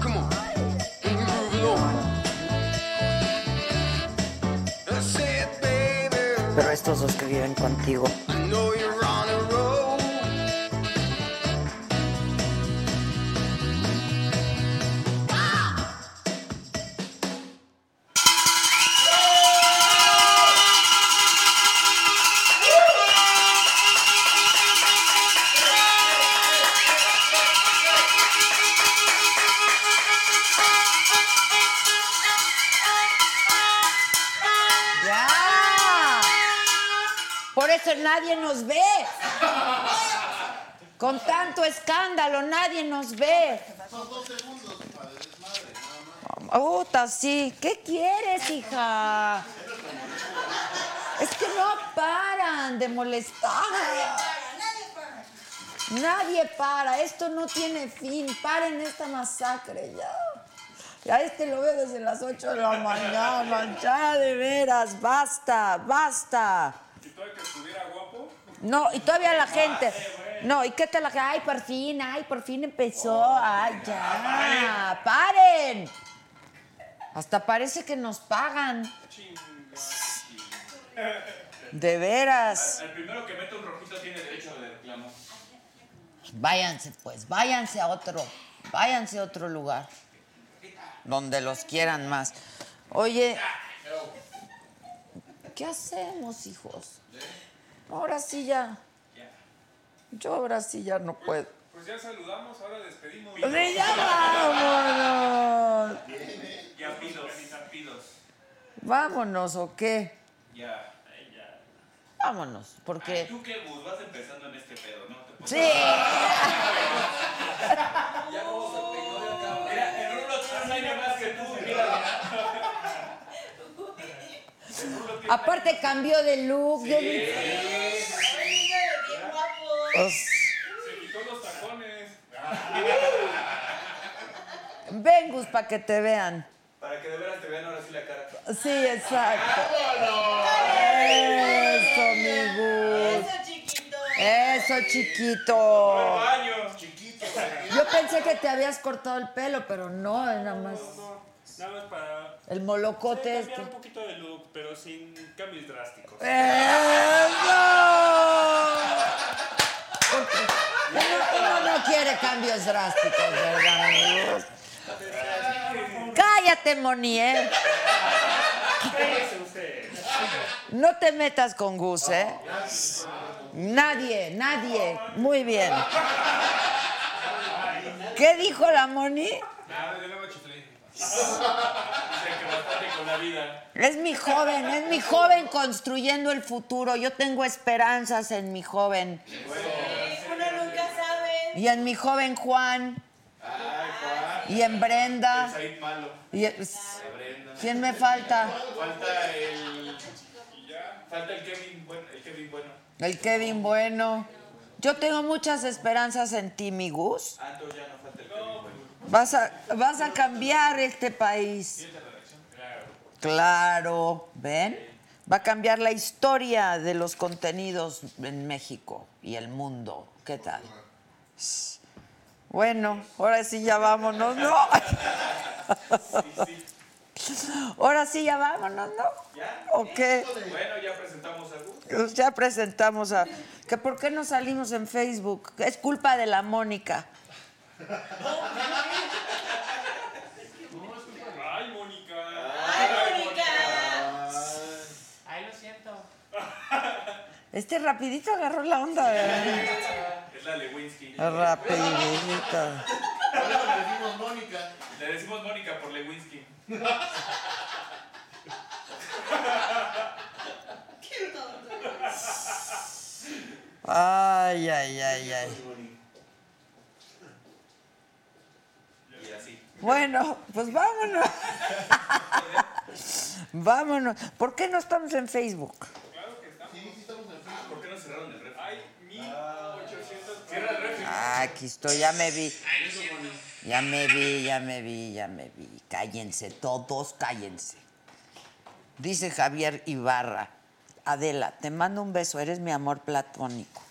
Come on. And you move it on. That's it, baby. Pero estos dos que viven contigo, I know you're on a roll. ¡Ya! Por eso nadie nos ve. Con tanto escándalo, nadie nos ve. Puta, sí. ¿Qué quieres, hija? Es que no paran de molestar. Nadie para, esto no tiene fin. Paren esta masacre ya. Ya este lo veo desde las 8 de la mañana. Ya de veras, basta, basta. No, y todavía la gente. No, ¿y qué tal la gente? Ay, por fin, ay, por fin empezó. Ay, ya. ¡Paren! Hasta parece que nos pagan. De veras. Váyanse, pues, váyanse a otro, váyanse a otro lugar, donde los quieran más. Oye, ¿qué hacemos, hijos? Ahora sí ya. Yo ahora sí ya no puedo. Pues ya saludamos, ahora despedimos. ¡Sí, ya vámonos! Ya pidos. Ya pidos. ¿Vámonos o qué? Ya. Ay, ya. Vámonos, porque... Tú qué bus vas empezando en este pedo, ¿no? Te pongo- ¡Sí! Mira, el Rulo tiene un año más que tú, mira. Aparte cambió de look, yo vi- Pues, Se quitó los tacones. Ven, Gus, para que te vean. Para que de veras te vean ahora sí la cara. Sí, exacto. Eso, mi Gus. Eso, chiquito. Baño. Chiquito. Yo pensé que te habías cortado el pelo, pero no, es nada más Nada más para el molocote cambiar este. un poquito de look, pero sin cambios drásticos. Eh. ¡Eso! Porque Uno, uno no quiere cambios drásticos, ¿verdad, amigos? Cállate, Moni, ¿eh? Cállese usted. No te metas con Gus, ¿eh? Nadie, nadie. Muy bien. ¿Qué dijo la Moni? Nada, de nuevo chiflé. Dice que bastante con la vida. Es mi joven, es mi joven construyendo el futuro. Yo tengo esperanzas en mi joven. Y en mi joven Juan. Y en Brenda. Ahí malo. Y es- ¿Quién me falta? Falta el. Ya. Falta el Kevin bueno. El Kevin bueno. El Kevin Bueno. Yo tengo muchas esperanzas en ti, mi Gus. Ah, entonces ya no falta el Kevin bueno. Vas a, vas a cambiar este país. Claro, ¿ven? Va a cambiar la historia de los contenidos en México y el mundo. ¿Qué tal? Shh. Bueno, ahora sí ya vámonos, ¿no? Ahora sí, ya vámonos, ¿no? ¿Ya? ¿O qué? Bueno, ya presentamos algo. Pues ya presentamos a... ¿Que ¿Por qué no salimos en Facebook? Es culpa de la Mónica. Ay, Mónica. Este rapidito agarró la onda. ¿verdad? Es la Lewinsky. Rapidito. Le decimos Mónica por Lewinsky. Ay, ay, ay, ay. Y así. Bueno, pues vámonos. vámonos. ¿Por qué no estamos en Facebook? ¿Por qué no cerraron el ref? Ay, 1800. Cierra el ref. Ah, aquí estoy, ya me vi. Ya me vi, ya me vi, ya me vi. Cállense, todos cállense. Dice Javier Ibarra, Adela, te mando un beso, eres mi amor platónico.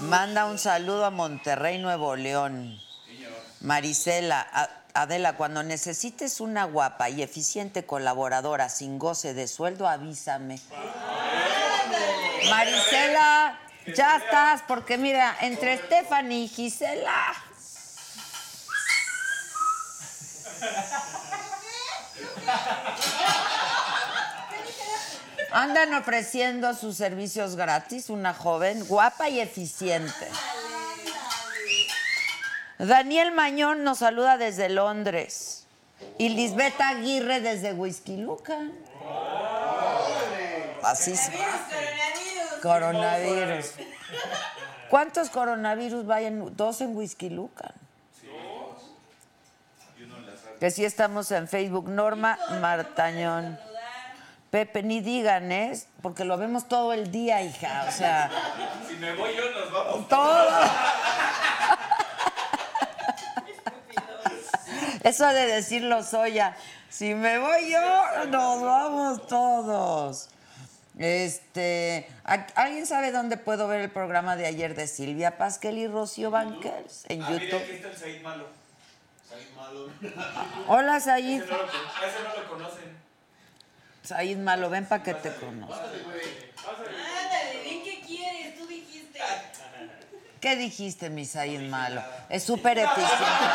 Manda un saludo a Monterrey, Nuevo León. Marisela, A- Adela, cuando necesites una guapa y eficiente colaboradora sin goce de sueldo, avísame. Marisela, ya estás, porque mira, entre Stephanie y Gisela. Andan ofreciendo sus servicios gratis, una joven guapa y eficiente. Daniel Mañón nos saluda desde Londres. Y Lisbeth Aguirre desde Whisky Luca. Así se Coronavirus. ¿Cuántos coronavirus vayan? Dos en Whisky Lucan. Que sí estamos en Facebook. Norma Martañón. Pepe, ni digan, ¿eh? Porque lo vemos todo el día, hija. O sea, Si me voy yo, nos vamos. todo. Eso de decirlo, Soya. Si me voy yo, nos vamos todos. Este, ¿a- ¿alguien sabe dónde puedo ver el programa de ayer de Silvia Pasquel y Rocío Banquels? En Ah, mira, aquí YouTube. está el Said Malo. Hola, Said. Ese no lo, con- ese no lo conocen. Said Malo, ven para que te conozca. Ándale, ven que quieres, tú dijiste. ¿Qué dijiste, mi Said Malo? Es súper eficiente.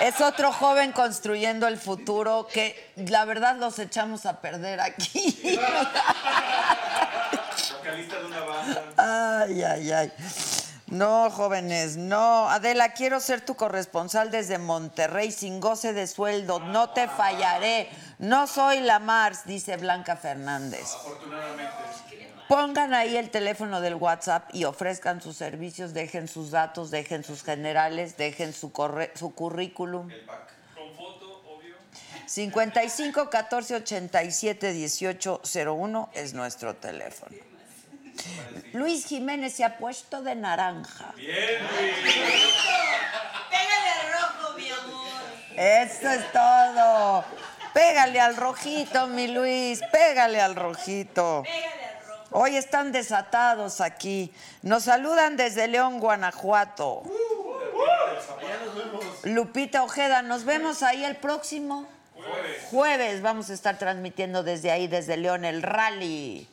Es otro joven construyendo el futuro que la verdad los echamos a perder aquí. Vocalista de una banda. Ay, ay, ay. No, jóvenes, no. Adela, quiero ser tu corresponsal desde Monterrey sin goce de sueldo. No te fallaré. No soy la Mars, dice Blanca Fernández. Afortunadamente. Pongan ahí el teléfono del WhatsApp y ofrezcan sus servicios, dejen sus datos, dejen sus generales, dejen su, corre- su currículum. El pack. Con foto, obvio. 55 14 87 18 01 es nuestro teléfono. Luis Jiménez se ha puesto de naranja. Bien, Luis. Pégale al rojo, mi amor. Eso es todo. Pégale al rojito, mi Luis. Pégale al rojito. Pégale al rojo. Hoy están desatados aquí. Nos saludan desde León, Guanajuato. Lupita Ojeda, nos vemos ahí el próximo Jueves. jueves. Vamos a estar transmitiendo desde ahí, desde León, el rally.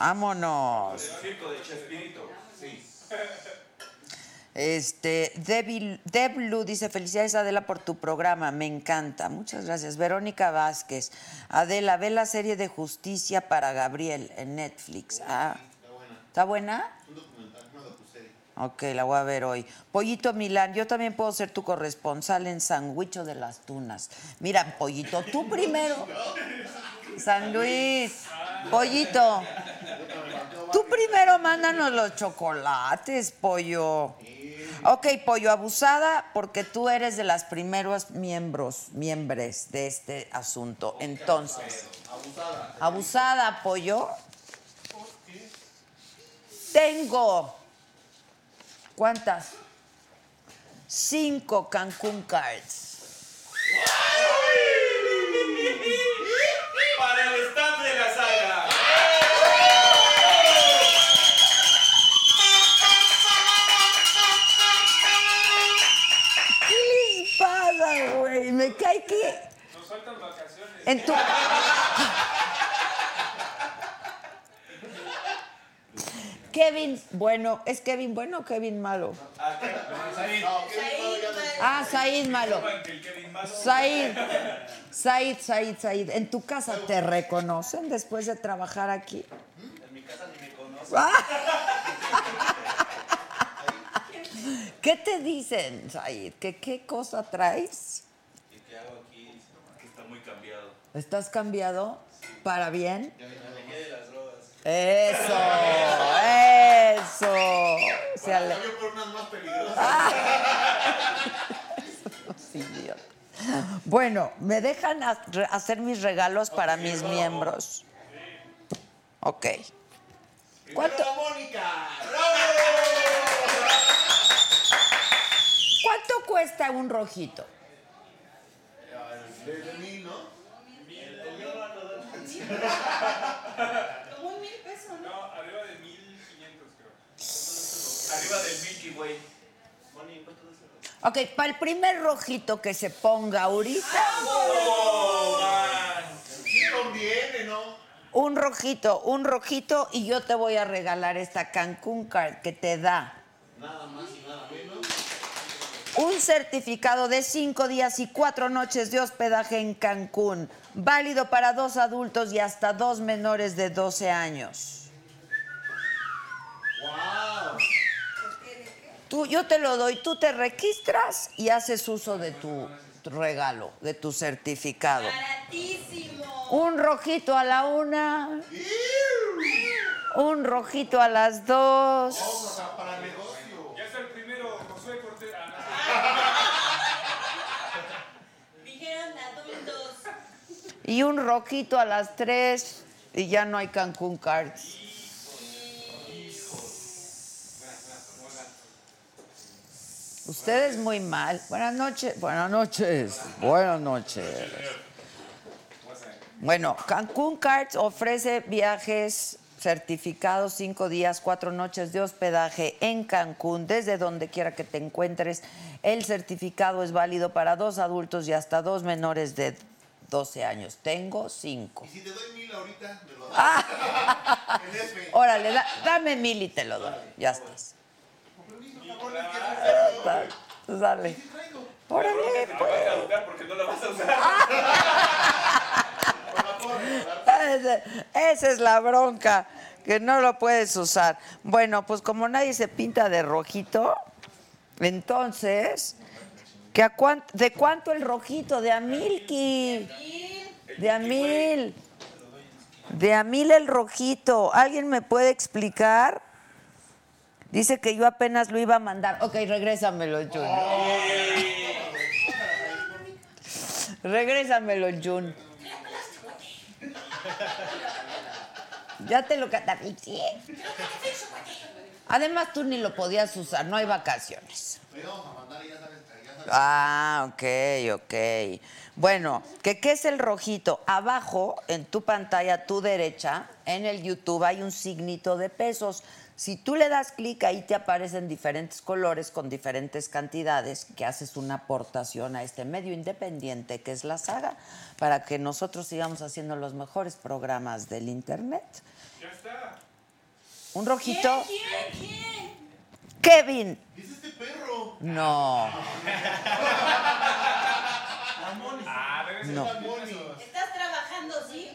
Vámonos. Circo de Chespirito. Sí. Este, Debil- Deblu dice, felicidades Adela por tu programa, me encanta. Muchas gracias. Verónica Vázquez, Adela, ve la serie de Justicia para Gabriel en Netflix. Ah, ¿Está buena? Ok, la voy a ver hoy. Pollito Milán, yo también puedo ser tu corresponsal en Sandwicho de las Tunas. Mira, Pollito, tú primero. San Luis, Pollito. Tú primero mándanos los chocolates, pollo. Ok, pollo, abusada porque tú eres de las primeros miembros, miembros de este asunto. Entonces, abusada, pollo. Tengo. ¿Cuántas? Cinco Cancún Cards. Para el staff de la saga. ¿Qué les pasa, güey? En tu. Kevin, bueno, ¿es Kevin bueno o Kevin malo? Ah, Said malo. Said, Said, Said, Said. ¿En tu casa te reconocen después de trabajar aquí? Ah. ¿Qué te dicen, Said? ¿Qué, qué cosa traes? ¿Y qué hago aquí? Que está muy cambiado. ¿Estás cambiado? ¿Para bien? Eso, eso. Se ale- Ah. Yo por unas más peligrosas. Sí, idiota. Bueno, ¿me dejan ha- re- hacer mis regalos para mis miembros? Ok. ¿Cuánto- Mónica! ¿Cuánto cuesta un rojito? Como un mil pesos, ¿no? No, arriba de 1500, creo. Arriba del Milky Way. Moni, ¿cuánto es eso? Ok, para el primer rojito que se ponga ahorita, Sí, conviene, ¿no? un rojito, un rojito y yo te voy a regalar esta Cancún card que te da. Un certificado de cinco días y cuatro noches de hospedaje en Cancún, válido para dos adultos y hasta dos menores de 12 años. Tú, yo te lo doy, tú te registras y haces uso de tu regalo, de tu certificado. Baratísimo. Un rojito a la una. Un rojito a las dos. Ya es el primero, Josué Cortés. Ah, no. Dijeron adultos. Y un rojito a las tres. Y ya no hay Cancún Cards. Ustedes muy mal. Buenas noches. Buenas noches. Buenas noches. Bueno, Cancún Cards ofrece viajes certificados, cinco días, cuatro noches de hospedaje en Cancún, desde donde quiera que te encuentres. El certificado es válido para dos adultos y hasta dos menores de 12 años. Tengo cinco. Ah. Si te doy mil ahorita, me lo das. Órale, da- dame mil y te lo doy. Ya estás. Ya está. Pues Dale. Órale, pues. Vas a educar porque no la vas a usar. Ese- Esa es la bronca, que no lo puedes usar. Bueno, pues como nadie se pinta de rojito, entonces, ¿que a cuán- ¿de cuánto el rojito? De a milki. De a mil. De a mil el rojito. ¿Alguien me puede explicar? Dice que yo apenas lo iba a mandar. Ok, regrésamelo, Jun. Regrésamelo, Jun. Ya te lo catafixié. Además, tú ni lo podías usar, no hay vacaciones. Ah, ok, ok. Bueno, ¿qué, ¿qué es el rojito? Abajo, en tu pantalla, a tu derecha, en el YouTube hay un signito de pesos. Si tú le das clic, ahí te aparecen diferentes colores con diferentes cantidades que haces una aportación a este medio independiente que es la saga, para que nosotros sigamos haciendo los mejores programas del Internet. Ya está. Un ¿Quién, rojito. quién, quién? Kevin. Es este perro. No. Ah, regresa. No. ¿Estás trabajando, sí?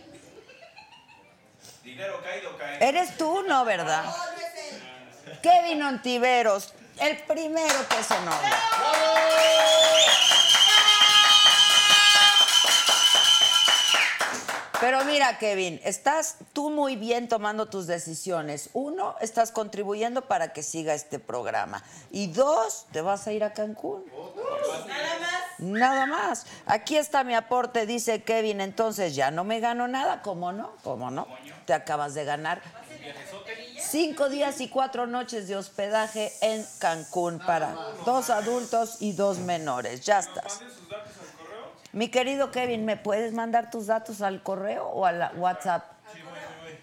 Dinero caído cae. Eres tú, no, ¿verdad? Kevin Ontiveros, el primero que se nombra. Pero mira, Kevin, estás tú muy bien tomando tus decisiones. Uno, estás contribuyendo para que siga este programa. Y dos, te vas a ir a Cancún. Nada más. Nada más. Aquí está mi aporte, dice Kevin. Entonces ya no me gano nada. ¿Cómo no? ¿Cómo no? Te acabas de ganar cinco días y cuatro noches de hospedaje en Cancún para dos adultos y dos menores. Ya estás. Mi querido Kevin, ¿me puedes mandar tus datos al correo o al WhatsApp?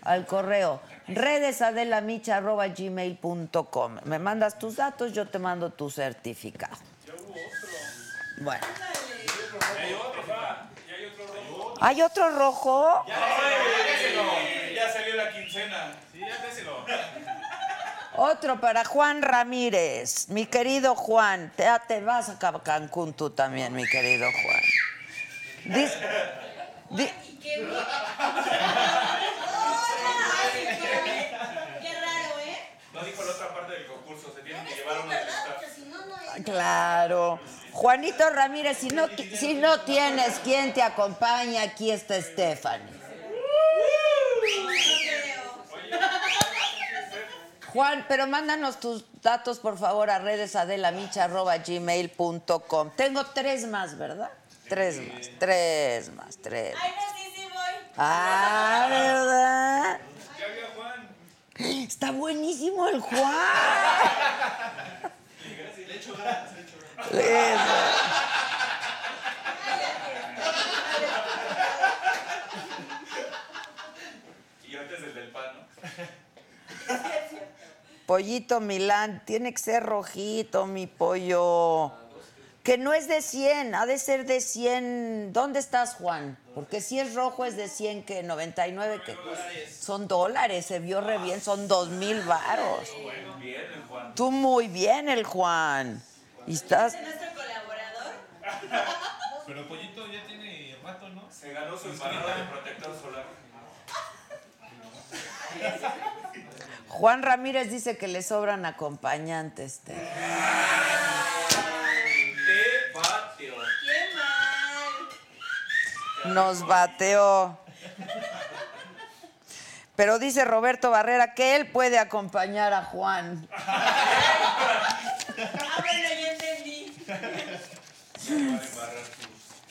Al correo redesadelamicha.gmail.com. Me mandas tus datos, yo te mando tu certificado. Bueno. Ya hay otro rojo. ¿Hay otro rojo? Ya salió la quincena. Sí, ya déselo. Otro para Juan Ramírez. Mi querido Juan, te, te vas a Ca- Cancún tú también, mi querido Juan. Dis- di- Qué raro, ¿eh? No dijo la otra parte del concurso, se tienen que llevar a uno del staff. Si no, no es. Claro. Juanito Ramírez, si no, qui- si no tienes quien te acompaña, aquí está Stephanie. Juan, pero mándanos tus datos, por favor, a redesadelamicha.gmail.com. Tengo tres más, ¿verdad? Tres más, tres más, tres. Ay, no, sí, sí voy. Ah, ¿verdad? Ya había Juan. Está buenísimo el Juan. Le echo ganas, le echo ganas. Eso. Y antes del del pan, ¿no? Pollito Milán, tiene que ser rojito, mi pollo. Que no es de 100, ha de ser de 100. ¿Dónde estás, Juan? Porque si es rojo es de 100, que 99, que son dólares, se vio re bien, son dos mil varos. Bien, el Juan. Tú muy bien, el Juan. Y estás... Nuestro colaborador. Pero Pollito ya tiene rato, ¿no? Se ganó su embarrada de protector solar. Juan Ramírez dice que le sobran acompañantes. Te. ¡Qué patio! Qué mal. Nos bateó. Pero dice Roberto Barrera que él puede acompañar a Juan. Ah, bueno, ya entendí. Va a embarrar sus...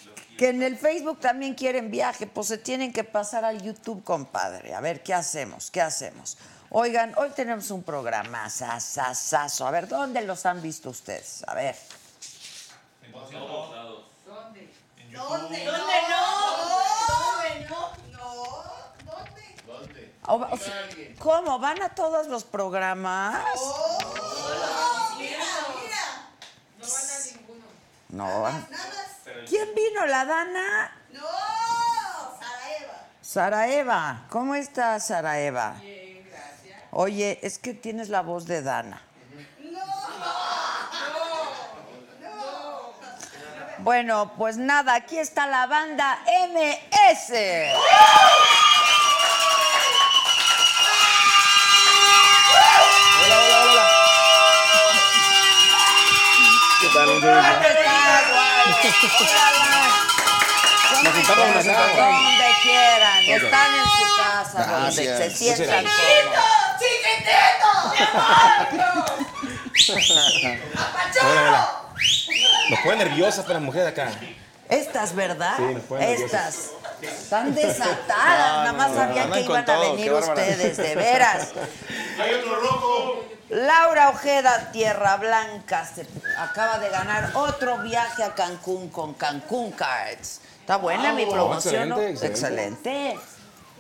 Los kilos. Que en el Facebook también quieren viaje, pues se tienen que pasar al YouTube, compadre. A ver, ¿qué hacemos? ¿Qué hacemos? Oigan, hoy tenemos un programa, sasasazo. A ver, ¿dónde los han visto ustedes? A ver. ¿Dónde? ¿Dónde no? ¿Dónde no? No. ¿Dónde? ¿Dónde? O- o sea, ¿Cómo? ¿Van a todos los programas? Mira. No van a ninguno. No. van. Pero el- ¿Quién vino? ¿La Dana? No. Saraeva. Saraeva, ¿cómo estás, Saraeva? Bien, gracias. Oye, es que tienes la voz de Dana. No, no, no. Bueno, pues nada, aquí está la banda MS. Hola, hola, hola. ¿Qué tal? Un saludo. ¿Cómo estás, guay? Hola, guay. Nos juntamos, ¿Cómo nos están? juntamos. Donde quieran, están en su casa, donde se Gracias. sientan Muchas cómodos. Hola, hola. Nos ponen nerviosas para las mujeres acá. Estas, ¿verdad? Sí, nos ponen Estas. Están desatadas. Nada más sabían Ah, andan que con iban a todo, venir qué bárbara. ustedes, de veras. ¡Hay otro rojo! Laura Ojeda, Tierra Blanca, se acaba de ganar otro viaje a Cancún con Cancún Cards. Está buena mi promoción, ¿no? Ah, excelente, excelente. Excelente.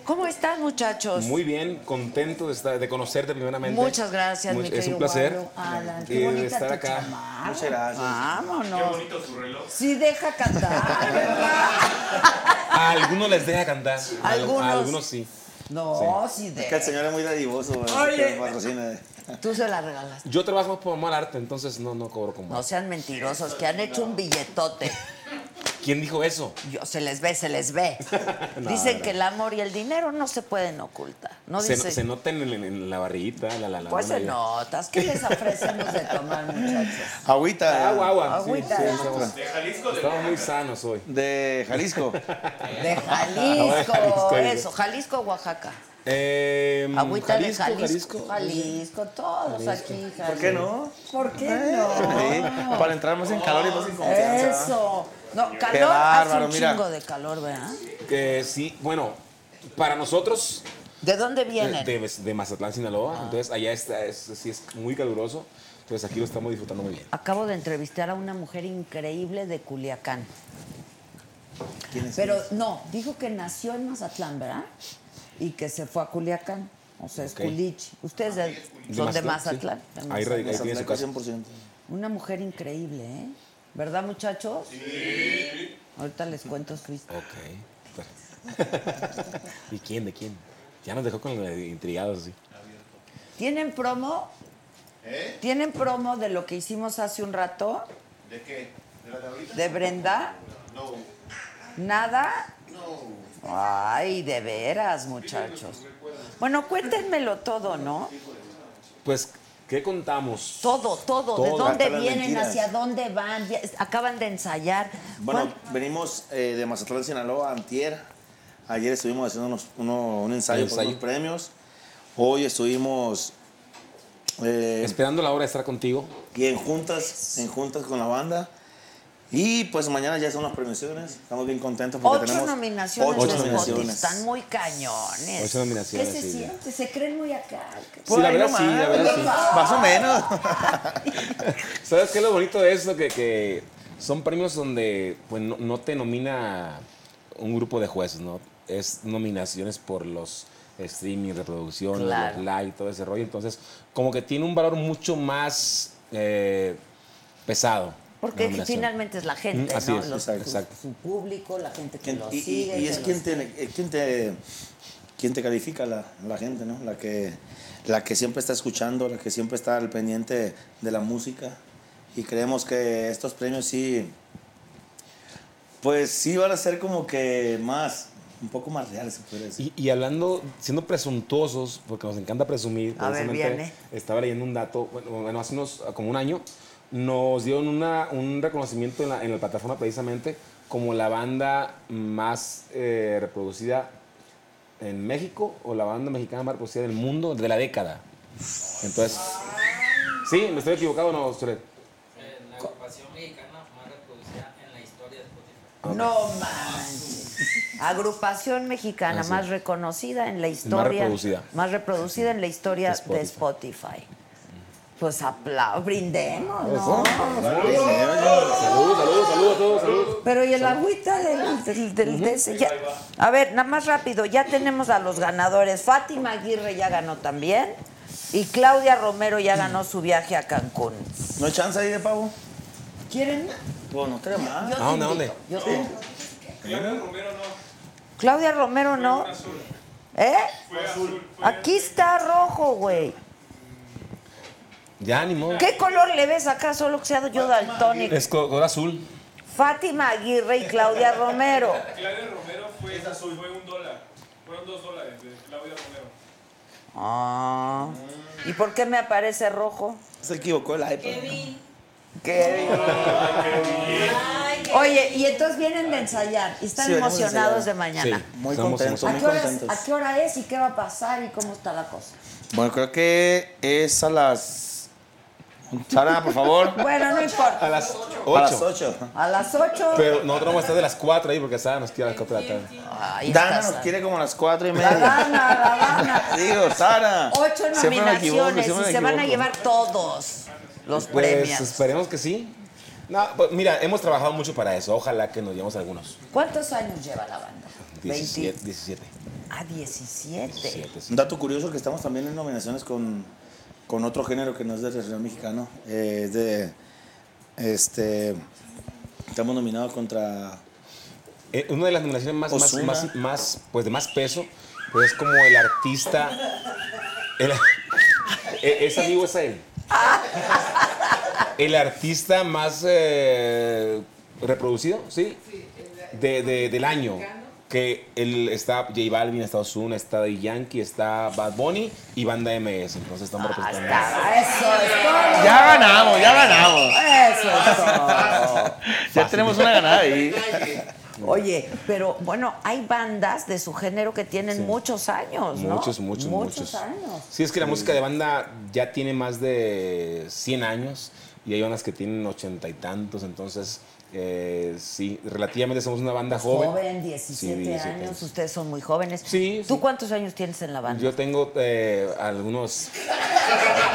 ¿Cómo están, muchachos? Muy bien, contento de, estar- de conocerte primeramente. Muchas gracias, Much- mi querido Es un placer Waldo. Alan, y qué de bonita estar tu acá. chamarra. Muchas gracias. Qué Vámonos. bonito su reloj. Sí, deja cantar, ¿verdad? A algunos les deja cantar. A- Algunos. A algunos sí. No, sí, deja. señor es muy dadivoso. Oye. que Tú se la regalaste. Yo trabajo más por amor al arte, entonces no, no cobro como. No sean mentirosos, que han hecho un billetote. ¿Quién dijo eso? Yo, se les ve, se les ve. No, Dicen no. que el amor y el dinero no se pueden ocultar. No se, dicen- se nota en, en- en la barriguita, la la la. Pues se buena vida. notas. ¿Qué les ofrecemos de tomar, muchachos? Agüita Agua, agua. Sí, Agüita. sí, estamos, De Jalisco, de estamos muy sanos hoy. de Jalisco. De Jalisco. Jalisco, dice. eso, Jalisco, Oaxaca. Eh, Agüita Jalisco, de Jalisco. Jalisco. Jalisco, todos aquí. Jalisco. ¿Por qué no? ¿Por qué no? Sí, para entrar más en calor y más en confianza. Eso. No, calor hace bárbaro, un mira. chingo de calor, ¿verdad? Que Eh, sí, bueno, para nosotros ¿De dónde vienen? de, de Mazatlán, Sinaloa, Ah. entonces allá está, es, sí es muy caluroso, entonces aquí lo estamos disfrutando muy bien. Acabo de entrevistar a una mujer increíble de Culiacán. ¿Quién es? Pero no, dijo que nació en Mazatlán, ¿verdad? Y que se fue a Culiacán. O sea, es Ok. Culichi. Ustedes de- son de Mazatlán. sí. de Ahí Mazatlán. radica, ahí tiene su Mazatlán, casa. 100%. Una mujer increíble, ¿eh? ¿Verdad, muchachos? Sí. Ahorita les cuento su historia. Ok. ¿Y quién? ¿De quién? Ya nos dejó con los intrigados, sí. ¿Tienen promo? ¿Eh? ¿Tienen promo de lo que hicimos hace un rato? ¿De qué? ¿De la de ahorita? ¿De Brenda? No. ¿Nada? No. Ay, de veras, muchachos. Bueno, cuéntenmelo todo, ¿no? Pues, ¿qué contamos? Todo, todo. ¿De Todo, dónde hasta las vienen? mentiras. ¿Hacia dónde van? Ya es- Acaban de ensayar. Bueno, ¿Cuál- venimos eh, de Mazatlán, Sinaloa, antier. Ayer estuvimos haciendo unos- uno- un ensayo, ¿Un por ensayo? los premios. Hoy estuvimos eh, Esperando la hora de estar contigo. y en juntas, en juntas con la banda. Y pues mañana ya son las premiaciones. Estamos bien contentos porque Ocho tenemos nominaciones. ocho los Gotis, nominaciones. Están muy cañones. Ocho nominaciones, ¿Qué se sí, ya. siente? Se creen muy acá. Sí, la verdad sí, la verdad sí. Más o menos. ¿Sabes qué es lo bonito de esto? Que, que son premios donde pues, no, no te nomina un grupo de jueces, ¿no? Es nominaciones por los streaming, reproducciones, Claro. los live, todo ese rollo. Entonces, como que tiene un valor mucho más eh, pesado. la Porque nominación. finalmente es la gente, Mm, así ¿no? es, Los- exacto, exacto. Su público, la gente que Quien- lo y, y- sigue. y que es los- quien te, eh, quien te, quien te califica la, la gente, ¿no? La que, la que siempre está escuchando, la que siempre está al pendiente de la música. Y creemos que estos premios sí, pues sí van a ser como que más, un poco más reales, se podría decir. Y, y hablando, siendo presuntuosos, porque nos encanta presumir, A ver, precisamente, viene. estaba leyendo un dato, bueno, bueno, hace unos, como un año, nos dieron una, un reconocimiento en la, en la plataforma precisamente como la banda más eh, reproducida en México o la banda mexicana más reproducida del mundo de la década. Entonces, sí, me estoy equivocado, o no, Suret? La agrupación mexicana más reproducida en la historia de Spotify. No manches. Agrupación mexicana Ah, sí. más reconocida en la historia. reproducida. más reproducida en la historia De de Spotify. Pues aplausos, brindemos, ¿no? Saludos, saludos, saludos a todos, saludos. Pero y el agüita del, del, del- de ese, ya. A ver, nada más rápido, ya tenemos a los ganadores. Fátima Aguirre ya ganó también. Y Claudia Romero ya ganó su viaje a Cancún. ¿No hay chance ahí de pavo? ¿Quieren? Pues no creo más. ¿A dónde, a dónde? Yo tengo. Claudia Romero no. Claudia Romero no. ¿Eh? Fue azul. Aquí está rojo, güey. Ya, ni modo. ¿Qué color le ves acá? Solo que sea yo daltónico. Es color azul. Fátima Aguirre y Claudia Romero. Claudia Romero fue, fue un dólar. Fueron dos dólares de Claudia Romero. Ah. ¿Y por qué me aparece rojo? Se equivocó el iPad. Kevin. ¿Qué? Ay, qué Oye, y entonces vienen de ensayar y están Sí, venimos de emocionados de ensayar. mañana. Muy Estamos contentos, ¿A muy qué, hora es, contentos. a qué hora es y qué va a pasar y cómo está la cosa? Bueno, creo que es a las... Sara, por favor. Bueno, no importa. A las 8. A las 8. A las 8. Pero nosotros vamos a estar de las 4 ahí porque Sara nos quiere a las 4 de la tarde. Dana nos quiere como a las cuatro y La media. gana, la gana. Digo, Sara. Ocho siempre me equivoco, nominaciones siempre me y se van a equivoco. llevar todos los Pues premios. esperemos que sí. No, pues mira, hemos trabajado mucho para eso. Ojalá que nos llevemos algunos. ¿Cuántos años lleva la banda? ah, 17. 17. A 17. 17, sí. Un dato curioso que estamos también en nominaciones con, con otro género que no es del regional mexicano. eh, es de, este, estamos nominados contra... Eh, una de las nominaciones más, más, Ozuna. más, más, pues de más peso, pues es como el artista. el- e- es amigo es él. El artista más eh, reproducido, ¿sí? De, de- del año. Que él está J Balvin, está Ozuna, está Daddy Yankee, está Bad Bunny y Banda MS. Entonces estamos Ah, representando. Hasta eso es todo. Ya ganamos, ya ganamos. Eso es todo. Ya tenemos una ganada ahí. Oye, pero bueno, hay bandas de su género que tienen muchos años, Pues ¿no? Muchos, muchos, muchos. años. Sí, es que la música de banda ya tiene más de 100 años y hay bandas que tienen ochenta y tantos, entonces eh, sí, relativamente somos una banda joven. Pues Joven, 17, Sí, 17 años. años. Ustedes son muy jóvenes. Sí, ¿Tú sí. cuántos años tienes en la banda? Yo tengo eh, algunos...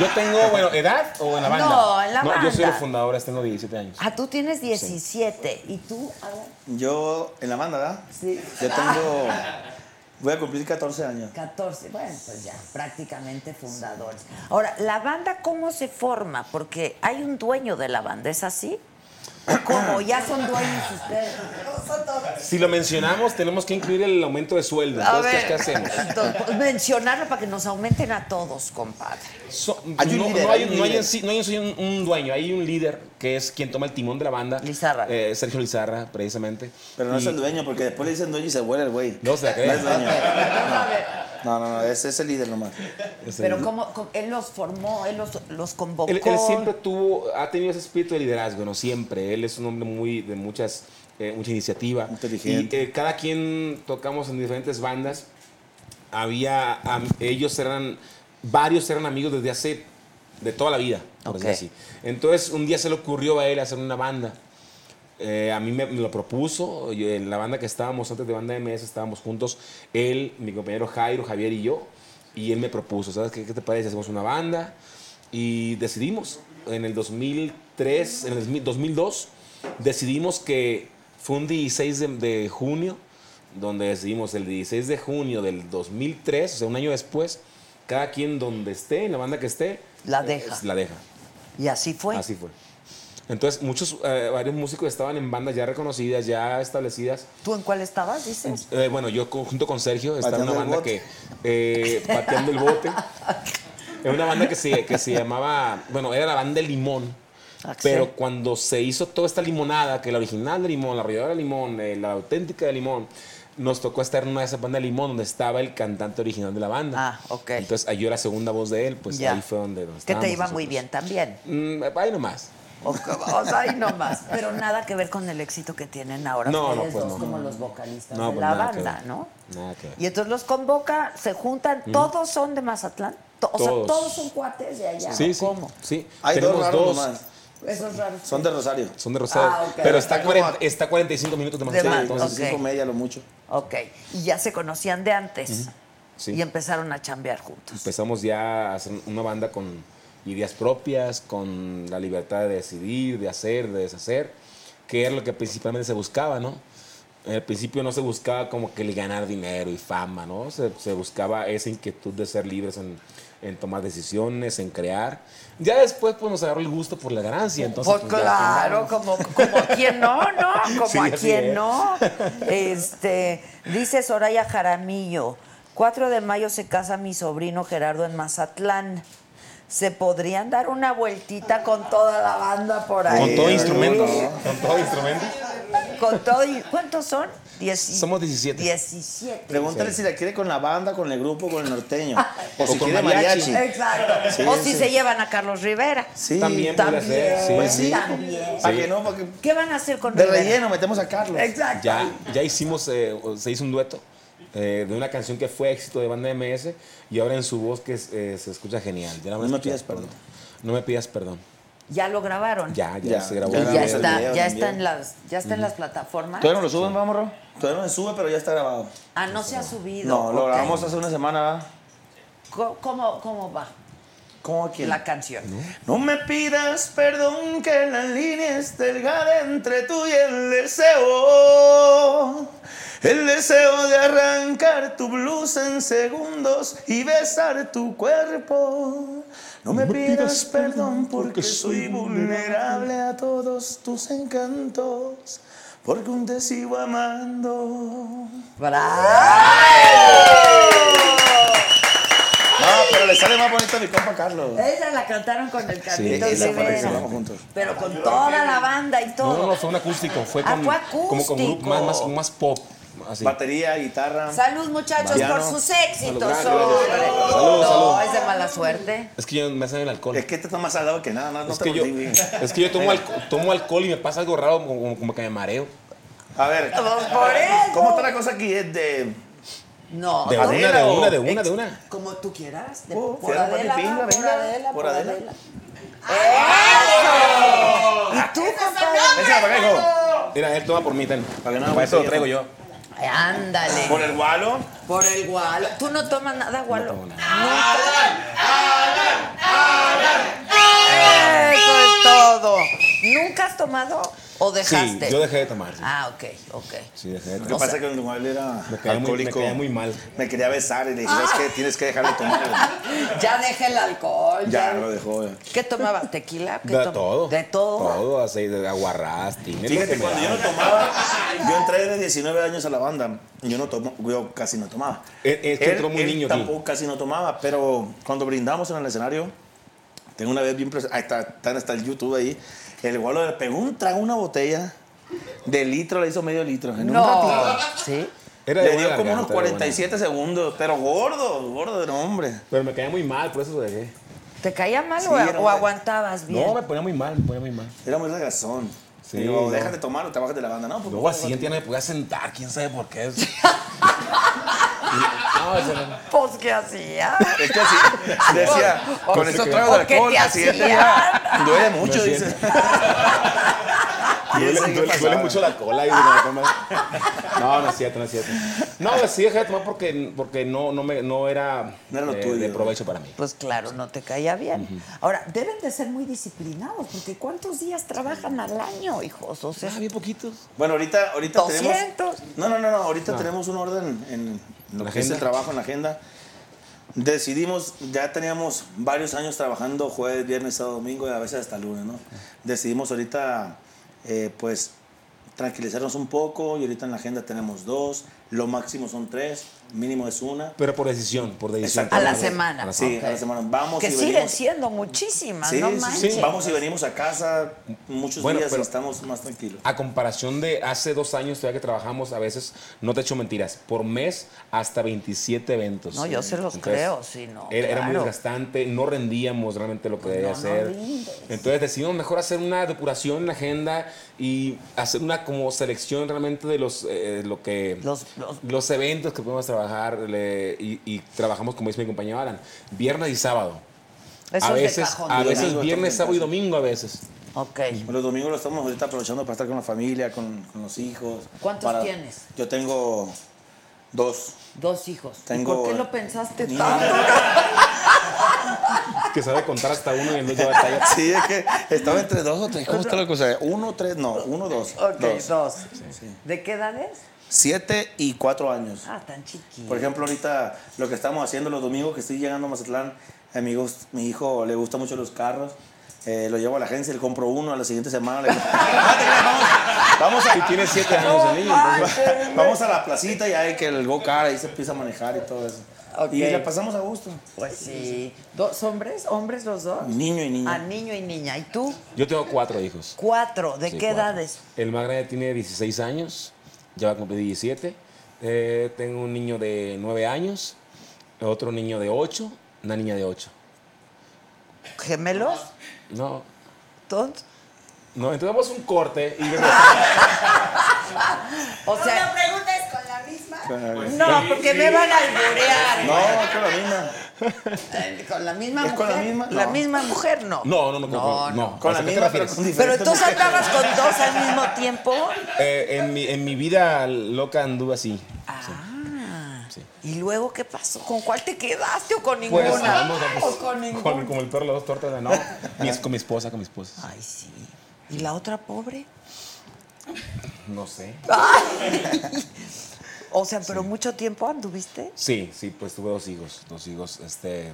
Yo tengo, bueno, edad o en la banda. No, en la Yo soy banda. los fundadores, tengo 17 años. Ah, tú tienes 17. ¿Y tú? A ver, Yo, en la banda, ¿verdad? sí. Yo tengo... Voy a cumplir 14 años. 14, bueno, pues ya, prácticamente fundadores. Ahora, ¿la banda cómo se forma? Porque hay un dueño de la banda, ¿es así? ¿O cómo? ¿Ya son dueños ustedes? Si lo mencionamos, tenemos que incluir el aumento de sueldo. A Entonces, ver. ¿qué hacemos? Entonces, pues, mencionarlo para que nos aumenten a todos, compadre. So- no, Hay un no líder, hay hay, un no hay líder. en sí- no hay en sí un, un dueño, hay un líder que es quien toma el timón de la banda. Eh, Sergio Lizarra, precisamente. Pero no es el dueño, porque después le dicen dueño y se vuela el güey. No se la cree. No es dueño. A ver, Ah, No, no, no, ese es el líder nomás. pero ¿cómo, cómo- él los formó, él los, los convocó. Él, él siempre tuvo, ha tenido ese espíritu de liderazgo, ¿no? Siempre. Él es un hombre muy de muchas, eh, mucha iniciativa. Inteligente. Y eh, cada quien tocamos en diferentes bandas. Había, am- ellos eran, varios eran amigos desde hace, de toda la vida, por decir Ok. así. Entonces, un día se le ocurrió a él hacer una banda. Eh, a mí me, me lo propuso, yo- en la banda que estábamos antes de Banda MS, estábamos juntos, él, mi compañero Jairo, Javier y yo, y él me propuso, ¿sabes qué, qué te parece? Hacemos una banda y decidimos, en el 2003, en el 2000 2002, decidimos que fue un 16 de, de junio, donde decidimos el 16 de junio del 2003, o sea, un año después, cada quien donde esté, en la banda que esté, La eh, deja. la deja. Y así fue. Así fue. Entonces, muchos, eh, varios músicos estaban en bandas ya reconocidas, ya establecidas. ¿Tú en cuál estabas, dices? Eh, bueno, yo co- junto con Sergio estaba en una Pateando banda el bote. que. eh, pateando el bote. Era una banda que se, que se llamaba. Bueno, era la banda de Limón. Ah, Pero cuando se hizo toda esta limonada, que la original de Limón, la arrolladora de Limón, eh, la auténtica de Limón, nos tocó estar en una de esas bandas de Limón donde estaba el cantante original de la banda. Ah, ok. Entonces, ahí yo era segunda voz de él, pues Ya. ahí fue donde nos que te iba muy bien también. bien. ahí nomás. O sea, ahí nomás. Pero nada que ver con el éxito que tienen ahora No, no, ustedes pues, dos no. como los vocalistas No, de pues, la nada que banda, ver. ¿no? Nada que ver. Y entonces los convoca, se juntan, Ujú. todos son de Mazatlán. To- o Todos. sea, todos son cuates de allá. Sí, sí. Sí. Hay Tenemos dos raros nomás. Eso es raro. Son de Rosario. Son de Rosario. Ah, ok. Pero está, Está 40 está 45 minutos de De Mazatlán. más, entonces, ok. 45 media lo mucho. Ok. Y ya se conocían de antes. Ujú. Sí. Y empezaron a chambear juntos. Empezamos ya a hacer una banda con ideas propias, con la libertad de decidir, de hacer, de deshacer, que era lo que principalmente se buscaba, ¿no? Al principio no se buscaba como que el ganar dinero y fama, ¿no? Se, se buscaba esa inquietud de ser libres en, en tomar decisiones, en crear. Ya después pues nos agarró el gusto por la ganancia, entonces... Pues pues, ya claro, como, andamos. como a quien no, ¿no? Como Sí, a así quien es. no. Este, dice Soraya Jaramillo, 4 de mayo se casa mi sobrino Gerardo en Mazatlán. ¿Se podrían dar una vueltita con toda la banda por ahí? Con todo Sí. instrumento, Con todo instrumento. Con todo y- ¿Cuántos son? Dieci- Somos 17. 17. Pregúntale si la quiere con la banda, con el grupo, con el norteño. O, O si con quiere mariachi. mariachi. Exacto. Sí, o si sí. se llevan a Carlos Rivera. Sí, También puede ser, sí. Pues sí. También. ¿Para que no? Para que- ¿Qué van a hacer con De Rivera? relleno metemos a Carlos. Exacto. Ya, ya hicimos, eh, o- se hizo un dueto eh, de una canción que fue éxito de banda MS y ahora en su voz que es, eh, se escucha genial. Ya la van a No me escuchar, pidas perdón. No me pidas perdón. Ya lo grabaron. Ya, Ah, ya, Ya, se grabó. ya Y el ya video. está, video ya también. está en las, ya está en las plataformas. ¿Todavía no lo suben, vamos, Ro? Todavía no se sube, pero ya está grabado. Ah, no se ha subido. No, lo ok. grabamos hace una semana. ¿va? Co- ¿Cómo, cómo va ¿Cómo quién? la canción? No me pidas perdón que la línea es delgada entre tú y el deseo. El deseo de arrancar tu blusa en segundos y besar tu cuerpo. No me pidas perdón porque soy vulnerable a todos tus encantos. Porque aún te sigo amando. No, pero le sale más bonito a mi compa Carlos. Esa la cantaron con el Carlitos esa fue la que Rivera, grabamos juntos. Pero con toda la banda y No, no, todo. no, fue un acústico. Fue, Ah, con, fue como con grupo más, más, acústico. más pop. Así. Batería, guitarra. Salud, muchachos, Piano. por sus éxitos. Salud, gracias, hombre. gracias. no, Salud, salud. es de mala suerte. Es que yo me hacen el alcohol. Es que te tomas al lado que nada, no, no Es te que yo, motives. es que yo tomo, alco- tomo alcohol y me pasa algo raro, como, como que me mareo. A ver, Pues por eso. ¿cómo está la cosa aquí? Es de. No, De no, una, de Adela, una, o- de una, de una. como tú quieras. de- Oh, por, Fiorella Adela, va, Pinga, por venga, Adela, por por Adela, Adela. ¿Y tú, compadre? Échala para acá, hijo. Mira, él toma por mí, ten. Para que no me Para eso lo pille. traigo yo. Ándale. Por el gualo. Por el gualo. ¿Tú no tomas nada gualo? tomo nada. Nunca. Eso es todo. Nunca has has tomado o dejaste? Sí, yo dejé de tomar. sí. Ah, ok, ok. Sí, dejé de Lo tomar. que pasa es que mi mujer era Me caía muy- me alcohólico. caía muy mal. Me quería besar y le dije, "Es que tienes que dejar de Ah. tomar. Ya dejé el alcohol. ya lo dejó. ¿Qué tomabas? ¿Tequila? ¿Qué De tom- todo. De todo. Todo, así, de aguarrás, tímido. Fíjate, cuando yo no tomaba, yo entré de 19 años a la banda. Yo no tomo, yo casi no tomaba. Es- es que entró muy él niño aquí. tampoco casi no tomaba, pero cuando brindamos en el escenario, tengo una vez bien pres- ahí está, está, está el YouTube ahí. El gualo le pegó un trago a una botella de litro, le hizo medio litro. En No. un ratito. ¿Sí? Era de le dio buena como unos garganta, era buena. 47 segundos, pero gordo, gordo, no, hombre. Pero me caía muy mal, por eso lo dejé. ¿Te caía mal Sí, o, era o una- aguantabas bien? No, me ponía muy mal, me ponía muy mal. Era muy regazón. Sí, Digo, no. déjate tomar o te bajas de la banda, ¿no? pues, Luego pues, al siguiente ya no me podía sentar, quién sabe por qué. Pues, ¿qué hacía? Es que así, decía, O- con o- estos tragos de o que alcohol, te al siguiente hacían. día duele mucho, Me dice. siento. Y Duele, ese que duele- pasaba. duele mucho la cola. Y digo, no, toma. no, no es cierto, no es cierto. No, pues, sí dejé de tomar porque, porque no, no, me, no era No era lo eh, tuyo. de provecho para mí. Pues claro, no te caía bien. Ahora, deben de ser muy disciplinados, porque ¿cuántos días trabajan al año, hijos? O sea, bien poquitos. Bueno, ahorita, ahorita tenemos. 200. No, no, no, no, ahorita No. tenemos un orden en lo ¿La que es agenda? el trabajo en la agenda. Decidimos, ya teníamos varios años trabajando jueves, viernes, sábado, domingo y a veces hasta lunes, ¿no? Decidimos ahorita, eh, pues, tranquilizarnos un poco y ahorita en la agenda tenemos dos, lo máximo son tres, mínimo es una. Pero por decisión, por decisión. Exacto. A la semana. A la Sí, a la semana vamos que y siguen venimos. siendo muchísimas, Sí, no sí, sí, manches. vamos y venimos a casa muchos Bueno, días y pero- Ah. estamos más tranquilos. A comparación de hace dos años todavía que trabajamos, a veces, no te echo mentiras, por mes hasta 27 eventos. No, yo se los creo, sí, no, Era, era muy claro. Pues desgastante, no rendíamos realmente lo que debía no hacer. rindes. Entonces decidimos mejor hacer una depuración en la agenda y hacer una como selección realmente de los, eh, lo que, Los- los- eventos que podemos trabajar le- y, y trabajamos, como dice mi compañero Alan, viernes y sábado. Eso a es de veces, cajón, a ¿verdad? veces Domingo, viernes, también, sábado y casi. domingo a veces. Ok. Los domingos lo estamos ahorita aprovechando para estar con la familia, con, con los hijos. ¿Cuántos para- tienes? Yo tengo dos. Dos hijos. ¿Y Tengo- ¿Por qué lo pensaste Ni- tanto? Que sabe contar hasta uno y el otro batalla. Sí, es que estaba entre dos o tres. ¿Cómo está la cosa? Uno, tres, no, uno, dos. Ok, dos. dos. ¿De qué edades? Siete y cuatro años. Ah, tan chiquito. Por ejemplo, ahorita lo que estamos haciendo los domingos que estoy llegando a Mazatlán, a mi, gust- mi hijo le gustan mucho los carros. eh, lo llevo a la agencia, le compro uno a la siguiente semana. le- vamos, vamos a, Y tiene siete años el niño, entonces. Vamos a la placita y hay que el go-kart ahí se empieza a manejar y todo eso. Ok. Y la pasamos a gusto. Pues sí. ¿Dos hombres? ¿Hombres los dos? Niño y niña. Ah, niño y niña. ¿Y tú? Yo tengo cuatro hijos. Cuatro. ¿De Sí, qué cuatro. edades? El más grande tiene 16 años, ya va a cumplir 17. Eh, tengo un niño de 9 años, otro niño de 8, una niña de 8. ¿Gemelos? No, ¿Todos? no, entonces vamos a un corte y regresamos. O sea, La pregunta es con la misma. no, porque me van a alborear. pues, No, es con Con la misma. la misma ¿Es mujer. con la misma? No. misma mujer, no. No, no, no, con- No, con, no. no. Con ¿A la qué te misma, pero refieres? con Pero diferentes entonces mujeres. andabas con dos al mismo tiempo. Eh, en, mi, en mi vida loca anduve así. Ah. Sí. ¿Y luego qué pasó? ¿Con cuál te quedaste o con Pues, ninguna? no, no, pues, o con ninguna. con- como el perro, las dos tortas, no. Mi- con mi esposa, con mi esposa. Ay, sí. ¿Y la otra pobre? No sé. O sea, pero mucho tiempo anduviste. Sí, sí, pues tuve dos hijos, dos hijos, este...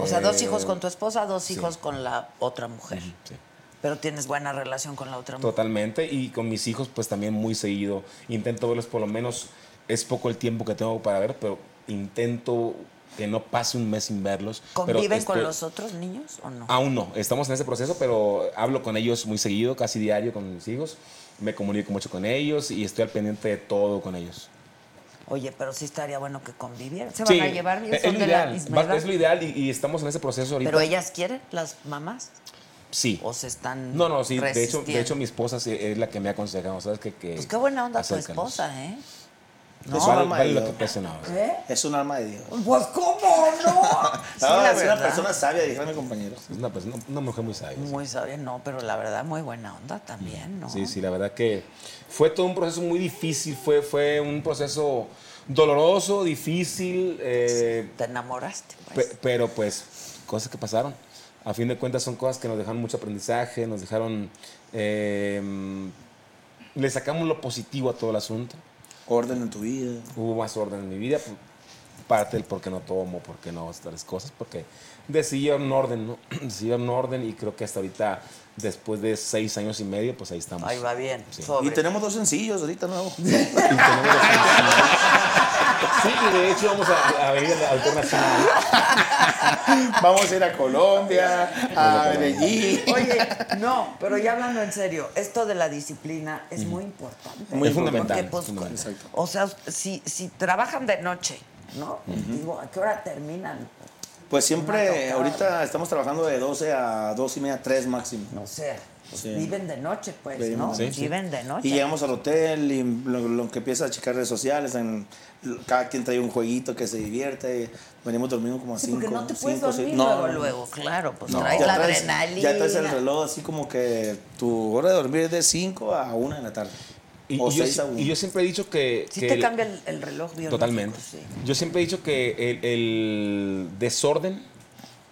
O sea, dos eh, hijos con tu esposa, dos sí. hijos con la otra mujer. sí. Pero tienes buena relación con la otra mujer. Totalmente, y con mis hijos pues también muy seguido. Intento verlos por lo menos, es poco el tiempo que tengo para ver, pero intento que no pase un mes sin verlos. pero este Ah. ¿Conviven con estoy- los otros niños o no? Aún no, estamos en ese proceso, pero hablo con ellos muy seguido, casi diario con mis hijos. Me comunico mucho con ellos y estoy al pendiente de todo con ellos. Oye, pero sí estaría bueno que convivieran. Se Sí, e eh, van a llevar bien, es, son lo de la ideal, misma va- edad. es lo ideal y, y estamos en ese proceso ahorita. Pero ellas quieren, las mamás, sí. o se están. No, no, sí, de hecho, de resistiendo? hecho mi esposa sí es la que me ha aconsejado, ¿sabes? Que, que Pues qué buena onda tu acércalos. esposa, ¿eh? Es un Vale, alma vale de lo Dios. que pesa, no. Es un alma de Dios. Pues cómo no. Sí, Ah, la es una verdad. persona sabia, dijeron mi compañero. Es una, persona, una mujer muy sabia. Muy sabia, no, pero la verdad, muy buena onda también, ¿no? Sí, sí, la verdad que fue todo un proceso muy difícil, fue, fue un proceso doloroso, difícil, eh, Te enamoraste, pe- pues. pero pues cosas que pasaron. a fin de cuentas son cosas que nos dejaron mucho aprendizaje, nos dejaron... eh, le sacamos lo positivo a todo el asunto. Orden en tu vida. Hubo más orden en mi vida. pues, Parte del por qué no tomo, por qué no tales cosas, porque decidí llevar un orden, ¿no? Decidí llevar un orden y creo que hasta ahorita, después de seis años y medio, pues ahí estamos. Ahí va bien. Sí. sobre. Y tenemos dos sencillos ahorita nuevos. Este Sí, y de hecho vamos a, a venir al tema nacional. Vamos a ir a Colombia, a Medellín. Oye, no, pero ya hablando en serio, esto de la disciplina es muy importante. Muy Porque, fundamental, pues, fundamental. Exacto. O sea, si, si trabajan de noche, ¿no? Digo, ¿a qué hora terminan? Pues Una siempre, tocada. ahorita estamos trabajando de 12 a 2 y media, 3 máximo. O sea, pues, Sí. viven de noche, pues, Viven ¿no? de noche. Viven de noche. Y llegamos al hotel y lo, lo que empieza a checar redes sociales, en- cada quien trae un jueguito que se divierte. Venimos durmiendo como a Sí, 5 porque no te puedes dormir luego, luego, claro, pues No. traes Ya la traes- adrenalina. Ya traes el reloj así como que tu hora de dormir es de 5 a 1 de la tarde. Y, o y yo, 6 a 1. y yo siempre he dicho que... Sí que te el- cambia el, el reloj biológico. Totalmente. sí. Yo siempre he dicho que el, el desorden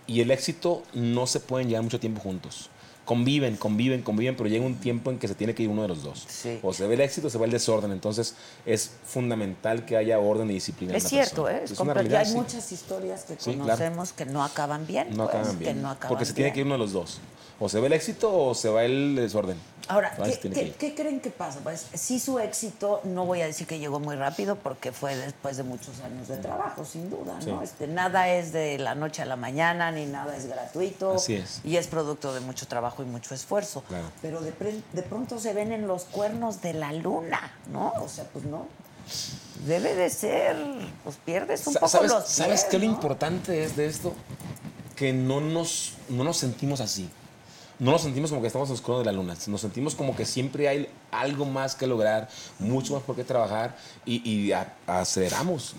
y el éxito no se pueden llevar mucho tiempo juntos. Conviven, conviven, conviven, pero llega un tiempo en que se tiene que ir uno de los dos. O se ve el éxito o se ve el desorden. Entonces es fundamental que haya orden y disciplina. en Es una cierto, persona. ¿eh? Es una completo. Y realidad, hay sí. muchas historias que Sí, claro. conocemos que no acaban bien. No pues, acaban bien. Que no acaban porque se tiene bien. que ir uno de los dos. O se ve el éxito o se va el desorden. Ahora, Entonces, ¿qué, Ah, tiene qué- que ir. qué creen que pasa? Pues sí, su éxito, no voy a decir que llegó muy rápido porque fue después de muchos años de trabajo, sin duda, ¿no? Sí. Este, nada es de la noche a la mañana, ni nada es gratuito. Así es. Y es producto de mucho trabajo y mucho esfuerzo. Claro. Pero de, pre- de pronto se ven en los cuernos de la luna, ¿no? O sea, pues no. Debe de ser, pues pierdes un Sa- poco ¿Sabes, los ¿sabes pies, qué lo ¿no? importante es de esto? Que no nos, no nos sentimos así. No nos sentimos como que estamos en los conos de la luna. Nos sentimos como que siempre hay algo más que lograr, mucho más por qué trabajar y, y a- aceleramos.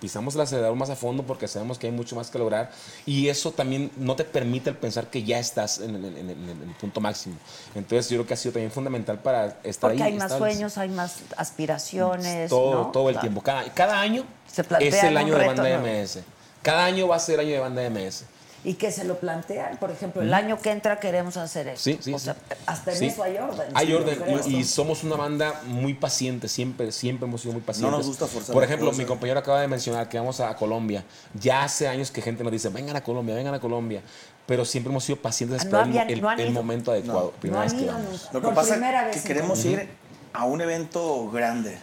Pisamos el acelerador más a fondo porque sabemos que hay mucho más que lograr y eso también no te permite el pensar que ya estás en, en- en- en- en el punto máximo. Entonces yo creo que ha sido también fundamental para estar ahí. Porque hay más estables. sueños, hay más aspiraciones. Todo, ¿no? todo el Claro. tiempo. Cada, cada año Se plantean es el un año de reto banda nuevo. MS. Cada año va a ser el año de banda MS. Y que se lo plantean, por ejemplo, el Ujú. año que entra queremos hacer esto. Sí, sí, O sí. sea, hasta en Sí. eso hay orden. Hay yo orden creo. y, y somos una banda muy paciente, siempre, siempre hemos sido muy pacientes. nos gusta forzar Por las ejemplo, cosas. mi compañero acaba de mencionar que vamos a Colombia. Ya hace años que gente nos dice, vengan a Colombia, vengan a Colombia. Pero siempre hemos sido pacientes Ah, no hasta habían- el, no han el ido. momento adecuado. Primera han vez que ido vamos. nunca. Lo que Por primera pasa vez en es que queremos Colombia. ir a un evento grande.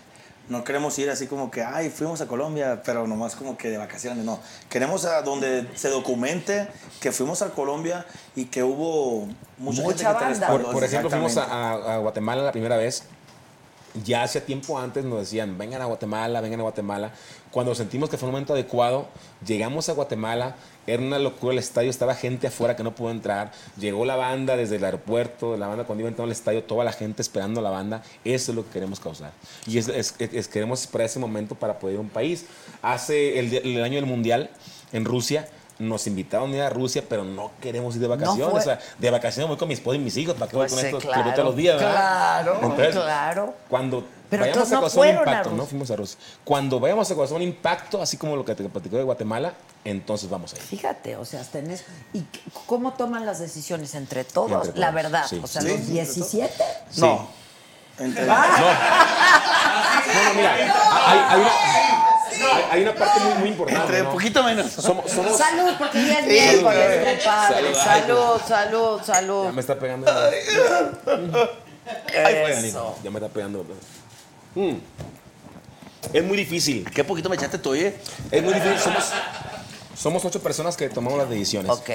No queremos ir así como que, ay, fuimos a Colombia, pero nomás como que de vacaciones. No, queremos a donde se documente que fuimos a Colombia y que hubo mucha, gente Mucha que te banda. respaldó. Por, por ejemplo, fuimos a, Exactamente. a- a Guatemala la primera vez. Ya hacía tiempo antes nos decían, vengan a Guatemala, vengan a Guatemala. Cuando sentimos que fue el momento adecuado, llegamos a Guatemala. Era una locura el estadio, estaba gente afuera que no pudo entrar. Llegó la banda desde el aeropuerto, la banda cuando iba entrando al estadio, toda la gente esperando a la banda. Eso es lo que queremos causar. Y es, es- es- es- queremos para ese momento para poder ir a un país. Hace el, el año del Mundial en Rusia, nos invitaron a ir a Rusia, pero no queremos ir de vacaciones. fue. O sea, de vacaciones voy con mi esposa y mis hijos, ¿para qué voy Pues con sí, estos claro, claro, todos los días, ¿verdad? claro, Entonces, claro. Cuando Pero vayamos entonces a no causar un fueron a impacto, Rusia. no fuimos a Rusia. Cuando vayamos a causar un impacto, así como lo que te platicó de Guatemala, entonces vamos a ir. Fíjate, o sea, hasta en eso. ¿Y c- cómo toman las decisiones entre todos? Entre todos, La verdad, sí. o sea, Sí, los sí, 17. Sí. No. Entre- No, no, mira, hay, hay una, hay- hay una parte muy, muy importante. Entre ¿no? poquito menos. Somos, somos- Salud, porque ya es Sí, miércoles, güey. compadre. Salud, Salud, salud, Ya salud. me está pegando. Ay, fue, Eso. Dani, Ya me está pegando. Mm. Es muy difícil. ¿Qué poquito me echaste tú, oye? Es muy difícil. Somos, somos ocho personas que tomamos las decisiones. Ok.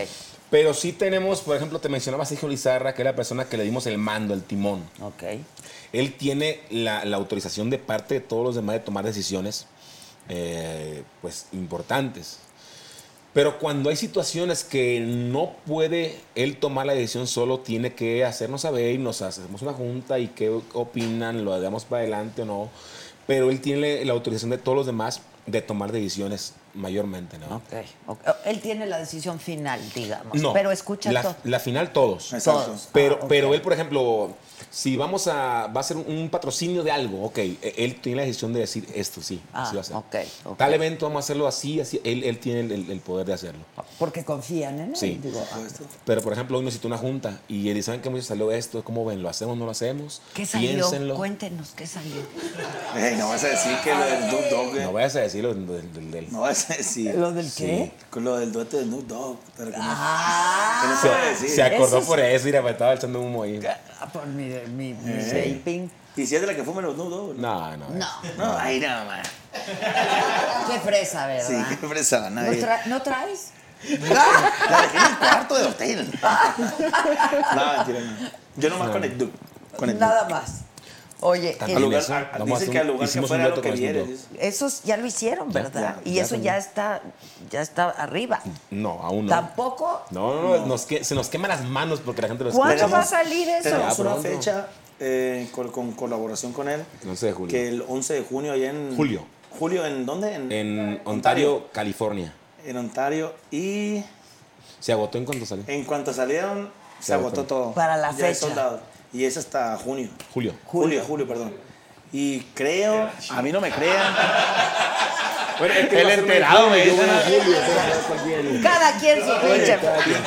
Pero sí tenemos, por ejemplo, te mencionaba Sergio Lizarra, que era la persona que le dimos el mando, el timón. Ok. Él tiene la, la autorización de parte de todos los demás de tomar decisiones, eh, pues, importantes. Pero cuando hay situaciones que no puede él tomar la decisión solo, tiene que hacernos saber y nos hacemos una junta y qué opinan, lo hagamos para adelante o no. Pero él tiene la autorización de todos los demás de tomar decisiones mayormente, ¿no? Ok. Él tiene la decisión final, digamos. No. Pero escucha la, todo. la final todos. Exacto. Todos. Pero, Ah, ok. pero él, por ejemplo, si vamos a. Va a ser un, un patrocinio de algo, ok. e- Él tiene la decisión de decir esto, sí. Ah, así va a ser. ok. Tal evento vamos a hacerlo así, así. Él, él tiene el, el- el poder de hacerlo. Porque confían en él. Sí. Digo, ah, Pero, por ejemplo, hoy nos citó una junta y él dice: ¿Saben qué mucho salió esto? ¿Cómo ven? ¿Lo hacemos no lo hacemos? ¿Qué salió? Piénsenlo. Cuéntenos qué salió. Ey, no vas a decir que lo del Snoop Dogg. No vayas a decir lo del. del- del- No vas a decir. ¿Lo del Ah. qué? Lo del dueto de Snoop Dogg. pero que no- que no se puede Se, decir. se acordó por eso, mira, me estaba echando humo ahí. Ah, Por mi, mi, mi Eh. vaping. ¿Y si es de la que fuman los Snoop Dogg? No, no. No. No, ahí nada más. Qué fresa, ¿verdad? Sí, qué fresada, ¿No, nadie. tra- ¿No traes? La dejé en el cuarto de hotel. No, mentira, no. Yo nomás con el Duke. Con el Nada más. Oye, También eh, lugar- eso, a- vamos a dice que al lugar que hicimos un fuera lo dueto que con Snoop viene, Dogg. Esos ya lo hicieron, Ya, ¿verdad? ya, y ya eso también. ya está, ya está arriba. No, aún no. Tampoco. No, no, no, nos que- se nos queman las manos porque la gente lo ¿Cuándo escucha. va a salir eso? Tenemos Ya una pronto. fecha eh, con, con colaboración con él. El 11 de julio. Que el 11 de junio allá en... Julio. ¿Julio en dónde? En, En Ontario, California. en Ontario. Y Se agotó en cuanto salió. en cuanto salieron, se, Se agotó. agotó todo. Para la Ya hay fecha. sold out. Y es hasta junio. Julio. Julio, julio, perdón. Y creo, a mí no me crean. El enterado me dice. Cada quien su pinche.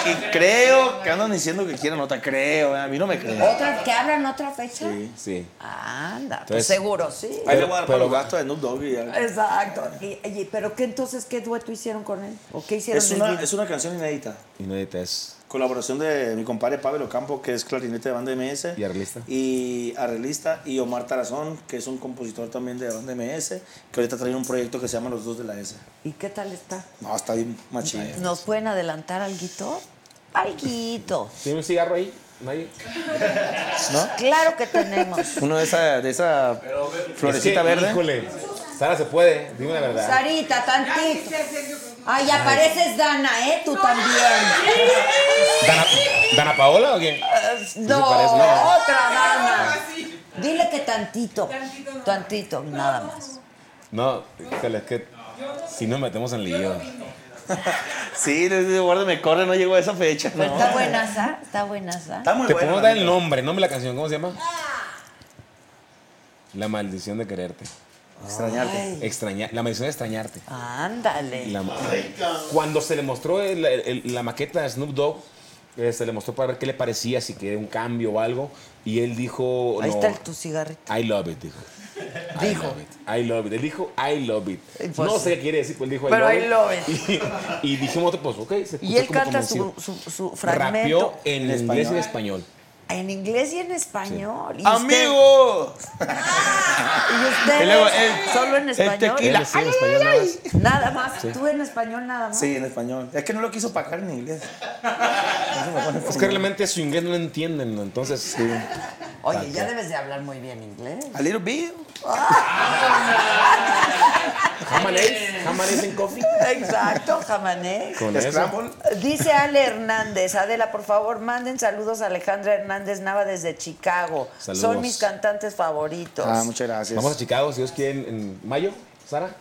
Y, y creo que andan diciendo que quieren otra, creo, eh, a mí no me crean. ¿Otra, ¿Que abran otra fecha? Sí. Anda, pues Entonces- seguro, sí. Ahí le voy a dar para Pero- los gastos de Snoop Dogg y ya. Exacto. Y- y- ¿Pero qué entonces, qué dueto hicieron con él? ¿O qué hicieron? Es del una, video? es una canción inédita. Inédita es. Colaboración de mi compadre Pablo Ocampo, que es clarinete de banda MS. Y arreglista. Y arreglista. Y Omar Tarazón, que es un compositor también de banda MS, que ahorita trae un proyecto que se llama Los Dos de la S. ¿Y qué tal está? No, está bien machín. ¿Nos pueden adelantar alguito? Alguito. ¿Tiene un cigarro ahí? Nadie. ¿No? Claro que tenemos. Uno de esa, de esa florecita Es que, verde. Híjole. Sara, se puede. Dime la verdad. Sarita, tantito. Ay, apareces Dana, ¿eh? Tú también. ¿Dana, Dana Paola o quién? No, parece, no. otra Dana. Dile que tantito. Tantito, nada más. No, híjole, es que si nos metemos en lío. Sí, le digo, guarda, me corre, no llegó a esa fecha. Pero no. Pues está buenaza, está ¿ah? buenaza. Está muy Te buena, podemos la dar el neta. nombre, nombre de la canción. ¿Cómo se llama? La maldición de quererte. Extrañarte. Ay, Extrañar, la maldición de extrañarte. ándale. La- cuando se le mostró el- el- la maqueta de Snoop Dogg, eh, se le mostró para ver qué le parecía, si quería un cambio o algo, y él dijo... Ahí no, está el- tu cigarrito. I love it, dijo. Dijo. I love it. I love it. Él dijo, I love it. Y pues no sí. sé qué quiere decir, pues él dijo, Pero I I love love it. Y, y dijimos, pues, ok, se escuchó Y él como canta convencido. su, su, su Rapeó fragmento en, En inglés y en español. en inglés y en español. Y usted- ¡Amigo! Y ustedes Y luego el- solo en el español. tequila. Él sí, en español nada más. Nada más. Tú en español nada más. Sí, en español. Es que no lo quiso pagar en inglés. No se pagó en Es que español. realmente su inglés no lo entienden, ¿no? entonces... Oye, ya debes de hablar muy bien inglés. A little bit. Ham and eggs, ham and eggs and coffee. Exacto, jamanés. Con eso. Scramble. Dice Ale Hernández, Adela, por favor, manden saludos a Alejandra Hernández Nava desde Chicago. Saludos. Son mis cantantes favoritos. Ah, muchas gracias. Vamos a Chicago, si Dios quiere, en, en mayo, Sara.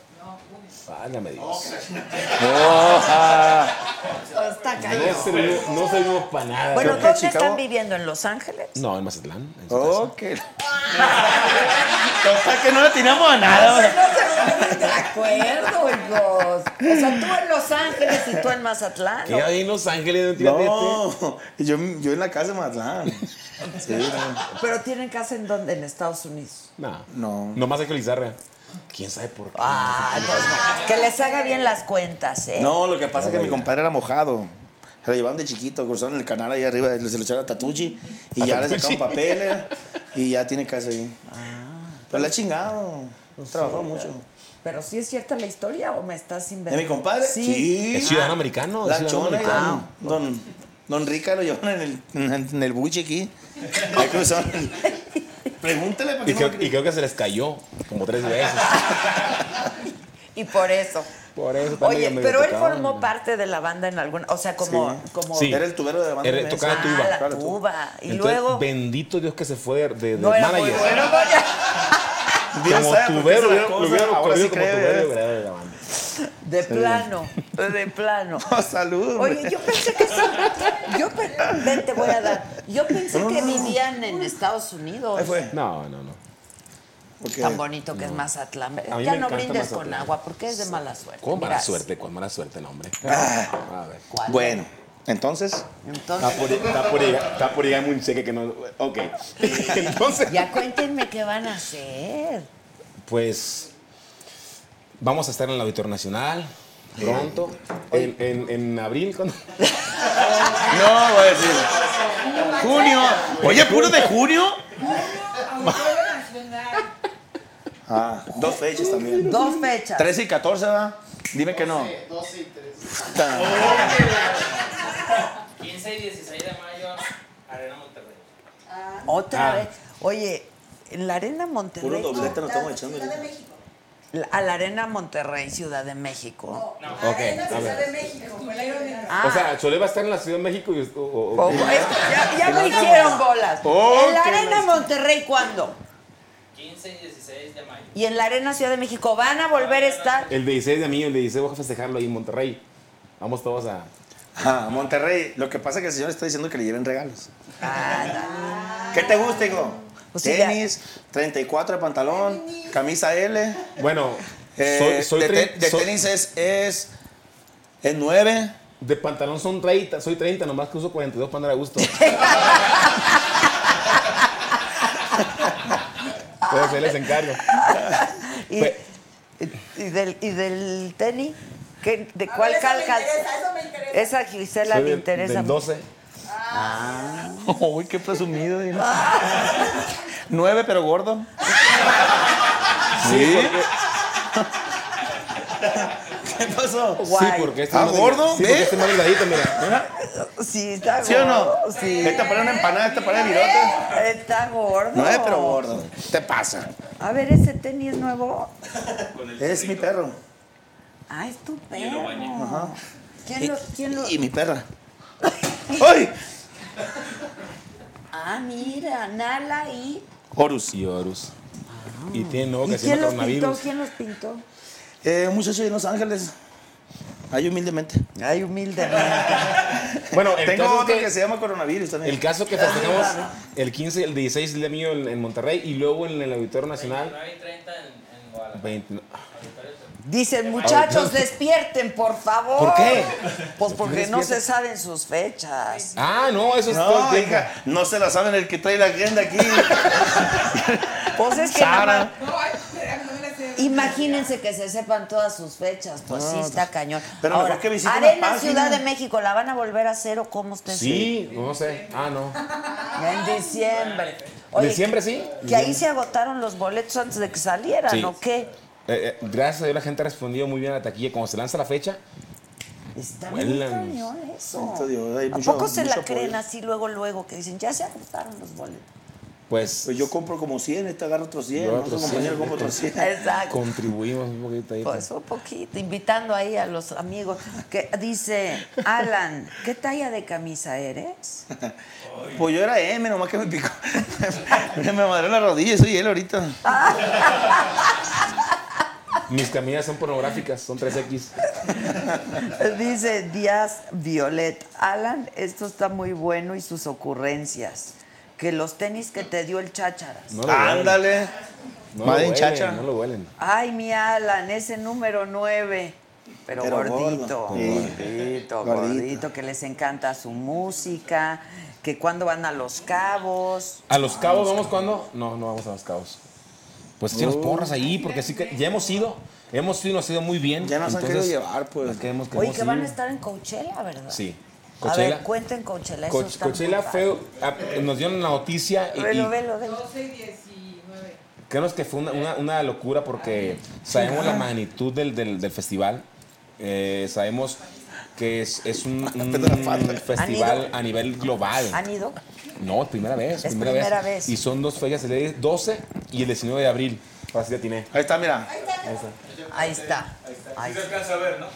Válgame Dios. Está No cañón. servimos, no servimos para nada. Bueno, ¿Pero qué, ¿dónde Chicago? están viviendo? ¿En Los Ángeles? no, en Mazatlán. en su Oh, casa. que... Total que no le tiramos a nada. De acuerdo, hijos. O sea, tú en Los Ángeles y tú en Mazatlán. ¿Qué hay en Los Ángeles? No, entiendes? No, yo, yo en la casa de Matlán. Sí, no. Pero tienen casa en donde? En Estados Unidos. no. No. más hay que Lizarra. ¿Quién sabe por qué? Ah, pues, que les haga bien las cuentas, ¿eh? No, lo que pasa es que mi compadre era mojado. Se lo llevaban de chiquito, cruzaron el canal ahí arriba, se lo echaron a Tatuchi y ya le sacaron papeles y ya tiene casa ahí. Ah, Pero pues, le ha chingado, trabajó mucho. Pero si es cierta la historia o me estás ¿De inventando. mi compadre? ¿Es ciudadano americano? ¿Es La ciudadano chona, americano? ah, don, don Rica lo llevan en el, en, el- en el buche aquí. Ahí cruzaron el- Pregúntale para Y qué no creo, me y cree. creo que se les cayó como tres veces. Y por eso. Por eso está Oye, medio- medio pero él tocado, formó ¿no? parte parte de la banda en alguna. O sea, como. Sí. como Sí. Era el tubero de la banda. Era- MS. tocaba tuba. Ah, la Claro, tuba. tuba. Y Entonces, luego. bendito Dios que se fue de, de no era muy manager. bueno. Dios Como sabe por qué tubero, son lo las cosas. hubiera Ahora corrido sí como creo, tubero ¿eh? de la banda. De plano, de plano. Oh, salud. Oye, yo pensé que sí. Yo pe- Ven, te voy a dar. Yo pensé No, que no, no. vivían en Estados Unidos. No, no, no. Tan bonito que es Mazatlán. A mí Ya me no encanta brindes con Mazatlán. agua porque es de mala suerte. ¿Cómo mala Mira, suerte? ¿Cuál mala suerte, no, hombre? A ver. ¿Cuál? Ah. Bueno, entonces. Entonces- Está por- está por llegar- Está por llegar un cheque que no. Ok. Entonces. Ya cuéntenme qué van a hacer. Pues vamos a estar en el Auditorio Nacional pronto. En, en- en abril, ¿cuándo? No, voy a decir. Junio. Oye, puro de junio. Ah, dos fechas también. Dos fechas. 13 y 14, ¿va? Dime que no. 12 y 13. Ta- 15 y 16 de mayo, Arena Monterrey. Otra Ah. vez. Oye, en la Arena Monterrey. Puro doblete nos estamos echando. ahorita. La- A la Arena Monterrey, Ciudad de México. Ok, a ver. O Ah. sea, Chole va a estar en la Ciudad de México y. o- o- Oh. Ojo, es- ya, ya me hicieron bolas. Oh, ¿En la qué Arena Monterrey cuándo? 15 y 16 de mayo. Y en la Arena Ciudad de México van a volver a estar. El 16 de mí, el 16 voy a festejarlo ahí en Monterrey. Vamos todos a. Ah, Monterrey. Lo que pasa es que el señor está diciendo que le lleven regalos. ¿Qué te gusta, hijo? Ah, Pues sí, ya. Tenis, 34 de pantalón, camisa L. Bueno, eh, soy, soy de, tre- te- de soy- tenis es, es, es 9. de pantalón son 30, soy 30, nomás que uso 42 para andar a gusto. Entonces se Pues, les encargo. Y, Pe- pues, y del, y del tenis. ¿Qué- ¿De cuál calcas? Esa Gisela Soy le del- interesa. del 12. Uy, qué presumido. 9, pero gordo. Sí, porque- ¿Qué pasó? Sí, Guay. porque este Ah, más- gordo, Sí, ¿ve? porque este más delgadito, mira. Sí, está ¿Sí o no? gordo, Sí. Esta para una empanada, esta para virota. Está gordo. 9, pero gordo. Te pasa. A ver, ese tenis es nuevo. Es mi perro. Ah, es tu perro. ¿Quién lo, quién lo- Y mi perra. ¡Ay! Ah, mira, Nala y. Horus. Y Horus. Y tiene nuevo ¿Y que se llama quién los pintó? coronavirus. ¿Quién los pintó? Eh, un muchacho de Los Ángeles. Ahí humildemente. Ay, humildemente. Bueno, el Tengo caso, otro es que, que, se llama coronavirus también. el caso que festejamos el 15 y el 16 del día mío en, en Monterrey y luego en el Auditorio Nacional. 9 y 30 en, en Guadalajara. 20 Dicen, muchachos, despierten, por favor. ¿Por qué? Pues porque qué no se despiertan? saben sus fechas. Ah, no, eso es todo. el No, tiempo. hija, no se la saben el que trae la agenda aquí. Pues es que nada Sara. más- Imagínense que se sepan todas sus fechas, pues sí está cañón. pero mejor Ahora, que visiten la Arena página. Ciudad de México, ¿la van a volver a hacer o cómo usted Sí, no sé. Ah, no. En diciembre. Oye, ¿Diciembre sí? Que ahí se agotaron los boletos antes de que salieran, Sí. ¿o qué? Eh, eh, gracias a Dios la gente ha respondido muy bien a la taquilla. Cuando se lanza la fecha, Está Vuelan. muy cañón eso. Santo Dios, hay ¿A mucho- poco se mucho la creen apoyo. así luego, luego? Que dicen, ya se agotaron los boletos. pues Pues yo compro como 100, este agarra otros 100, Yo otro otros compañero 100. compra otros 100. Exacto. contribuimos un poquito ahí. Pues un poquito, invitando ahí a los amigos. Que dice, Alan, ¿qué talla de camisa eres? Pues yo era M, nomás que me picó. me madré la rodilla y soy él ahorita. Mis camisas son pornográficas, son 3X. Dice Díaz Violet, Alan, esto está muy bueno y sus ocurrencias. Que los tenis que te dio el chácharas. No lo huelen, Ándale. No lo Madre huelen, chacha. No lo huelen. Ay, mi Alan, ese número 9. Pero, Pero gordito, gordo. Sí. gordito, Gordito. gordito, que les encanta su música, que cuando van a los cabos. ¿A los cabos vamos cuando? No, no vamos a los cabos. Pues Oh. echemos porras ahí, porque sí que ya hemos ido. Hemos ido y nos ha ido muy bien. Ya nos han entonces, querido llevar, pues. nos queremos- Oye, queremos que van a ir. estar en Coachella, ¿verdad? Sí. A Coachella. ver, cuenten Coachella. eso Co- está muy Coachella padre. fue, a- nos dieron la noticia y, Velo, y velo, velo. creemos que fue una, una- una locura porque sabemos la magnitud del, del- del festival. Eh, sabemos que es, es un, un ¿Han festival ido? a nivel global. ¿Han ido? No, es primera vez. Es primera, primera vez. vez. Y son dos fechas, el 12 y el 19 de abril. Ahora sí ya tiene. Ahí está, mira. Ahí está. Ahí se está. alcanza a ver, ¿no?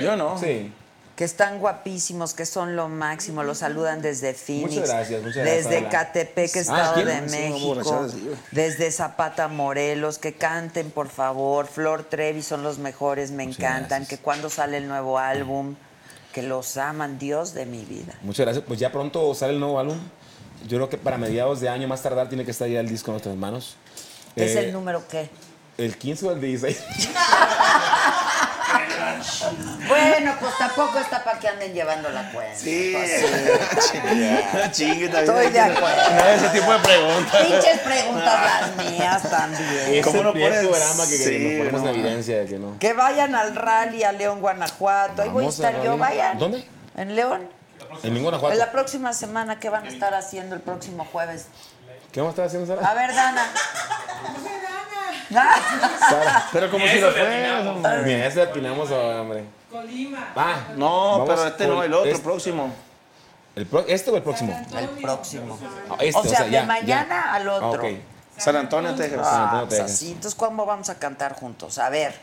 Yo no. Sí. que están guapísimos, que son lo máximo, los saludan desde Phoenix, Muchas gracias, muchas gracias, desde Adela. Catepec, Ah, Estado ¿quién? de Sí, vamos, México, gracias, sí. desde Zapata, Morelos, que canten por favor, Flor Trevi son los mejores, me encantan, que cuando sale el nuevo álbum, que los aman, Dios de mi vida. Muchas gracias. Pues ya pronto sale el nuevo álbum. Yo creo que para mediados de año más tardar tiene que estar ya el disco en nuestras manos. ¿Es Eh, el número qué? ¿El 15 o el 16? Bueno, pues tampoco está para que anden llevando la cuenta. pues, sí. Chingue, Estoy de acuerdo. No ese tipo de preguntas. Pinches preguntas las mías también. Es el no primer pones? programa que, que Sí, nos ponemos no. en evidencia de que no. Que vayan al rally a León, Guanajuato. Ahí voy a Vamos a estar yo, rally. vayan. ¿Dónde? En León. En ninguna En Guanajuato. la próxima semana, ¿qué van a estar haciendo el próximo jueves? ¿Qué vamos a estar haciendo, Sara? A ver, Dana. Sara. Pero como Ni si eso lo le fuera. atinamos. hombre. Ni a ese le atinamos, hombre. Colima. Ah, No, vamos pero este por no, el otro este. próximo. ¿El pro- ¿Este o el próximo? El próximo. Ah, este, o sea, de ya, ya. mañana al Ah, otro. ok. San Antonio, San Texas. Ah, Antonio, pues Texas. así. Entonces, ¿cuándo vamos a cantar juntos? A ver.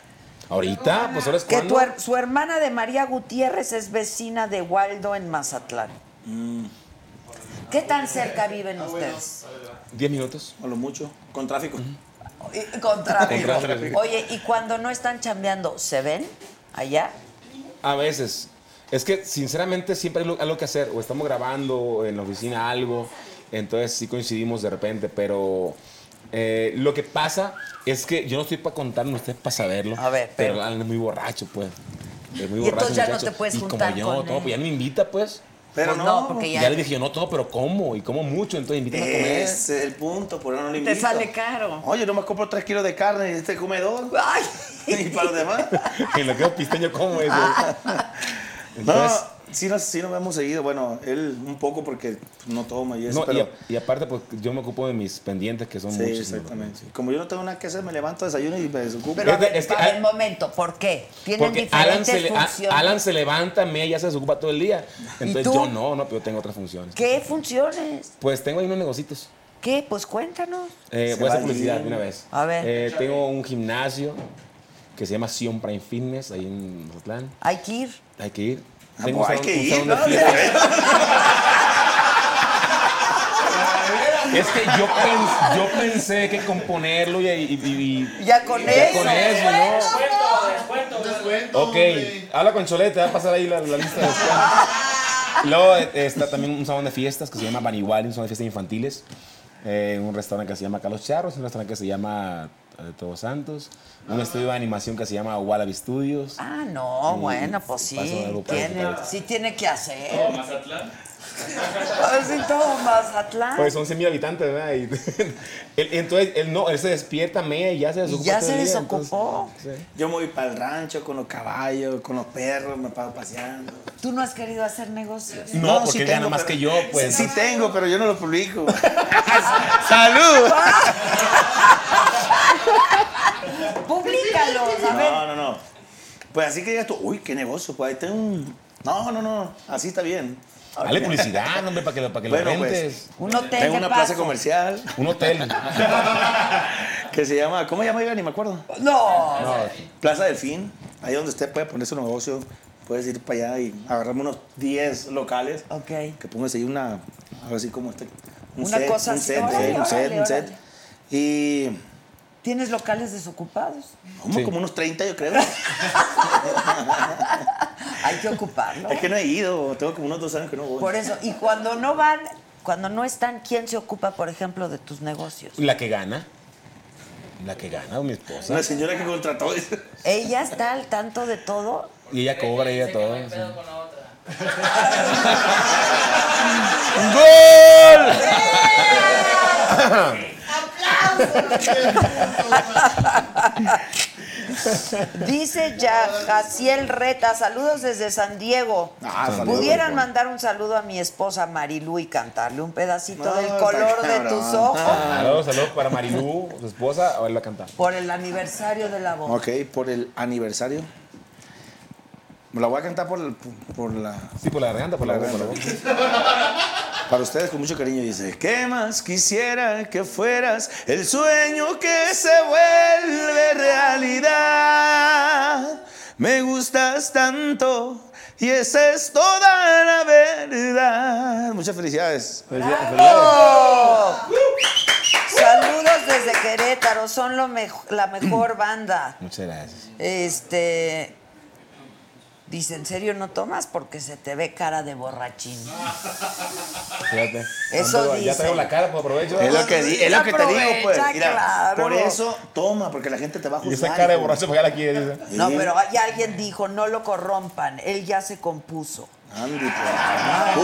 Ahorita, pues ahora es Que tu cuando. her- su hermana de María Gutiérrez es vecina de Waldo en Mazatlán. Mm. ¿Qué tan cerca viven ustedes? 10 minutos. A lo mucho. Con tráfico. Y- y Con tráfico. Con tráfico. Oye, ¿y cuando no están chambeando, se ven allá? A veces. Es que sinceramente siempre hay lo- algo que hacer. O estamos grabando o en la oficina algo. Entonces sí coincidimos de repente. Pero eh, lo que pasa es que yo no estoy para contarlo, usted es para saberlo. A ver, pero, pero- Alan es muy borracho, pues. Es muy Y borracho. entonces ya no muchacho. te puedes y juntar como yo, con todo, él. pues ya no me invita, pues. Pero Pues no, no, porque Y ya- ya, le dije, yo no todo, pero como. Y como mucho, entonces invítame a comer. Ese es el punto, por eso no lo invito. Te sale caro. Oye, nomás compro tres kilos de carne y este come dos. Ay, Y para los demás. y lo que es pisteño, como es? Ah. No, Entonces, sí nos, sí nos hemos seguido. Bueno, él un poco porque no toma y eso, no, y, pero... a- y aparte, pues yo me ocupo de mis pendientes, que son Sí, muchos. ¿no? exactamente. Como yo no tengo nada que hacer, me levanto, desayuno y pues, me desocupo. Pero a Es de- ver, es que a ver, Al- momento, ¿por qué? Tienen Porque Alan diferentes se, le- a- funciones. Alan se levanta, me ya se desocupa todo el día. Entonces tú? yo no, no, pero yo tengo otras funciones. ¿Qué funciones? Pues tengo ahí unos negocitos. ¿Qué? Pues cuéntanos. Eh, Se voy a hacer va publicidad bien. de una vez. A ver. Eh, tengo un gimnasio que se llama Sion Prime Fitness, ahí en Mazatlán. Hay que ir. Hay que ir. Ah, Tengo pues, un hay salón- que un ir, salón de ¿no? fiestas. Es que yo, pens- yo pensé que componerlo y, y- y- y- Ya con ya eso. con eso, ¿no? Descuento, descuento. Ok, habla con Cholete, va a pasar ahí la, la lista de descuentos. Luego eh, está también un salón de fiestas que se llama Banigual, un salón de fiestas infantiles. Eh, un restaurante que se llama Carlos Charros, un restaurante que se llama eh, Todos Santos. Un estudio de animación que se llama Wallaby Studios. Ah, no, Sí, bueno, pues sí. pasa algo para Tiene, disfrutar. sí tiene que hacer. Todo Mazatlán. A ver si todo Mazatlán. Pues son 100 mil habitantes, ¿verdad? Y- él- entonces, él no, él se despierta media y ya se desocupó. ya todo se el día, desocupó. entonces, sí. Yo me voy para el rancho con los caballos, con los perros, me pago paseando. Tú no has querido hacer negocios. No, porque él gana más pero- que yo, pues. Sí, sí tengo, pero yo no lo publico. ¡Salud! Públicalos, a ver. No, no, no. Pues así que digas tú, uy, qué negocio, pues ahí tengo un... No, no, no, así está bien. Dale publicidad, hombre, para que, lo- para que lo Bueno, pues, rentes. Un hotel Tengo de una paso. plaza comercial Un hotel. que se llama, ¿cómo se llama? Yo ni me acuerdo. No. Plaza Delfín, ahí donde usted puede poner su negocio, puedes ir para allá y agarrarme unos 10 locales. Ok. Que pongas ahí una, algo así como este. Un Una set, cosa un así, set, un órale, set, un set, órale, un set. órale. Y ¿Tienes locales desocupados? como, Sí. como unos 30 yo creo. Hay que ocuparlo. es que no he ido, tengo como unos dos años que no voy. Por eso. Y cuando no van, cuando no están, ¿quién se ocupa, por ejemplo, de tus negocios? La que gana. La que gana, mi esposa. La señora que contrató dice, ¿Ella está al tanto de todo? Y ella cobra, ella Dice que todo. no hay sí. pedo con la otra. ¡Gol! Dice ya Jaciel Reta, saludos desde San Diego. Ah, saludos, ¿Pudieran Juan. mandar un saludo a mi esposa Marilu y cantarle un pedacito No, del Ah, está color de cabrón. tus ojos Saludos, saludos Ah, para Marilú, su esposa. A ver, la canta. por el aniversario de la voz? Ok, por el aniversario. Me la voy a cantar por, el- por la Sí, por la garganta, por la garganta. por la boca. Para ustedes con mucho cariño dice, ¿qué más quisiera que fueras el sueño que se vuelve realidad? Me gustas tanto Y esa es toda la verdad. Muchas felicidades. Felicidades. ¡Bravo! Saludos desde Querétaro, son lo mej- la mejor banda. Muchas gracias. Este. Dice, ¿en serio no tomas? Porque se te ve cara de borrachín. Fíjate. Eso Ando- dice. Ya traigo la cara, pues aprovecho. Es lo que, di- es lo que te digo, pues. Aprovecha, Mira, claro. por eso toma, porque la gente te va a juzgar. Y esa cara de hijo. borracho, pues ya la quiere, dice. No, pero ya alguien dijo, no lo corrompan, él ya se compuso. Andy, pues.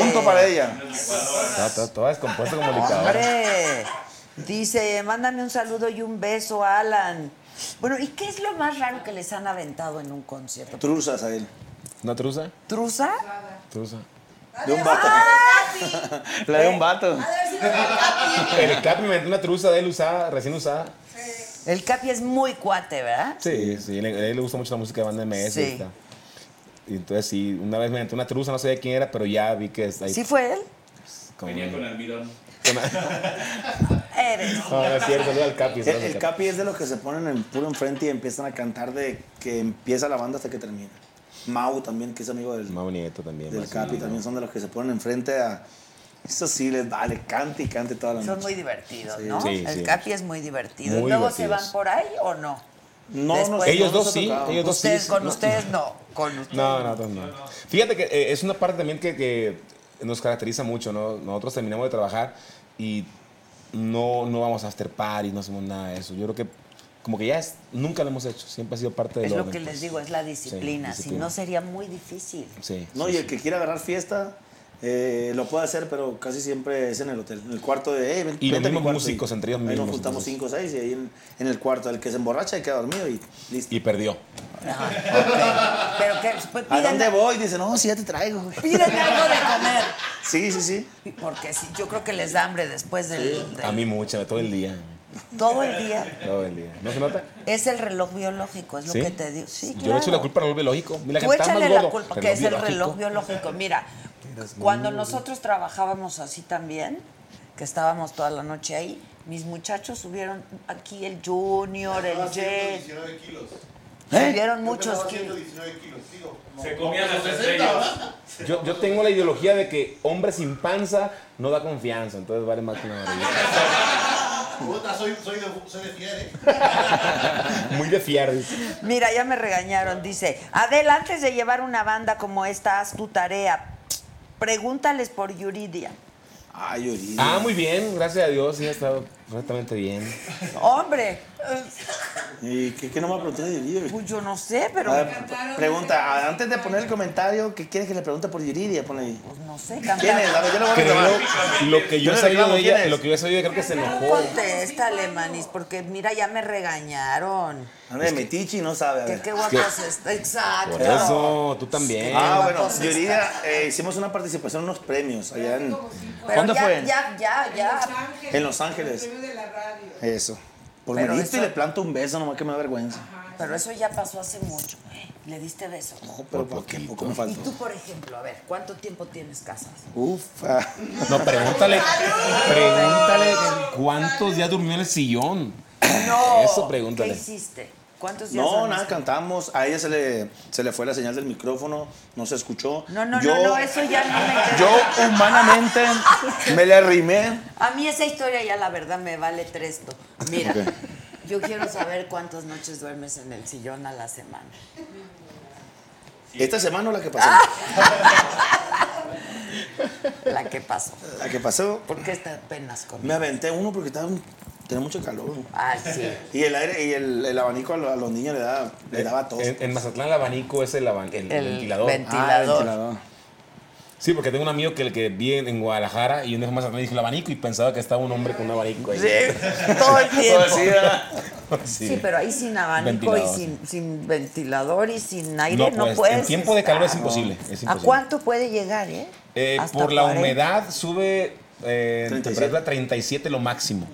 Punto para ella. Está todo, todo descompuesto como licuadora. Hombre, dice, mándame un saludo y un beso, Alan. Bueno, ¿y qué es lo más raro que les han aventado en un concierto? Truzas a él. ¿No truza? ¿Trusa? Truza. De un vato. La de un vato. El Capi me metió una truza de él usada, recién usada. El Capi es muy cuate, ¿verdad? Sí, sí, le- a él le gusta mucho la música de banda MS. Sí. Y, está. Y entonces sí, una vez me metió una truza, no sabía quién era, pero ya vi que es ahí. ¿Sí fue él? como- Venía con almidón. Eres. No, no es cierto, saluda al Capi. El, saluda al Eh, el Capi es de los que se ponen en puro enfrente y empiezan a cantar de que empieza la banda hasta que termina. Mau también, que es amigo del, Mau Nieto también. del más Capi, bien, ¿no? también son de los que se ponen enfrente a. Eso sí les vale, cante y cante toda la Son noche. muy divertidos, ¿no? Sí, el sí. Capi es muy divertido. Muy ¿Luego divertidos. se van por ahí o no? No, Después- Ellos dos nos ha sí, tocado. ellos dos sí. Ustedes, con No. ustedes no. Con ustedes. No, no, no, no. Fíjate que eh, es una parte también que, que nos caracteriza mucho, ¿no? Nosotros terminamos de trabajar y no, no vamos a after party, no hacemos nada de eso. Yo creo que como que ya es, nunca lo hemos hecho, siempre ha sido parte de Es lo que les digo, es la disciplina. Si pues disciplina. no, sería muy difícil. Sí. No, sí, y el sí. que quiera agarrar fiesta eh, lo puede hacer, pero casi siempre es en el hotel. En el cuarto de. "Hey, ven- Y los vente a mi mismos cuarto". músicos entre ellos Ahí nos mismos, juntamos cinco o entonces. seis y ahí en, en el cuarto. El que se emborracha y queda dormido y listo. Y perdió. Ajá, ok. Pero que pues, ¿A pidan, dónde voy? Dice, no, sí, ya te traigo. güey". pidan algo de comer. Sí, sí, sí. Porque sí, yo creo que les da hambre después del, del- A mí mucha, todo el día. todo el día. Todo el día. ¿No se nota? Es el reloj biológico, es lo ¿Sí? que te digo. Sí, Yo claro. le echo la culpa al reloj biológico. Mira, Tú que está más échale la gordo. culpa, que es el reloj biológico. biológico. Mira, cuando nosotros trabajábamos así también, que estábamos toda la noche ahí, mis muchachos subieron aquí el Junior, el J, 119 kilos. subieron muchos kilos. 119 kilos, digo. Se comían las estrellas. Yo, yo tengo la ideología de que hombre sin panza no da confianza, entonces vale más que una barriga. Puta, soy, soy, de, soy de fiel, ¿eh? Muy de fiar. dice. Mira, ya me regañaron. Dice, Adel, antes de llevar una banda como esta, haz tu tarea. Pregúntales por Yuridia. Ay, Yuridia. Ah, muy bien, gracias a Dios, sí ha estado perfectamente bien. Hombre, eh, ¿Y qué, qué no me preguntó de Yuridia? güey? pues yo no sé, pero pues A ver, pregunta, antes de poner el comentario, ¿qué quieres que le pregunte por Yuridia? Pon ahí. pues no sé, ¿Quién es? cantar. A ver, yo le voy a Creo, reclamar. lo que Yo yo he le sabido reclamo, de ¿quién ella, es? lo que yo he sabido, creo que se enojó. Contéstale, manis, porque mira, ya me regañaron. Anda de Metichi, no sabe. A Que ver. qué guapos está. Exacto. Por eso, tú también. Ah, Qué bueno, guapos Yuridia, eh, hicimos una participación en unos premios allá en. Pero ¿Dónde ya, fue? Ya, ya, ya. En Los Ángeles. Eso. Por Pero merito y eso- le planto un beso, nomás que me da vergüenza. Pero eso ya pasó hace mucho. Le diste beso. Ojo, pero por qué poco me Y faltó. tú, por ejemplo, a ver, ¿cuánto tiempo tienes casas? Uf. ah. No, pregúntale, pregúntale cuántos días durmió en el sillón. No. Eso pregúntale. ¿Qué hiciste? ¿Cuántos días No, dormiste? nada, cantamos. A ella se le, se le fue la señal del micrófono, no se escuchó. No, no, Yo- no, no, eso ya no me interesa. Yo humanamente me le arrimé. A mí esa historia ya la verdad me vale tresto. Mira, Ok. yo quiero saber cuántas noches duermes en el sillón a la semana. Esta semana o la que pasó. La que pasó. La que pasó, ¿Por qué estás apenas me conmigo? aventé uno porque estaba, tenía mucho calor. Ah, sí. Y el aire, y el, el abanico a lo- a los niños le daba, le daba tos. En, en Mazatlán el abanico es el, aban- el El ventilador. venti- Ah, ventilador. Sí, porque tengo un amigo que, que vi en, en Guadalajara y un día más atrás dijo el abanico y pensaba que estaba un hombre con un abanico ahí. Sí, todo el Todo tiempo. así, ¿verdad? Sí. Sí, pero ahí sin abanico y Ventilador, pues, sin, sin ventilador y sin aire no, puedes. En tiempo de calor es estar. imposible. es ¿A imposible. cuánto puede llegar, eh? Eh, Hasta por la 40. humedad sube eh, 37. temperatura 37 lo máximo.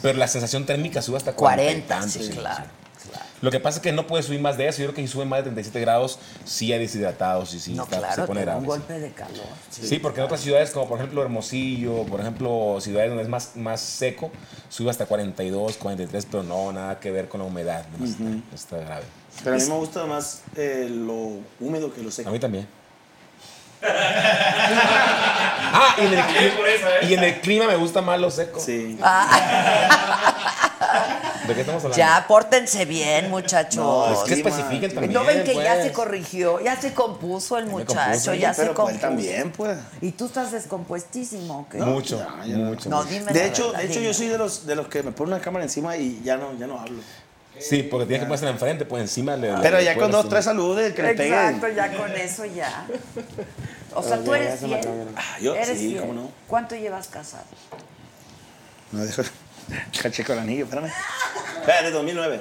Pero la sensación térmica sube hasta 40. 40, y tantos, sí, sí, claro. sí. claro. Lo que pasa es que no puede subir más de eso. Yo creo que si sube más de 37 grados, sí hay deshidratados y sí No, está- claro, se pone te da un grave. golpe de calor. Sí, Sí, porque en otras ciudades como por ejemplo Hermosillo, por ejemplo ciudades donde es más, más seco, sube hasta 42, 43, pero no, nada que ver con la humedad. no está, está grave. Pero a mí me gusta más eh, lo húmedo que lo A seco. mí también. Ah, y en, el, Sí, por eso, ¿eh? y en el clima me gusta más lo seco. Sí. Ah, ¿De qué estamos hablando? Ya, pórtense bien, muchachos. No, pues, es que especifiquen también. ¿No ven que ya pues. se corrigió? Ya se compuso el me muchacho, compuso, sí, ya se pero pues compuso. él también, pues. Y tú estás descompuestísimo, ¿ok? Mucho, Ya, ya. mucho. ¿Eh? No, mucho. dime la De hecho, verdad, de hecho dime. yo soy de los, de los que me pone una cámara encima y ya no, ya no hablo. Sí, porque tienes que ponerse enfrente, pues encima le. le- Pero le ya con puedes dos, decir- tres saludes, que le peguen. Exacto, ya con eso ya. O sea, Pero tú ya, eres ya se me acabó fiel. bien. Ah, yo ¿Eres sí, fiel? cómo no. ¿Cuánto llevas casado? No, dejo. Caché con el anillo, espérame. Eh, Espérate, 2009.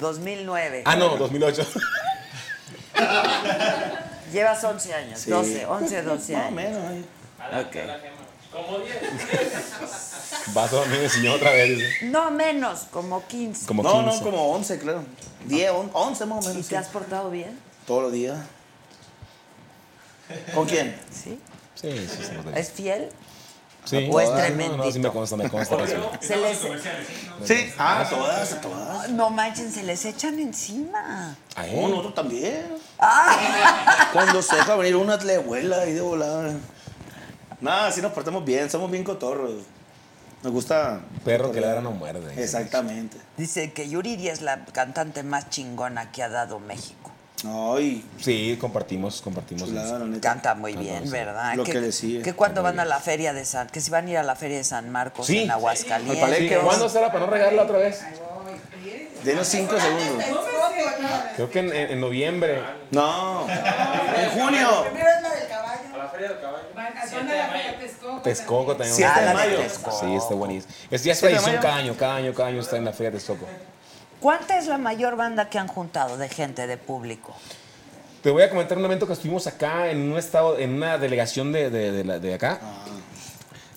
2009. Ah, no, 2008. Llevas 11 años, Sí. Pues, 12, 11, 12 Más o años. menos. ahí. Vas a dormir el señor otra vez. dice. No menos, como 15. Como no, 15. no, como 11, claro. 10, on- 11 más o ¿Y menos. sí. te has portado bien? Todos los días. ¿Con quién? ¿Sí? Sí, sí, sí. somos de- ¿Es fiel? Sí. pues, o es No, No, no, sí tremendito. me consta, me consta. que sí. Se les, Sí. Ah, a todas, a todas. no manchen, se les echan encima. ¿A él? No, nosotros también. Ah. Cuando se deja venir una le vuela ahí de volada. Nada, así nos portamos bien, somos bien cotorros. Nos gusta. Perro que cotorrear. ladra no muerde. Exactamente. Dice que Yuridia es la cantante más chingona que ha dado México. Ay, Sí, compartimos, compartimos. chulada, la neta. Canta muy Canta, bien, sí. ¿verdad? Lo que le sigue. Que cuando Muy van a la feria de San, que si van a ir a la feria de San Marcos Sí. en Al Palenque, Aguascalientes. vamos. ¿Cuándo será para no regarla otra vez? Denos 5 segundos. Creo que en, en- en noviembre. No. En junio. Texcoco también. Siete Ah, de la mayo. Texcoco. Sí, está buenísimo. Es, ya es Siete de tradición mayo. cada año, cada año, cada año está en la feria de Texcoco. ¿Cuánta es la mayor banda que han juntado de gente, de público? Te voy a comentar un evento que estuvimos acá en un estado, en una delegación de, de- de la- de acá.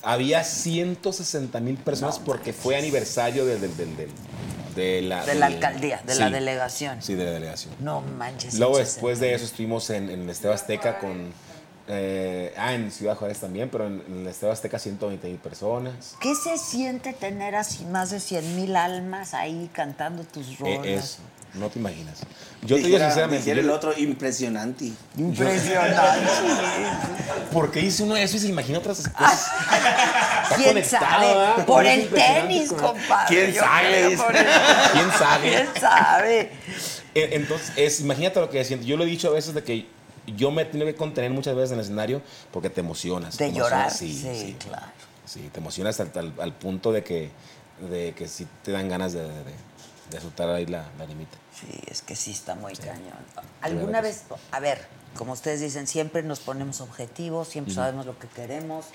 Había 160 mil personas porque fue aniversario del- del- del- del- de la... De la del- alcaldía, de la sí, delegación. Sí, de la delegación. No manches. 160. Luego después de eso estuvimos en, en el Estadio Azteca con... eh, ah, en Ciudad Juárez también, pero en, en el Estadio Azteca 120 mil personas. ¿Qué se siente tener así más de 100 mil almas ahí cantando tus Eh, rolas? es, no te imaginas. Yo te digo Dijera- sinceramente, dijera yo- el otro, impresionante. Impresionante. ¿por qué dice uno eso y se imagina otras cosas? Está ¿Quién conectado, sabe? ¿verdad? Por Es el impresionante tenis, con- compadre. ¿Quién Yo sabe? creo Dice. por el- ¿Quién sabe? ¿Quién sabe? E- Entonces, es- imagínate lo que siento. Yo lo he dicho a veces de que yo me tengo que contener muchas veces en el escenario porque te emocionas. te De emocionas, llorar. Sí, Sí, sí. claro. Sí, te emocionas al, al- al punto de que, de que sí te dan ganas de, de, de soltar ahí la, la limita. Sí, es que sí está muy cañón. Claro ¿Alguna que vez, a ver, como ustedes dicen, siempre nos ponemos objetivos, siempre sabemos lo que queremos,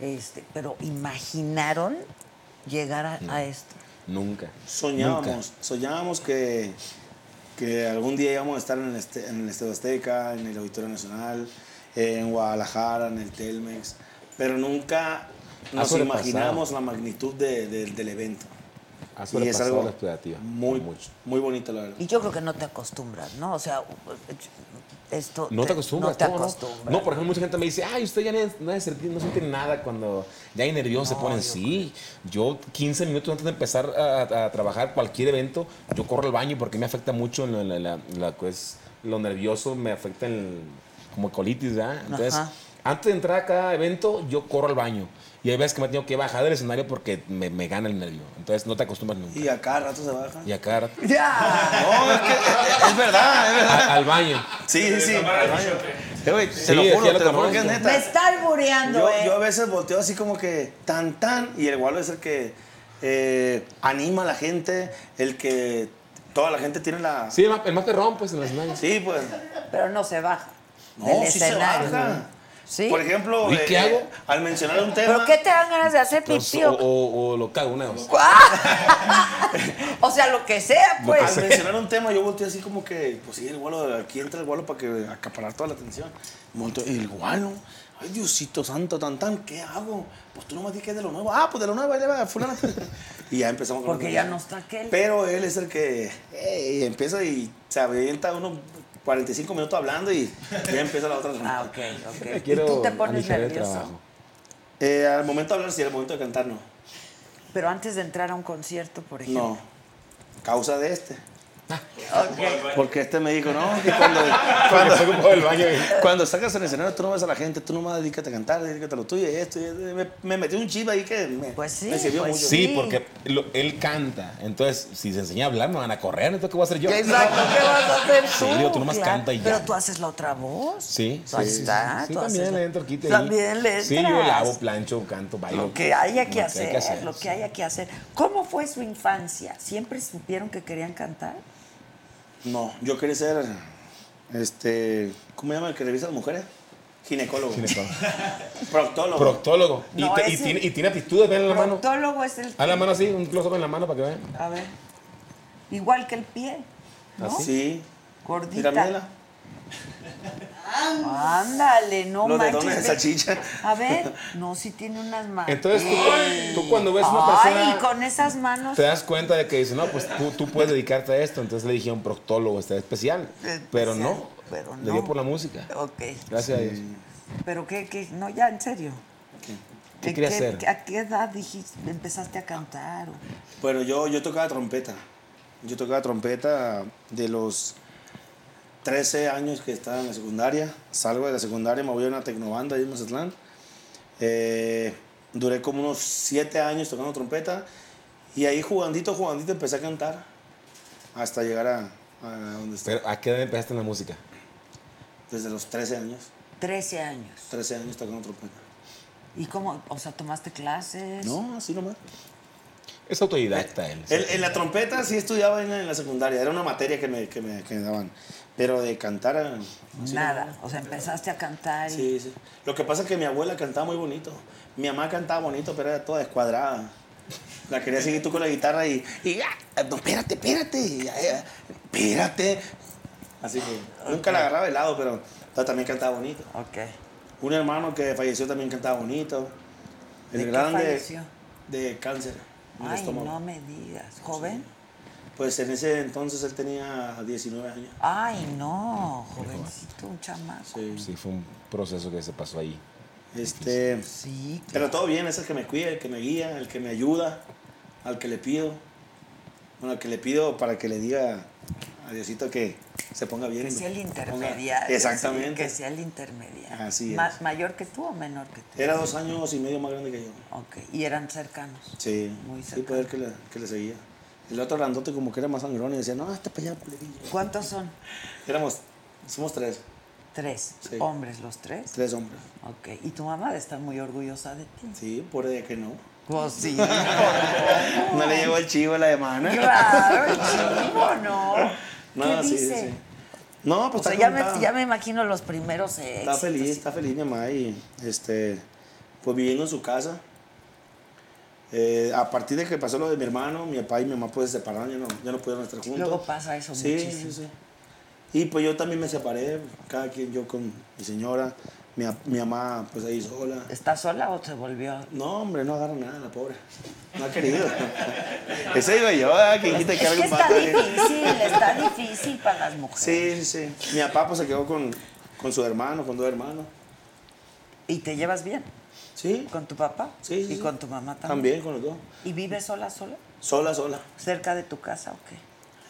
este, pero imaginaron llegar a, a esto. Nunca. Soñábamos, Nunca. soñábamos que, que algún día íbamos a estar en el, este, en el Estadio Azteca, en el Auditorio Nacional, eh, en Guadalajara, en el Telmex, pero nunca nos sobrepasado. imaginamos la magnitud de- de- del evento. Ha Y es sobrepasado algo la expectativa. muy, mucho. muy bonito, la verdad. Y yo creo que no te acostumbras, ¿no? O sea, esto No te acostumbras. no te ¿cómo no? acostumbras. No, por ejemplo, mucha gente me dice, ay, usted ya no, no se- no siente nada cuando ya hay nervioso, se ponen. Sí, yo 15 minutos antes de empezar a, a trabajar cualquier evento, yo corro al baño porque me afecta mucho en la, la- la- la- pues, lo nervioso, me afecta en como colitis, ¿verdad? Entonces, Ajá. antes de entrar a cada evento, yo corro al baño. Y hay veces que me tengo que bajar del escenario porque me, me gana el nervio. Entonces, no te acostumbras nunca. Y a cada rato se baja. Y acá, Ya. No, es que es verdad, es verdad. a- al baño. Sí, sí, sí. Eh, güey, Sí, te lo es que juro, ya lo te lo juro conozco. que es neta. Me está albureando, Yo, ¿eh? yo a veces volteo así como que tan tan y el gualo es el que eh, anima a la gente, el que toda la gente tiene la... Sí, el más, el más perrón, pues, en los escenarios. Sí, pues. Pero no se baja. No, del sí se escenario. baja. Sí. Por ejemplo, eh, ¿Y qué hago? al mencionar un tema... ¿Pero qué te dan ganas de hacer Pues, pipí? o, o- o- o lo cago una vez. O sea, lo que sea, pues. Al mencionar un tema, yo volteé así como que, pues sí, el gualo, aquí entra el gualo para que acaparar toda la atención. Volteo, el gualo, ay Diosito santo, tan tan, ¿qué hago? Pues tú nomás di que es de lo nuevo. Ah, pues de lo nuevo, ahí le va, fulana. y ya empezamos con Porque los- ya no está aquel. Pero él es el que ey, empieza y se avienta unos 45 minutos hablando y ya empieza la otra Ah, ronda. ok, ok. Quiero y tú te pones aligerar el nervioso. trabajo. Eh, al momento de hablar, sí, al momento de cantar, no. Pero antes de entrar a un concierto, por ejemplo. No. Causa de este. Porque este me dijo, no, que cuando, Porque fue como del baño. cuando sacas el escenario tú no ves a la gente, tú nomás dedícate a cantar, dedícate a lo tuyo y esto. y esto. me, me metí un chip ahí que me, me sirvió mucho. Pues Sí, porque lo- él canta. Entonces, si se enseña a hablar, me van a correr. Entonces, ¿qué voy a hacer yo? Exacto, ¿qué vas a hacer tú? Sí, digo, tú nomás Claro. canta y ya. Pero tú haces la otra voz. Sí, Ahí sí, sí, está, sí, sí, tú haces también la- le entro quite También le Sí, yo entras. lavo, plancho, canto, bailo. Lo que haya que, Lo hacer, hay lo que haya que hacer. ¿Cómo fue su infancia? ¿Siempre supieron que querían cantar? No, yo quería ser, este, ¿cómo se llama el que revisa a las mujeres? Ginecólogo. Ginecólogo. Proctólogo. Proctólogo. Y, No, te- y ese- tiene, y tiene aptitudes, ven en la mano. Proctólogo es el. Haz la mano así, un close-up en la mano para que vean. A ver. Igual que el pie. ¿no? Así. Sí. Gordita. Mira, mírala. Ándale, no Los manches. dedones de ve. salchicha. A ver, no, si tiene unas manos. Entonces, tú, tú cuando ves una Ay, persona, con esas manos. te das cuenta de que dice, no, pues tú, tú puedes dedicarte a esto. Entonces le dije a un proctólogo, está especial. Especial, Pero no, pero le no. dio por la música. Ok. Gracias a Dios. Pero qué, qué, no, ya, en serio. ¿Qué ¿En quería hacer? ¿A qué edad dijiste, empezaste a cantar? o- Bueno, yo, yo tocaba trompeta. Yo tocaba trompeta de los 13 años que estaba en la secundaria. Salgo de la secundaria, me voy a una tecnobanda ahí en Mazatlán. Eh, duré como unos 7 años tocando trompeta. Y ahí jugandito, jugandito empecé a cantar. Hasta llegar a, a donde estoy. Pero, ¿a qué edad empezaste en la música? Desde los 13 años. 13 años. 13 años tocando trompeta. ¿Y cómo? O sea, ¿tomaste clases? No, así nomás. Es autodidacta Ah, él. En, en la trompeta sí estudiaba en la, en la secundaria. Era una materia que me, que me, que me daban. Pero de cantar... así Nada. O sea, empezaste a cantar y... Sí, sí. Lo que pasa es que mi abuela cantaba muy bonito. Mi mamá cantaba bonito, pero era toda descuadrada. La quería seguir tú con la guitarra y. y, ah, no, espérate, espérate. y, ah, eh, espérate. Así que nunca la agarraba de lado, pero ta- también cantaba bonito. Ok. Un hermano que falleció también cantaba bonito. El ¿De qué grande. falleció? De cáncer en el Ay, estómago. no me digas. ¿Joven? Pues en ese entonces él tenía 19 años. Ay, no. Jovencito, un chamaco. Sí. Sí, fue un proceso que se pasó ahí. Este. Sí. Pero todo bien, es el que me cuida, el que me guía, el que me ayuda, al que le pido. Bueno, al que le pido para que le diga a Diosito que se ponga bien. Que sea el ponga- intermediario. sí, Exactamente. Que sea el intermediario. Así es. ¿Más mayor que tú o menor que tú? Era dos años y medio más grande que yo. Ok. ¿Y eran cercanos? Sí. Muy sí, cercano. poder que le, que le seguía. El otro grandote como que era más sangrón y decía, no, este para allá. culerillo". ¿Cuántos son? Éramos, somos tres, Tres. Sí. ¿Hombres los tres? tres hombres. Ok. ¿Y tu mamá está muy orgullosa de ti? Sí, por de que no. Pues sí. ¿cómo? No le llegó el chivo a la hermana. Claro, el chivo, ¿no? No, ¿Qué sí, dice? sí. No, O pues sea, está ya me, contada. ya me imagino los primeros Está éxitos. feliz, está feliz mi mamá y este, pues viviendo en su casa. Eh, a partir de que pasó lo de mi hermano, mi papá y mi mamá pues se separaron, ya no, ya no pudieron estar juntos. Luego pasa eso sí, muchísimo. Sí, sí. Y pues yo también me separé, cada quien yo con mi señora, mi, a- mi mamá pues ahí sola. ¿Está sola o se volvió? No, hombre, no agarra nada, la pobre. No ha querido. Ese iba yo, ah, que dijiste que Es que algo está pasa. ¿eh? difícil, está difícil para las mujeres. Sí, sí, sí. Mi papá pues se quedó con, con su hermano, con dos hermanos. ¿Y te llevas bien? Sí, ¿Con tu papá? Sí, sí, ¿Y sí. con tu mamá también? también con los dos. ¿Y vives sola, sola? Sola, sola. ¿Cerca de tu casa o qué?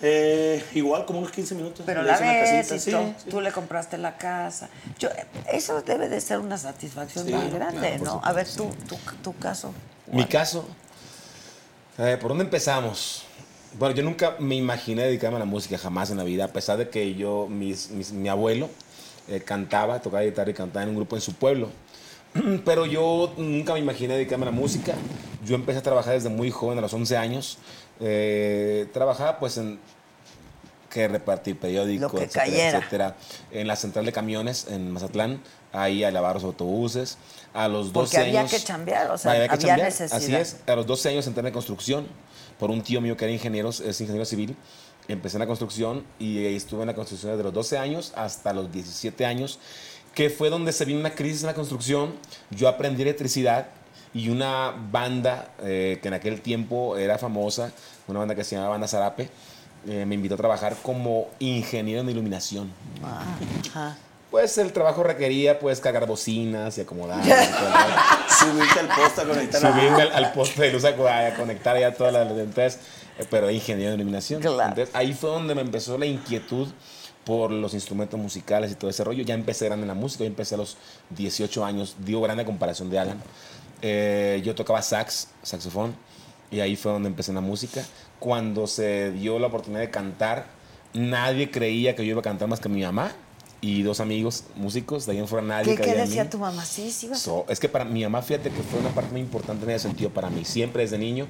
Eh, igual, como unos 15 minutos. Pero Pues la Le hice una ves casita, y sí, todo. sí. tú le compraste la casa. Yo, eso debe de ser una satisfacción Sí, muy grande, claro, por ¿no? A ver, tú, tú, tu caso. Mi caso, eh, ¿por dónde empezamos? Bueno, yo nunca me imaginé dedicarme a la música, jamás en la vida, a pesar de que yo, mis- mis- mi abuelo eh, cantaba, tocaba guitarra y cantaba en un grupo en su pueblo. Pero yo nunca me imaginé dedicarme a la música. Yo empecé a trabajar desde muy joven, a los 11 años. Eh, trabajaba pues en que repartir periódicos, Lo que etcétera, cayera. etcétera. En la central de camiones en Mazatlán, ahí a lavar los autobuses. A los 12 Porque había años- que chambear, o sea, había, que había chambear, necesidad. Así es, a los 12 años entré en la construcción por un tío mío que era ingeniero, es ingeniero civil. Empecé en la construcción y estuve en la construcción desde los 12 años hasta los 17 años, que fue donde se vino una crisis en la construcción. Yo aprendí electricidad y una banda eh, que en aquel tiempo era famosa, una banda que se llamaba Banda Zarape, eh, me invitó a trabajar como ingeniero en iluminación. Pues el trabajo requería pues cargar bocinas y acomodar. y todo, ¿no? Subirte al poste a conectar la subirme luz. al, al poste de luz a, co- a conectar ya todas las lentes, eh, pero era ingeniero de iluminación. Entonces, ahí fue donde me empezó la inquietud por los instrumentos musicales y todo ese rollo. Ya empecé grande en la música, yo empecé a los 18 años, digo grande a comparación de Alan. Eh, yo tocaba sax, saxofón, y ahí fue donde empecé en la música. Cuando se dio la oportunidad de cantar, nadie creía que yo iba a cantar más que mi mamá y dos amigos músicos, de ahí en fuera nadie ¿Qué, qué creía en mí. decía tu mamá? Sí, sí, iba a ser. So, es que para mi mamá, fíjate que fue una parte muy importante en ese sentido para mí, siempre desde niño.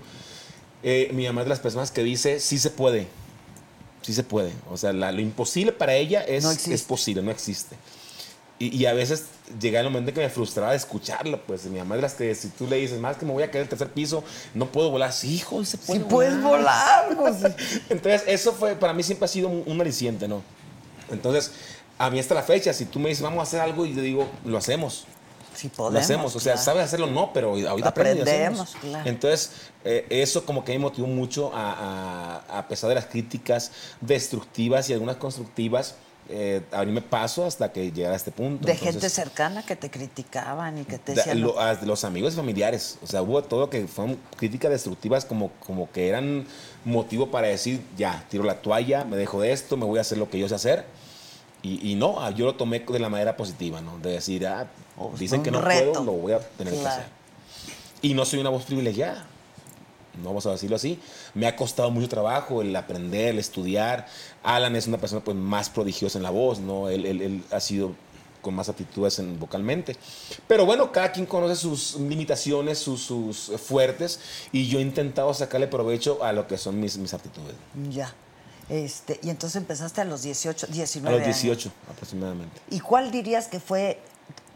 eh, mi mamá es de las personas que dice, sí se puede, sí se puede. O sea, la- lo imposible para ella es, es posible, no existe. Y, y a veces llega el momento en que me frustraba de escucharla, pues mi mamá es de las que si tú le dices, más que me voy a caer del tercer piso, no puedo volar. Sí, hijo, sí se puede. Puedes volar. pues. Entonces, eso fue, para mí siempre ha sido un, un aliciente, ¿no? Entonces, a mí hasta la fecha, si tú me dices, vamos a hacer algo, y yo digo, lo hacemos. Sí, Lo podemos, hacemos, o sea, claro. sabes hacerlo, no, pero ahorita aprendes. Aprendemos, claro. Entonces, eh, eso como que me motivó mucho a, a- a pesar de las críticas destructivas y algunas constructivas, eh, abrirme paso hasta que llegara a este punto. De Entonces, gente cercana que te criticaban y que te da- decían. lo- a- los amigos y familiares. O sea, hubo todo que fueron críticas destructivas como, como que eran motivo para decir, ya, tiro la toalla, me dejo de esto, me voy a hacer lo que yo sé hacer. Y, y no, ah, yo lo tomé de la manera positiva, ¿no? De decir, ah, dicen Oh, un que no reto. puedo, lo voy a tener que Claro. hacer. Y no soy una voz privilegiada. No vamos a decirlo así. Me ha costado mucho trabajo el aprender, el estudiar. Alan es una persona pues, más prodigiosa en la voz, ¿no? Él, él- él ha sido con más aptitudes en- vocalmente. Pero bueno, cada quien conoce sus limitaciones, sus, sus fuertes, y yo he intentado sacarle provecho a lo que son mis, mis aptitudes. "Mm, Ya. Este, y entonces empezaste a los 18, 19 A los años. 18 aproximadamente. ¿Y cuál dirías que fue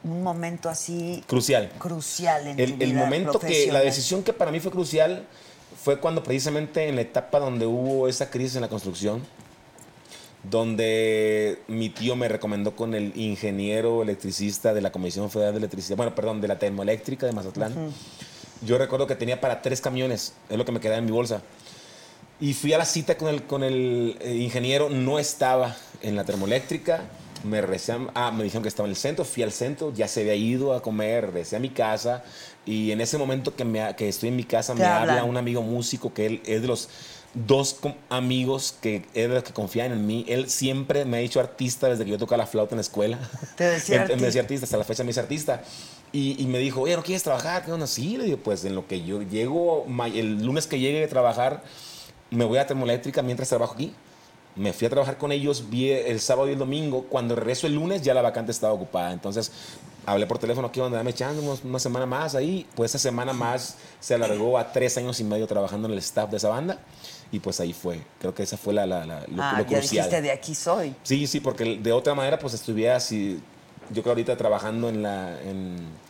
un momento así Crucial. crucial en tu el, el vida momento que la profesional? decisión que para mí fue crucial fue cuando precisamente en la etapa donde hubo esa crisis en la construcción donde mi tío me recomendó con el ingeniero electricista de la Comisión Federal de Electricidad, bueno, perdón, de la termoeléctrica de Mazatlán. Yo recuerdo que tenía para tres camiones, es lo que me quedaba en mi bolsa. Y fui a la cita con el, con el eh, ingeniero, no estaba en la termoeléctrica. Me, regresé a- ah, me dijeron que estaba en el centro, fui al centro, ya se había ido a comer, regresé a mi casa. Y en ese momento que, me ha- que estoy en mi casa, Te me habla hablan. un amigo músico que él es de los dos com- amigos que es de los que confían en mí. Él siempre me ha dicho artista desde que yo tocaba la flauta en la escuela. Te decía Él- él artista. Em, me decía artista, hasta la fecha me dice artista. Y, y me dijo, oye, ¿no quieres trabajar? ¿Qué onda? Sí, le digo, pues en lo que yo llego, ma- el lunes que llegue a trabajar, me voy a termoeléctrica mientras trabajo aquí. Me fui a trabajar con ellos vi el sábado y el domingo. Cuando regreso el lunes, ya la vacante estaba ocupada. Entonces hablé por teléfono, ¿qué onda? Dame chance, unos- una semana más ahí. Pues esa semana más se alargó a tres años y medio trabajando en el staff de esa banda. Y pues ahí fue. Creo que esa fue la, la, la, lo, ah, lo ya crucial. dijiste de aquí soy. Sí, sí, porque de otra manera, pues estuviera así. Yo creo ahorita trabajando en la. en-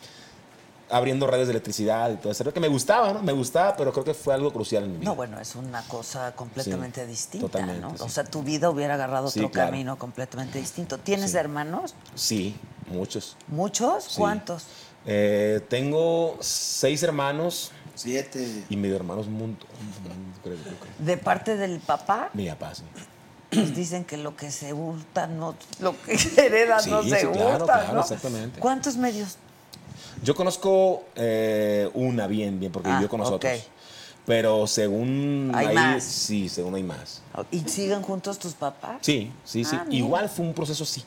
abriendo redes de electricidad y todo eso. Que me gustaba, ¿no? Me gustaba, pero creo que fue algo crucial en mi vida. No, bueno, es una cosa completamente distinta, totalmente, ¿no? sí. O sea, tu vida hubiera agarrado Sí, otro claro. camino completamente distinto. ¿Tienes Sí. hermanos? Sí, muchos. ¿Muchos? Sí. ¿Cuántos? Eh, tengo seis hermanos. Siete. Y medio hermanos un montón. un montón, creo, creo, creo. De parte del papá, Mi papá, sí. pues dicen que lo que se hurta no, lo que hereda Sí, no sí, se hurta, claro, claro, ¿no? exactamente. ¿Cuántos medios? Yo conozco eh, una bien, bien, porque Ah, vivió con nosotros. ok. Pero según. Hay ahí- más. Sí, según hay más. ¿Y siguen juntos tus papás? Sí, sí, sí. Ah, mira. Igual fue un proceso, sí.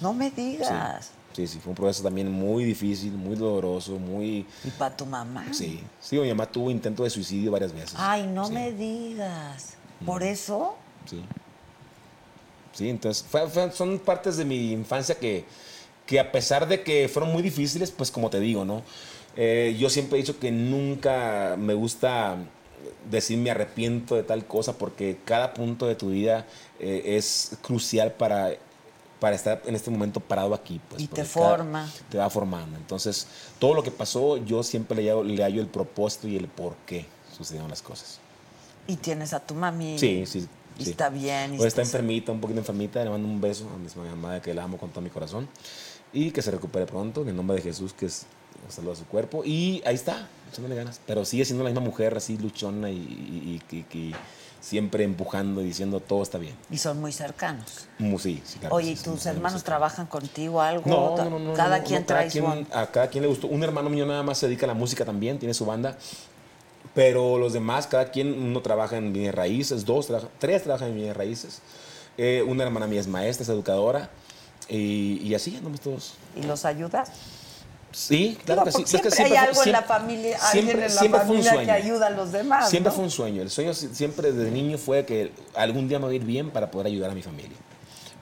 No me digas. Sí, sí, fue un proceso también muy difícil, muy doloroso, muy... ¿Y para tu mamá? Sí, sí, mi mamá tuvo intento de suicidio varias veces. Ay, no Sí, Mm. me digas. ¿Por eso? Sí. Sí, entonces, fue- fue- son partes de mi infancia que, que a pesar de que fueron muy difíciles, pues como te digo, ¿no? Eh, yo siempre he dicho que nunca me gusta decir me arrepiento de tal cosa porque cada punto de tu vida eh, es crucial para, para estar en este momento parado aquí. Pues, Y te porque cada- forma. te va formando. Entonces, todo lo que pasó, yo siempre le hallo, le hallo el propósito y el por qué sucedieron las cosas. Y tienes a tu mami. Sí, sí. Y sí. está bien. y Pues está estás- enfermita, un poquito enfermita. Le mando un beso a mi mamá que la amo con todo mi corazón. Y que se recupere pronto, en el nombre de Jesús, que es un saludo a su cuerpo. Y ahí está, echándole ganas. Pero sigue siendo la misma mujer, así luchona y, y- y- y- y siempre empujando y diciendo todo está bien. Y son muy cercanos. Mu- Sí, sí, claro. Oye, sí, ¿y sí, tus sí, hermanos sí. trabajan contigo algo? No, no, no, no, Cada no, no, quien trae su... quien- A cada quien le gustó. Un hermano mío nada más se dedica a la música también, tiene su banda. Pero los demás, cada quien, uno trabaja en bienes raíces, dos, trabaja- tres trabajan en bienes raíces. Eh, una hermana mía es maestra, es educadora. Y, y así andamos todos. ¿Y los ayudas? Sí, claro Digo, que sí. porque Es que siempre hay fue- algo en la siempre- familia, alguien siempre- en la siempre fue un familia que sueño. ayuda a los demás, Siempre ¿no? fue un sueño. El sueño si- siempre desde niño fue que algún día me voy a ir bien para poder ayudar a mi familia.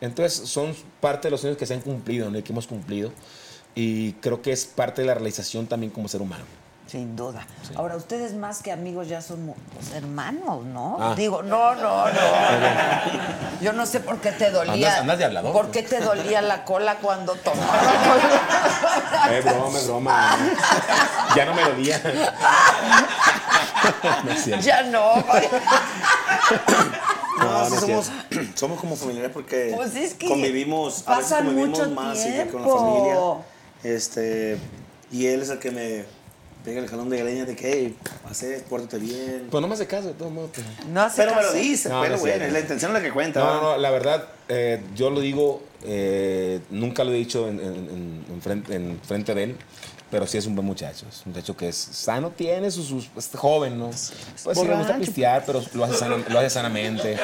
Entonces, son parte de los sueños que se han cumplido, ¿no? Y que hemos cumplido. Y creo que es parte de la realización también como ser humano. Sin duda. Ahora, ustedes más que amigos ya son mu- pues, hermanos, ¿no? Ah. Digo, no, no, no. Yo no sé por qué te dolía. Andas- andas de hablador. pues. ¿Por qué te dolía la cola cuando tomabas? Es Eh, broma, es broma. Ya no me dolía. No es cierto. ya no. No, No, no sí es somos, somos como familiares porque Pues es que convivimos, a veces pasan convivimos mucho más sí, que con la tiempo. familia. Este, y él es el que me pega el jalón de greña de que, hey, haces, pórtate bien. Pues no me hace caso, de todos modos. pero- No hace pero me lo caso. dice, No, pero no es bueno, cierto. es la intención la que cuenta. No, ¿verdad? no, no, la verdad, eh, yo lo digo, eh, nunca lo he dicho en, en- en- en frente, en frente de él, pero sí es un buen muchacho. Es un muchacho que es sano, tiene sus. sus- es joven, ¿no? Pues sí, le gusta Borracho. pues. pistear, pero lo hace, sana- lo hace sanamente.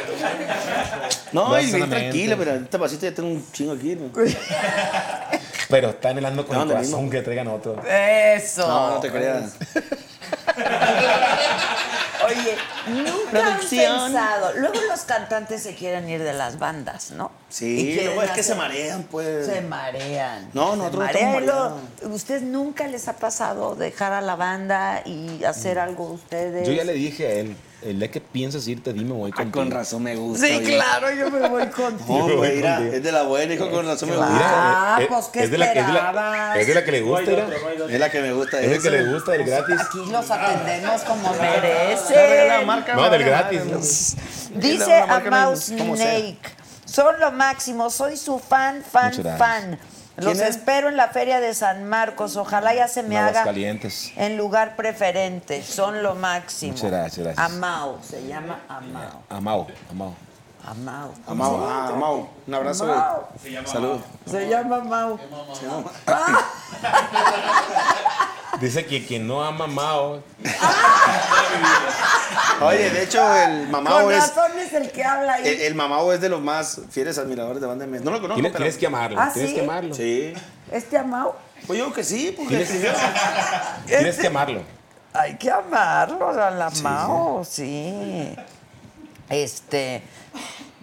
No, Lo y hace bien sanamente. tranquilo, pero este vasito ya tengo un chingo aquí. ¿no? Pero está anhelando con No, el lo corazón mismo. que traigan otro. Eso. No, no te creas. Oye, nunca Producción. han pensado. Luego los cantantes se quieren ir de las bandas, ¿no? Sí, Y quieren luego es que se hacer- marean, pues. Se marean. No, se nosotros no marean. estamos Y luego, ¿Ustedes nunca les ha pasado dejar a la banda y hacer algo ustedes? Yo ya le dije a él, el día que piensas irte, dime, voy Ah, contigo. con razón me gusta. Sí, oye. claro, yo me voy contigo. No, Yo voy güey, mira, contigo. es de la buena, hijo, con razón me Claro. gusta. Ah, eh, pues, ¿qué es de la, es de la, esperabas? es de la que le gusta, mira. Es la que me gusta. Es el que esa. le gusta, el gratis. Aquí los atendemos como Ya regalaba merecen. marca, No, del regalaba gratis, marca. ¿no? Dice Regalaba a marca, no, Mouse como sea. Snake, son lo máximo, soy su fan, fan, Muchas gracias. fan. Los ¿Quién es? espero en la Feria de San Marcos, ojalá ya se me En haga Aguascalientes. en lugar preferente, son lo máximo. Muchas gracias, gracias. Amao, se llama Amao. Amado, amado. Amao. Amado, ah, Amado, un abrazo. Amado. Salud. Se llama Amao. Dice que quien no ama a Mao Oye, de hecho, el mamao Con es. Eh, razón es el que habla ahí. El, el mamao es de los más fieles admiradores de Banda MS. No lo conozco, Tienes, pero. tienes que amarlo, ¿Ah, tienes sí? que amarlo. Sí. Este Amao, Pues yo que sí, porque. Tienes, tienes que amarlo. hay que amarlo, al Amao, sí. Este.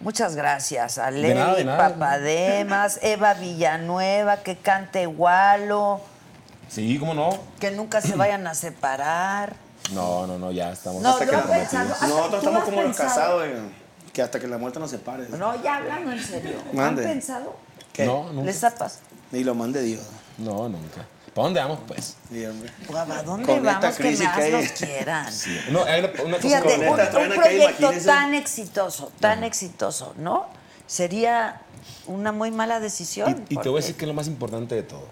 Muchas gracias a Leli nada, de nada. Papademas, Eva Villanueva, que cante Gualo, Sí, ¿cómo no? que nunca se vayan a separar. No, no, no, ya estamos. No, hasta yo que he la- pensado- hasta- Nosotros ¿tú estamos has como los pensado? casados, eh, que hasta que la muerte nos separe. No, ya hablando en serio. Mande. ¿Han pensado? ¿Qué? No, nunca. ¿Les ha pasado? Ni lo mande Dios. No, nunca. ¿Para dónde vamos, pues? Sí, hombre. ¿A dónde Con esta vamos que crisis más que hay. los quieran? No, hay una, una cosa Fíjate, pues, con- un, neta, un truena que hay, proyecto imagínense. tan exitoso, tan exitoso, ¿no? Sería una muy mala decisión. Y, y te voy a decir porque- que es lo más importante de todo.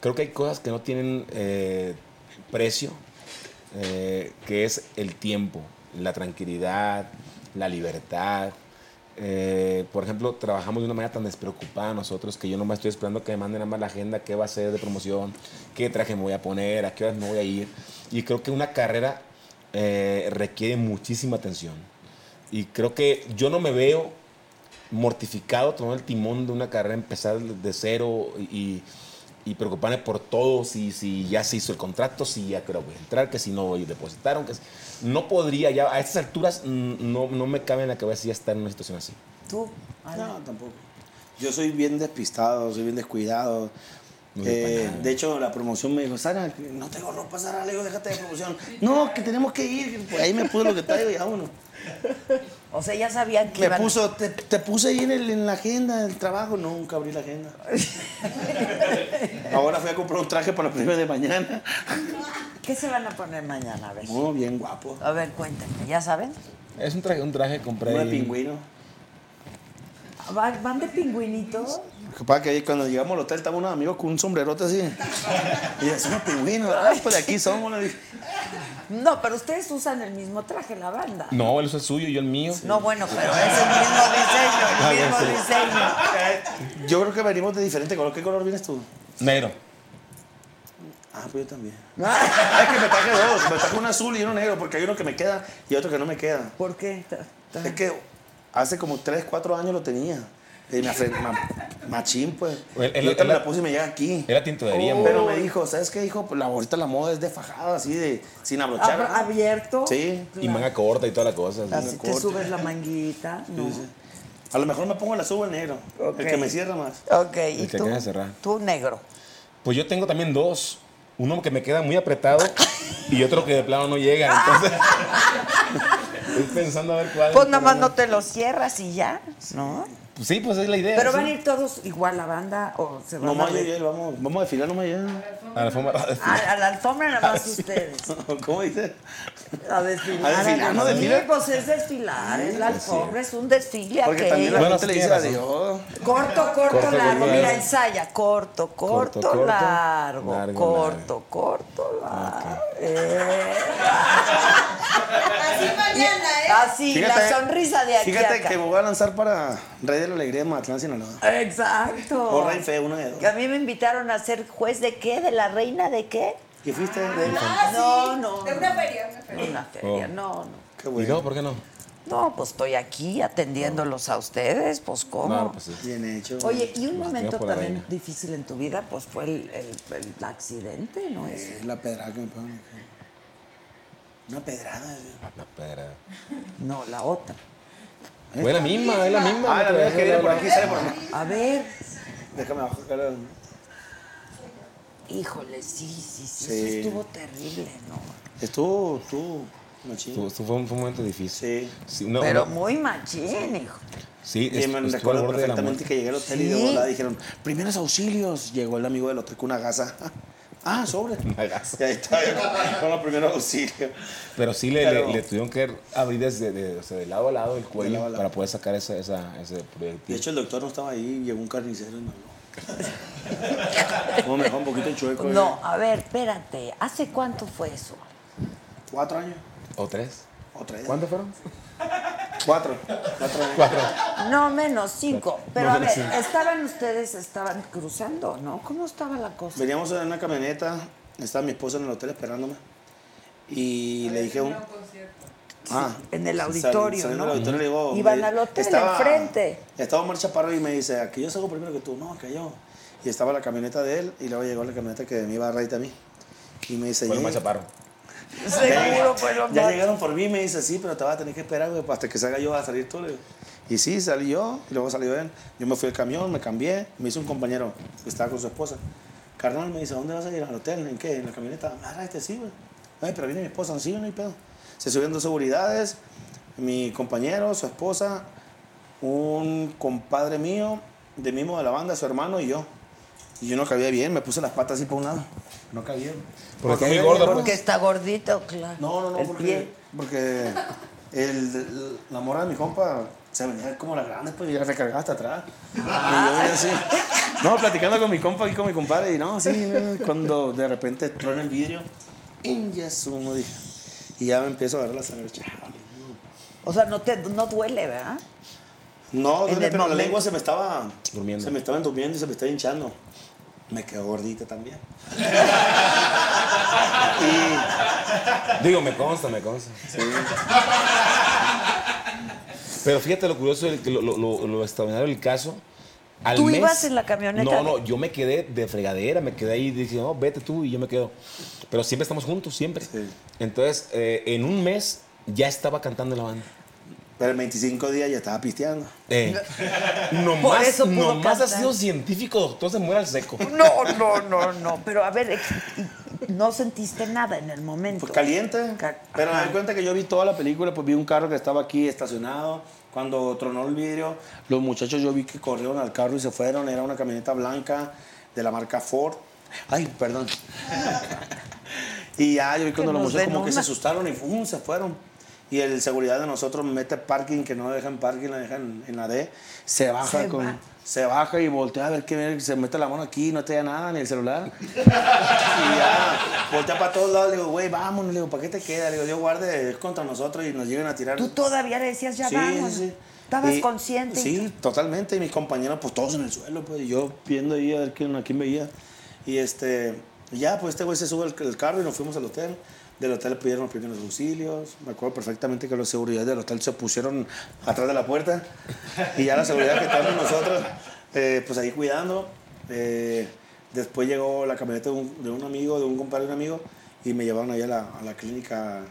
Creo que hay cosas que no tienen eh, precio, eh, que es el tiempo, la tranquilidad, la libertad. Eh, por ejemplo, trabajamos de una manera tan despreocupada nosotros que yo no me estoy esperando que me manden nada más la agenda, qué va a ser de promoción, qué traje me voy a poner, a qué horas me voy a ir. Y creo que una carrera eh, requiere muchísima atención. Y creo que yo no me veo mortificado tomar el timón de una carrera, empezar de cero y, y preocuparme por todo, si, si ya se hizo el contrato, si ya creo voy a entrar, que si no voy a depositar, aunque no podría ya, a estas alturas mm, no, no me cabe en la cabeza ya estar en una situación así. Tú, Ale. No, tampoco. Yo soy bien despistado, soy bien descuidado. No Eh, soy para nada. de hecho, la promoción me dijo, Sara, no tengo ropa, Sara, le digo, déjate de promoción. No, que tenemos que ir. Pues ahí me puso lo que traigo y vámonos. O sea, ya sabían que Me iban- puso, te, te puse ahí en, el- en la agenda del trabajo. Nunca abrí la agenda. Ahora fui a comprar un traje para la primera de mañana. ¿Qué se van a poner mañana? A ver, Muy bien guapo. a ver cuéntenme, ¿ya saben? Es un traje, un traje que compré. Uno de ahí. pingüino. ¿Van van de pingüinitos? Lo que pasa es que ahí cuando llegamos al hotel estaba unos amigos con un sombrerote así. Y yo, somos pingüinos. Ah, pues de aquí somos. le dije. No, pero ustedes usan el mismo traje, la banda. No, él usa el suyo y yo el mío. No, bueno, pero es el mismo diseño, el mismo Ah, ya sé. diseño. Yo creo que venimos de diferente color. ¿Qué color vienes tú? Negro. Ah, pues yo también. es que me traje dos. Me traje un azul y uno negro porque hay uno que me queda y otro que no me queda. ¿Por qué? Es que hace como 3, 4 años lo tenía. Y me afre- ma- machín, pues. Él- él- y otra él me la- la puse y me llega aquí. Era Oh. tintorería, amor. Pero me dijo, ¿sabes qué, hijo? Pues la, ahorita la moda es de fajada, así, de, sin abrochar. Abra- abierto. Sí. Y manga corta y toda la cosa. así. Así te subes la manguita. No. A lo mejor me pongo la suba el negro. Ok. El que me cierra más. Ok, El y que tú, acaba de cerrar. tú negro. Pues yo tengo también dos. Uno que me queda muy apretado y otro que de plano no llega. Entonces, estoy pensando a ver cuál. Pues nada más no te lo cierras y ya, ¿no? Pues sí, pues es la idea. Pero sí. van a ir todos igual la banda o se van No a más, ver- Yeyel, vamos, vamos a desfilar nomás ya. A la forma- Ah, a, a la alfombra nada más ustedes. ¿Cómo dice? A desfilar. A desfilar, ¿no? Sí, Desfilar. pues es desfilar, es la alfombra, es un desfile pues Porque aquello. también la Bueno, gente le sí, dice tiene adiós. Corto, corto, Corto, largo. corto, Mira, largo. ensaya. Corto, corto, Corto, corto, largo, largo, Corto, corto, largo. Eh, Así mañana, ¿eh? Así, la Fíjate- sonrisa de aquí a Fíjate acá. que me voy a lanzar para Rey de la Alegría de Mazatlán, Sinaloa. Exacto. O Rey Feo, una de dos. Que a mí me invitaron a ser juez de qué, de la reina de qué. ¿Y fuiste? De... Ah, sí. No, no, De una feria, una feria. Una Oh. feria, no, no. Qué ¿Y bueno. no? ¿Por qué no? No, pues estoy aquí atendiéndolos a ustedes, pues cómo. No, pues sí. Bien hecho. Oye, y un Más momento tiempo por la también reina. difícil en tu vida, pues fue el, el- el accidente, ¿no? Es- Es la pedrada que me pegaron. acá. Una pedrada. ¿Eh? sí. La pera. No, la otra. Pues es la misma, es la misma. Ah, la verdad es que viene por aquí, sale por acá. A ver, Déjame abajo. acá la- híjole, sí, sí, sí, Sí. eso estuvo terrible, ¿no? Estuvo, tú, machín. Fue, fue un, fue un momento difícil. Sí. Sí, una- Pero una- muy machín, hijo. sí, Y me estuvo al recuerdo borde de la perfectamente muerte. que llegué al hotel y de Sí. volada dijeron, primeros auxilios. Llegó el amigo del hotel con una gasa. Ah, sobre. Una gasa. Y ahí estaba yo con los primeros auxilios. Pero sí le, Pero- le- le tuvieron que abrir desde, de, o sea, de lado a lado el cuello lado a lado. para poder sacar esa, esa, ese proyectil. De hecho, el doctor no estaba ahí, llegó un carnicero y me habló. Como me dejó un poquito chueco. ¿eh? No, a ver, espérate, ¿hace cuánto fue eso? ¿Cuatro años? ¿O tres? ¿Otra vez? ¿Cuántos fueron? Cuatro. Cuatro años. Cuatro. No, menos cinco. Pero No, a ver, menos cinco. estaban ustedes, estaban cruzando, ¿no? ¿Cómo estaba la cosa? Veníamos en una camioneta, estaba mi esposa en el hotel esperándome. Y le dije a un. Ah, En el sal- auditorio, saliendo ¿no? del auditorio, le digo, Iban me- al hotel estaba- enfrente. Estaba Omar Chaparro y me dice, aquí yo salgo primero que tú. No, que yo. Y estaba la camioneta de él y luego llegó la camioneta que me iba a raíz a mí. Y me dice, Fue el "Yey, más chaparro. Seguro fue lo Ya más- llegaron por mí y me dice, sí, pero te vas a tener que esperar, güey, hasta que salga yo vas a salir tú. le digo. Y sí, salí yo, y luego salió él. Yo me fui al camión, me cambié, me hizo un compañero que estaba con su esposa. Carnal me dice, ¿a dónde vas a ir? ¿Al hotel? ¿En qué? ¿En la camioneta? Ah, este sí, güey. Ay, pero viene mi esposa, sí, no hay pedo. Se subieron dos seguridades, mi compañero, su esposa, un compadre mío, de mismo de la banda, su hermano y yo. Y yo no cabía bien, me puse las patas así para un lado. No cabía. Porque está muy yo- gordo, pues. Porque está gordito, claro. no, no, no, El porque, pie. porque el- la mora de mi compa se venía como la grande, pues, y la recargaba hasta atrás. Y yo venía así. No, platicando con mi compa y con mi compadre, y no, sí, no, cuando de repente entró en el vidrio, y ya sumo, dije. Y ya me empiezo a agarrar la sangre. chale. O sea, no te no duele, ¿verdad? No, En duele, el pero la momento. lengua se me estaba Durmiendo. Se me estaba durmiendo y se me estaba hinchando. Me quedó gordita también. Digo, me consta, me consta. Pero fíjate lo curioso, del- lo, lo, lo- lo extraordinario del caso. Al ¿Tú mes- ibas en la camioneta? No, no, yo me quedé de fregadera, me quedé ahí diciendo, no, vete tú y yo me quedo. Pero siempre estamos juntos, siempre. Sí. Entonces, eh, en un mes ya estaba cantando en la banda. Pero en 25 días ya estaba pisteando. Eh, Por nomás, eso pudo nomás ha cantar. sido científico, doctor, se muere al seco. No, no, no, no. Pero a ver, ex- no sentiste nada en el momento. Pues caliente. Ca- Pero me Ajá. di cuenta que yo vi toda la película, pues vi un carro que estaba aquí estacionado. Cuando tronó el vidrio, los muchachos yo vi que corrieron al carro y se fueron. Era una camioneta blanca de la marca Ford. Ay, perdón. y ya yo vi cuando los nos muchachos den como que se una. asustaron y ¡fum! se fueron. y el seguridad de nosotros mete parking, que no deja en parking, la deja en, en la D, se baja Se con... va. Se baja y voltea a ver qué viene, se mete la mano aquí, no te da nada, ni el celular. y ya, voltea para todos lados, le digo, güey, vámonos, le digo, ¿para qué te queda? Le digo, yo guarde, es contra nosotros y nos llegan a tirar. Tú todavía le decías, ya Sí, vamos. sí, sí. Estabas Y- consciente. y Sí, totalmente. Y mis compañeros, pues todos en el suelo, pues. Y yo viendo ahí a ver quién, a quién veía. Y este, ya, pues este güey se sube al al carro y nos fuimos al hotel. Del hotel pidieron los primeros auxilios. Me acuerdo perfectamente que los seguridad del hotel se pusieron atrás de la puerta. Y ya la seguridad que estábamos nosotros, eh, pues ahí cuidando. Eh, después llegó la camioneta de un, de un amigo, de un compadre de un amigo, y me llevaron ahí a la, a la clínica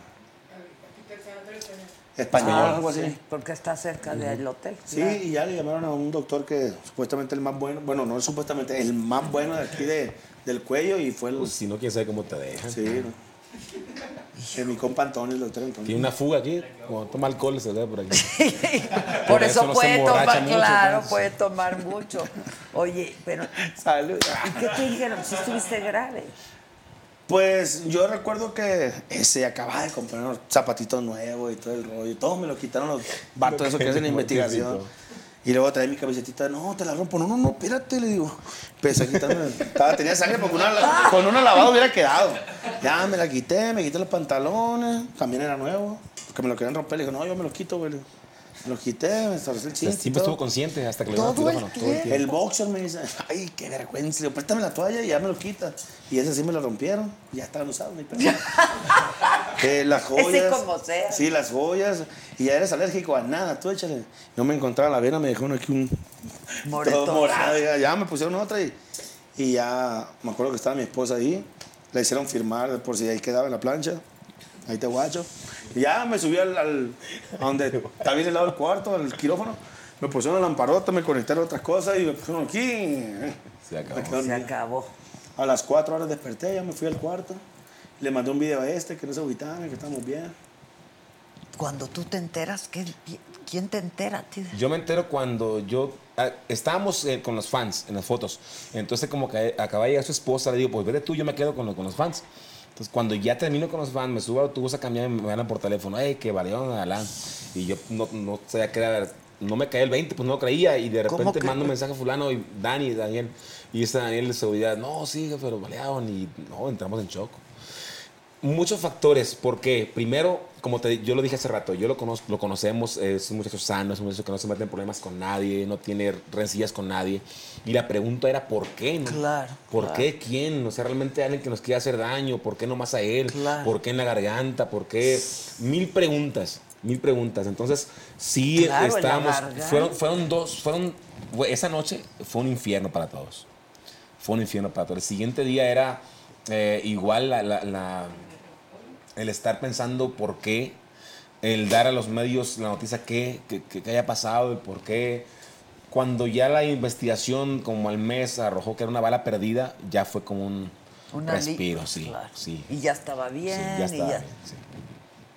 española, Ah, algo así. sí, porque está cerca del hotel. Sí, claro. y ya le llamaron a un doctor que supuestamente el más bueno, bueno, no supuestamente, el más bueno de aquí de, del cuello y fue el... Pues si no, quién sabe cómo te dejan. Sí, ¿no? Que mi compa Antonio, el doctor Antonio. Tiene una fuga aquí. Cuando toma alcohol se da por aquí. Por, Por eso, eso no se puede emborracha tomar, mucho, claro, pues. puede tomar mucho. Oye, pero. Salud. ¿Y qué te dijeron? Si estuviste grave. Pues yo recuerdo que se acababa de comprar unos zapatitos nuevos y todo el rollo. Todos me lo quitaron los vatos esos que hacen investigación. Y luego trae mi camisetita, no, te la rompo. No, no, no, espérate, le digo. Empecé a quitarme. Estaba- tenía sangre porque una, la- con una lavada hubiera quedado. Ya me la quité, me quité los pantalones. También era nuevo. Porque me lo querían romper. Le dije, no, yo me los quito, güey. Le digo, Me los quité, me establecí el chiste. y Siempre todo. estuvo consciente hasta que le Todo dieron el, quirófano, todo el tiempo. El tiempo. boxer me dice, ay, qué vergüenza. Le digo, préstame la toalla y ya me lo quita. Y ese sí me lo rompieron. Ya estaban usados, ni pedo. Eh, las joyas. como sea. Sí, las joyas. Y ya eres alérgico a nada, tú échale. No me encontraba la vena, me dejaron aquí un... Moretón. todo morado. Ya, ya me pusieron otra y, y ya me acuerdo que estaba mi esposa ahí. La hicieron firmar por si ahí quedaba en la plancha. Ahí te guacho. Y ya me subí al, al- a donde está bien el lado del cuarto, al quirófano. Me pusieron la lamparota, me conectaron a otras cosas y me pusieron aquí. Se acabó. Me quedé Se dormido. acabó. A las 4 horas desperté, ya me fui al cuarto. Le mandé un video a este, que no se agüitara, que estamos bien. Cuando tú te enteras, ¿qué- ¿quién te entera a ti? Yo me entero cuando yo ah, estábamos eh, con los fans en las fotos. Entonces, como que acaba de llegar su esposa, le digo, pues vete tú, yo me quedo con, lo- con los fans. Entonces, cuando ya termino con los fans, me subo al autobús a cambiar y me ganan por teléfono. ¡Ey, que valieron a Alan! Y yo no, no sabía que era. No me caía el 20, pues no lo creía. Y de ¿Cómo repente que? mando un mensaje a Fulano y Dani, Daniel. Y este Daniel de seguridad, no, sí, pero balearon. Y no, entramos en shock. Muchos factores, porque primero, como te, yo lo dije hace rato, yo lo, conoz- lo conocemos, eh, es un muchacho sano, es un muchacho que no se mete en problemas con nadie, no tiene rencillas con nadie. Y la pregunta era, ¿por qué? no? Claro, ¿Por claro. qué quién? O sea, realmente alguien que nos quiera hacer daño, ¿por qué no más a él? Claro. ¿Por qué en la garganta? ¿Por qué? Mil preguntas, mil preguntas. Entonces, sí, Claro, en la estábamos, garganta. fueron, fueron dos, fueron, güey, esa noche fue un infierno para todos fue un infierno para todos. El siguiente día era eh, igual la- la- la- el estar pensando por qué, el dar a los medios la noticia que, que, que- que haya pasado, el por qué. Cuando ya la investigación, como al mes, arrojó que era una bala perdida, ya fue como un Una li- respiro, sí, claro. sí. Y ya estaba bien. sí, ya y estaba ya- bien, sí.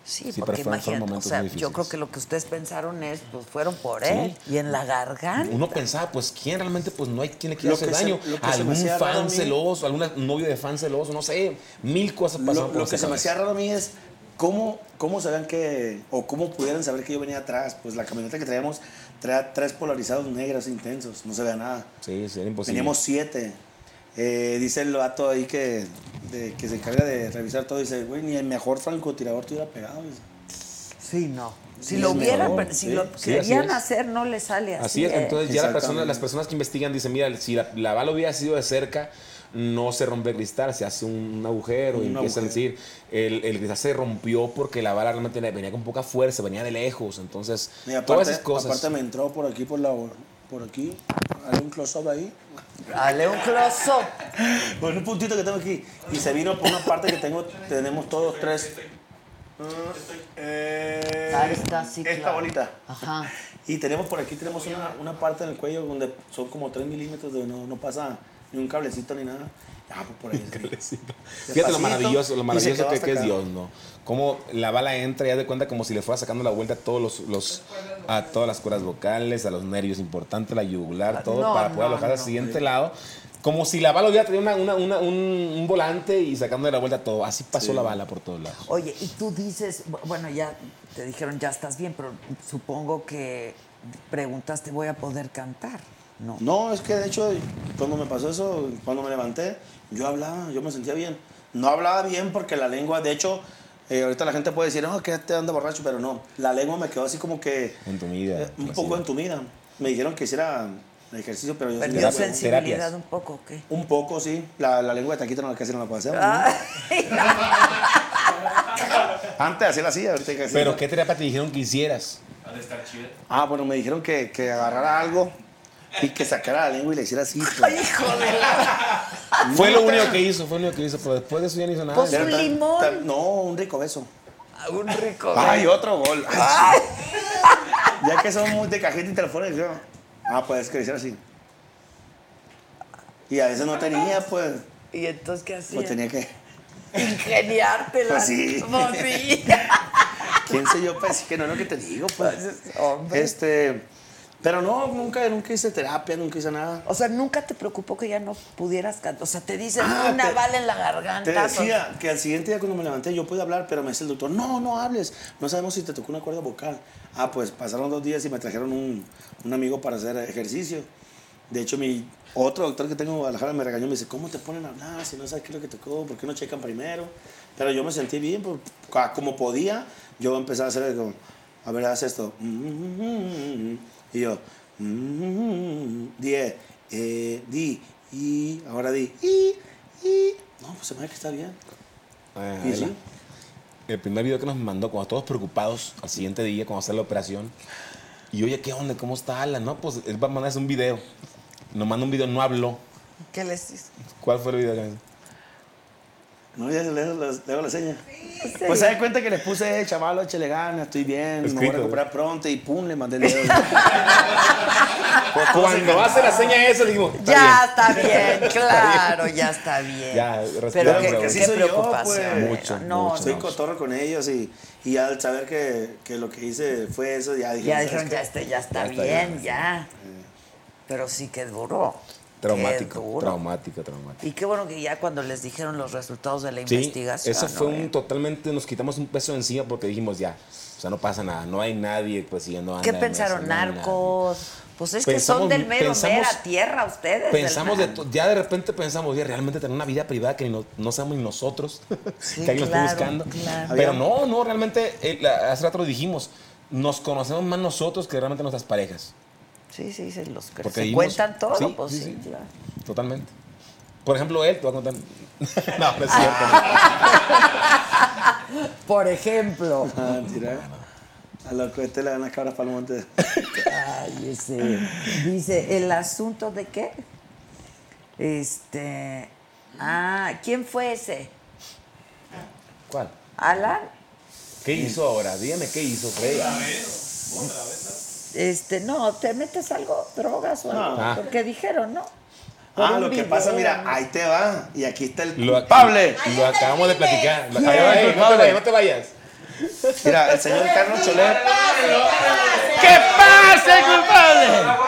Sí, Sí, porque pero fueron- fueron imagínate, o momentos sea, muy yo difíciles. creo que lo que ustedes pensaron es, pues fueron por él y en la garganta. Uno pensaba, pues, ¿quién realmente? Pues no hay quien le Lo quiera hacer que se- daño. lo que se me Algún hacía raro a fan mí- celoso, algún novio de fan celoso, no sé. Mil cosas pasaron Lo, por lo esa que se me cabeza. hacía raro a mí es cómo, cómo sabían que, o cómo pudieran saber que yo venía atrás. Pues la camioneta que traíamos traía tres polarizados negros intensos, no se veía nada. Sí, Pues sí, era imposible. Teníamos siete. Eh, dice el vato ahí que, de- que se encarga de revisar todo, dice, güey, ni el mejor francotirador te hubiera pegado. dice. Sí, no. Si Sí, lo es hubiera, mejor, pero si sí, lo sí, así querían es. hacer, no le sale así. Así es, ¿eh? entonces ya la persona, Exactamente. las personas que investigan dicen, mira, si la, la bala hubiera sido de cerca, no se rompe el cristal, se hace un, agujero y Un empiezan a agujero. decir, el, el cristal se rompió porque la bala realmente venía con poca fuerza, venía de lejos, entonces Y aparte, todas esas cosas. aparte me entró por aquí, por la... Por aquí, hay un close-up ahí. Dale un close-up. Por un puntito que tengo aquí. Y se vino por una parte que tengo, tenemos todos tres. Eh, Ah, está, sí, esta claro. bolita. Ajá. Y tenemos por aquí, tenemos una, una parte en el cuello donde son como 3 milímetros, de, no, no pasa ni un cablecito ni nada. Ah, pues por ahí. sí. Fíjate lo Despacito, maravilloso, y lo se maravilloso quedó que, hasta que es acá. Dios, ¿no? Cómo la bala entra y haz de cuenta como si le fuera sacando la vuelta a todos los, los- a todas las cuerdas vocales, a los nervios, importante la yugular, todo No, para poder no, alojar al no. siguiente lado. Como si la bala hubiera traído una- una- una- un, un volante y sacando de la vuelta todo. Así pasó la bala por todos lados. Oye, y tú dices, bu- bueno, ya te dijeron, ya estás bien, pero supongo que preguntaste, voy a poder cantar. No. No, es que de hecho, cuando me pasó eso, cuando me levanté, yo hablaba, yo me sentía bien. No hablaba bien porque la lengua, de hecho, eh, ahorita la gente puede decir, no, que te anda borracho, pero no. La lengua me quedó así como que En tu vida. eh, un así. poco entumida. Me dijeron que hiciera ejercicio, pero yo Perdió sentía- sensibilidad un poco, ¿o ¿qué? Un poco, sí. La, la lengua de taquito no, casi no la pasé. Antes así la hacía, ahorita hay que hacerla. Pero ¿qué terapia te dijeron que hicieras? Ha de estar chida. Ah, bueno, me dijeron que, que agarrara algo y que sacara la lengua y le hiciera así. pues. Fue lo único que hizo, fue lo único que hizo, pero después de eso ya no hizo nada. Pues un Pero ta- limón. No, un rico beso. Un rico Ay, otro gol. Ay, sí. Ya que son muy de cajeta y teléfono, yo. Ah, pues que le hiciera así. Y a veces no tenía, pues. ¿Y entonces qué hacía? Pues tenía que. Ingeniártela. Pues sí. Pues sí. ¿Quién soy yo para decir que no es lo que te digo? Pues. Este. Pero no, nunca, nunca hice terapia, nunca hice nada. O sea, nunca te preocupó que ya no pudieras cantar. O sea, te dicen Ah, una te- bala en la garganta. Te pues, decía que al siguiente día cuando me levanté yo pude hablar, pero me dice el doctor, no, no hables, no sabemos si te tocó una cuerda vocal. Ah, pues pasaron dos días y me trajeron un, un amigo para hacer ejercicio. De hecho, mi otro doctor que tengo en Guadalajara me regañó, me dice, ¿cómo te ponen a hablar si no sabes qué es lo que te tocó? ¿Por qué no checan primero? Pero yo me sentí bien, pues, ca- como podía, yo empecé a hacer como, a ver, haz esto. Y yo, 10, eh, di, y, ahora di, y, y. No, pues se me ve que está bien. Ah, ¿Y Adela, sí? El primer video que nos mandó, cuando todos preocupados al siguiente día, cuando hacer la operación. Y oye, ¿qué onda? ¿Cómo está Alan? No, pues él va a mandarse un video. Nos manda un video, no habló. ¿Qué les dices? ¿Cuál fue el video? Alan? No, ya le hago la- le hago la seña. Pues se da cuenta que le puse, eh, chaval, échale ganas, estoy bien, me voy Escrito, a recuperar pronto y pum, le mandé el dedo. Cuando hace la seña esa, digo, está Ya bien. está bien, claro, ya está bien. Ya, respira, Pero qué, bravo. qué Así soy yo, preocupación. pues. ¿eh? no, soy cotorro con ellos y, y al saber que, que lo que hice fue eso, ya dije. Ya "¿Sabes dijeron, qué? ya, este, ya está Ya está bien, bien, ya. Pero sí que duró. Qué Traumático, duro. traumático, traumático. Y qué bueno que ya cuando les dijeron los resultados de la Sí, investigación. eso fue ¿no? un totalmente, nos quitamos un peso de encima porque dijimos ya, o sea, no pasa nada, no hay nadie pues siguiendo ¿Qué anda en pensaron, eso, no hay nadie. narcos? Pues es que son Pensamos- del mero mera pensamos- tierra ustedes. del Pensamos de mar. to- ya de repente pensamos, ya realmente tener una vida privada que no, no sabemos ni nosotros, Sí, que alguien lo claro, está buscando. claro. Pero no, no, realmente eh, la- hace rato lo dijimos, nos conocemos más nosotros que realmente nuestras parejas. Sí, sí, se los cre- Porque se vimos- cuentan todo, sí, pues sí, sí, sí. claro. Totalmente. Por ejemplo, él, te voy a contar. no, pues, no es cierto. Por ejemplo. Ah, mira. A lo que te le dan las cabras para el monte. Cállese. Dice, ¿el asunto de qué? Este. Ah, ¿quién fue ese? ¿Cuál? ¿Alan? ¿Qué hizo ahora? Dígame qué hizo, Freddy. Este, no, ¿te metes algo? ¿Drogas o No. algo? Ah. Porque dijeron, ¿no? Por Ah, un lo que video, pasa, mira, ¿no? ahí te va. Y aquí está el Lo, culpable. lo acabamos de platicar. Lo- ¿Quién? Ahí va, ahí, no te Culpable. vayas, no te vayas. Mira, el señor Carlos Cholet. ¡Que pase, culpable!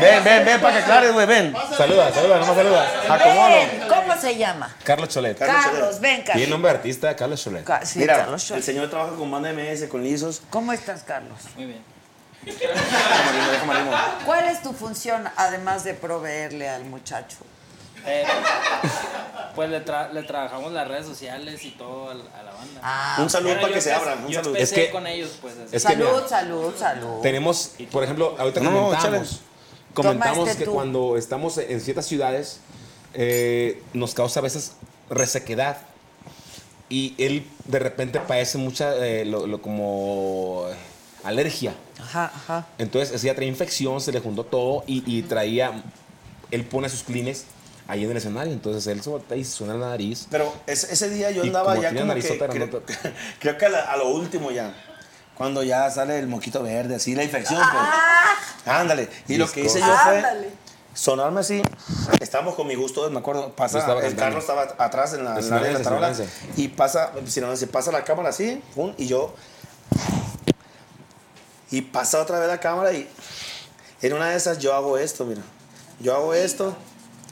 Ven, ven, ven, para que aclares, güey, ven. Saluda, saluda, nomás saluda. Acomódalo. Ven, ¿Cómo se llama? Carlos Cholet. Carlos, ven, Carlos. Tiene nombre de artista, Carlos Cholet. Ca- sí, Mira, Carlos Scholl. el señor trabaja con Banda MS, con Lisos. ¿Cómo estás, Carlos? Muy bien. Déjame limón, déjame limón. ¿Cuál es tu función, además de proveerle al muchacho? Eh, pues le, tra- le trabajamos las redes sociales y todo al- a la banda. Ah, Un saludo Pero para yo que se empecé- abran, un yo saludo. empecé Es que- con ellos, pues. así. es que salud, mira, salud, salud. Tenemos, por ejemplo, ahorita No, no, comentamos, échale. comentamos Toma este que tú. cuando estamos en ciertas ciudades eh, nos causa a veces resequedad y él de repente padece mucha eh, lo- lo como eh, alergia. Ajá, ajá. Entonces ese día traía infección, se le juntó todo y, y traía, él pone sus clines ahí en el escenario, entonces él se voltea y se suena la nariz. Pero ese, ese día yo Y andaba como ya tenía como que, narizota creo, grandota. creo que a, la- a lo último ya. Cuando ya sale el moquito verde, así la infección. pues. Ándale. Y lo que hice yo fue sonarme así. Estábamos con mi gusto, me acuerdo. Pasa, Yo estaba el carro cantando. estaba atrás en la, De en la área de la tarola. Sinaloense, Y pasa, pues, Sinaloense, pasa la cámara así, pum, y yo. Y pasa otra vez la cámara y en una de esas yo hago esto, mira. Yo hago esto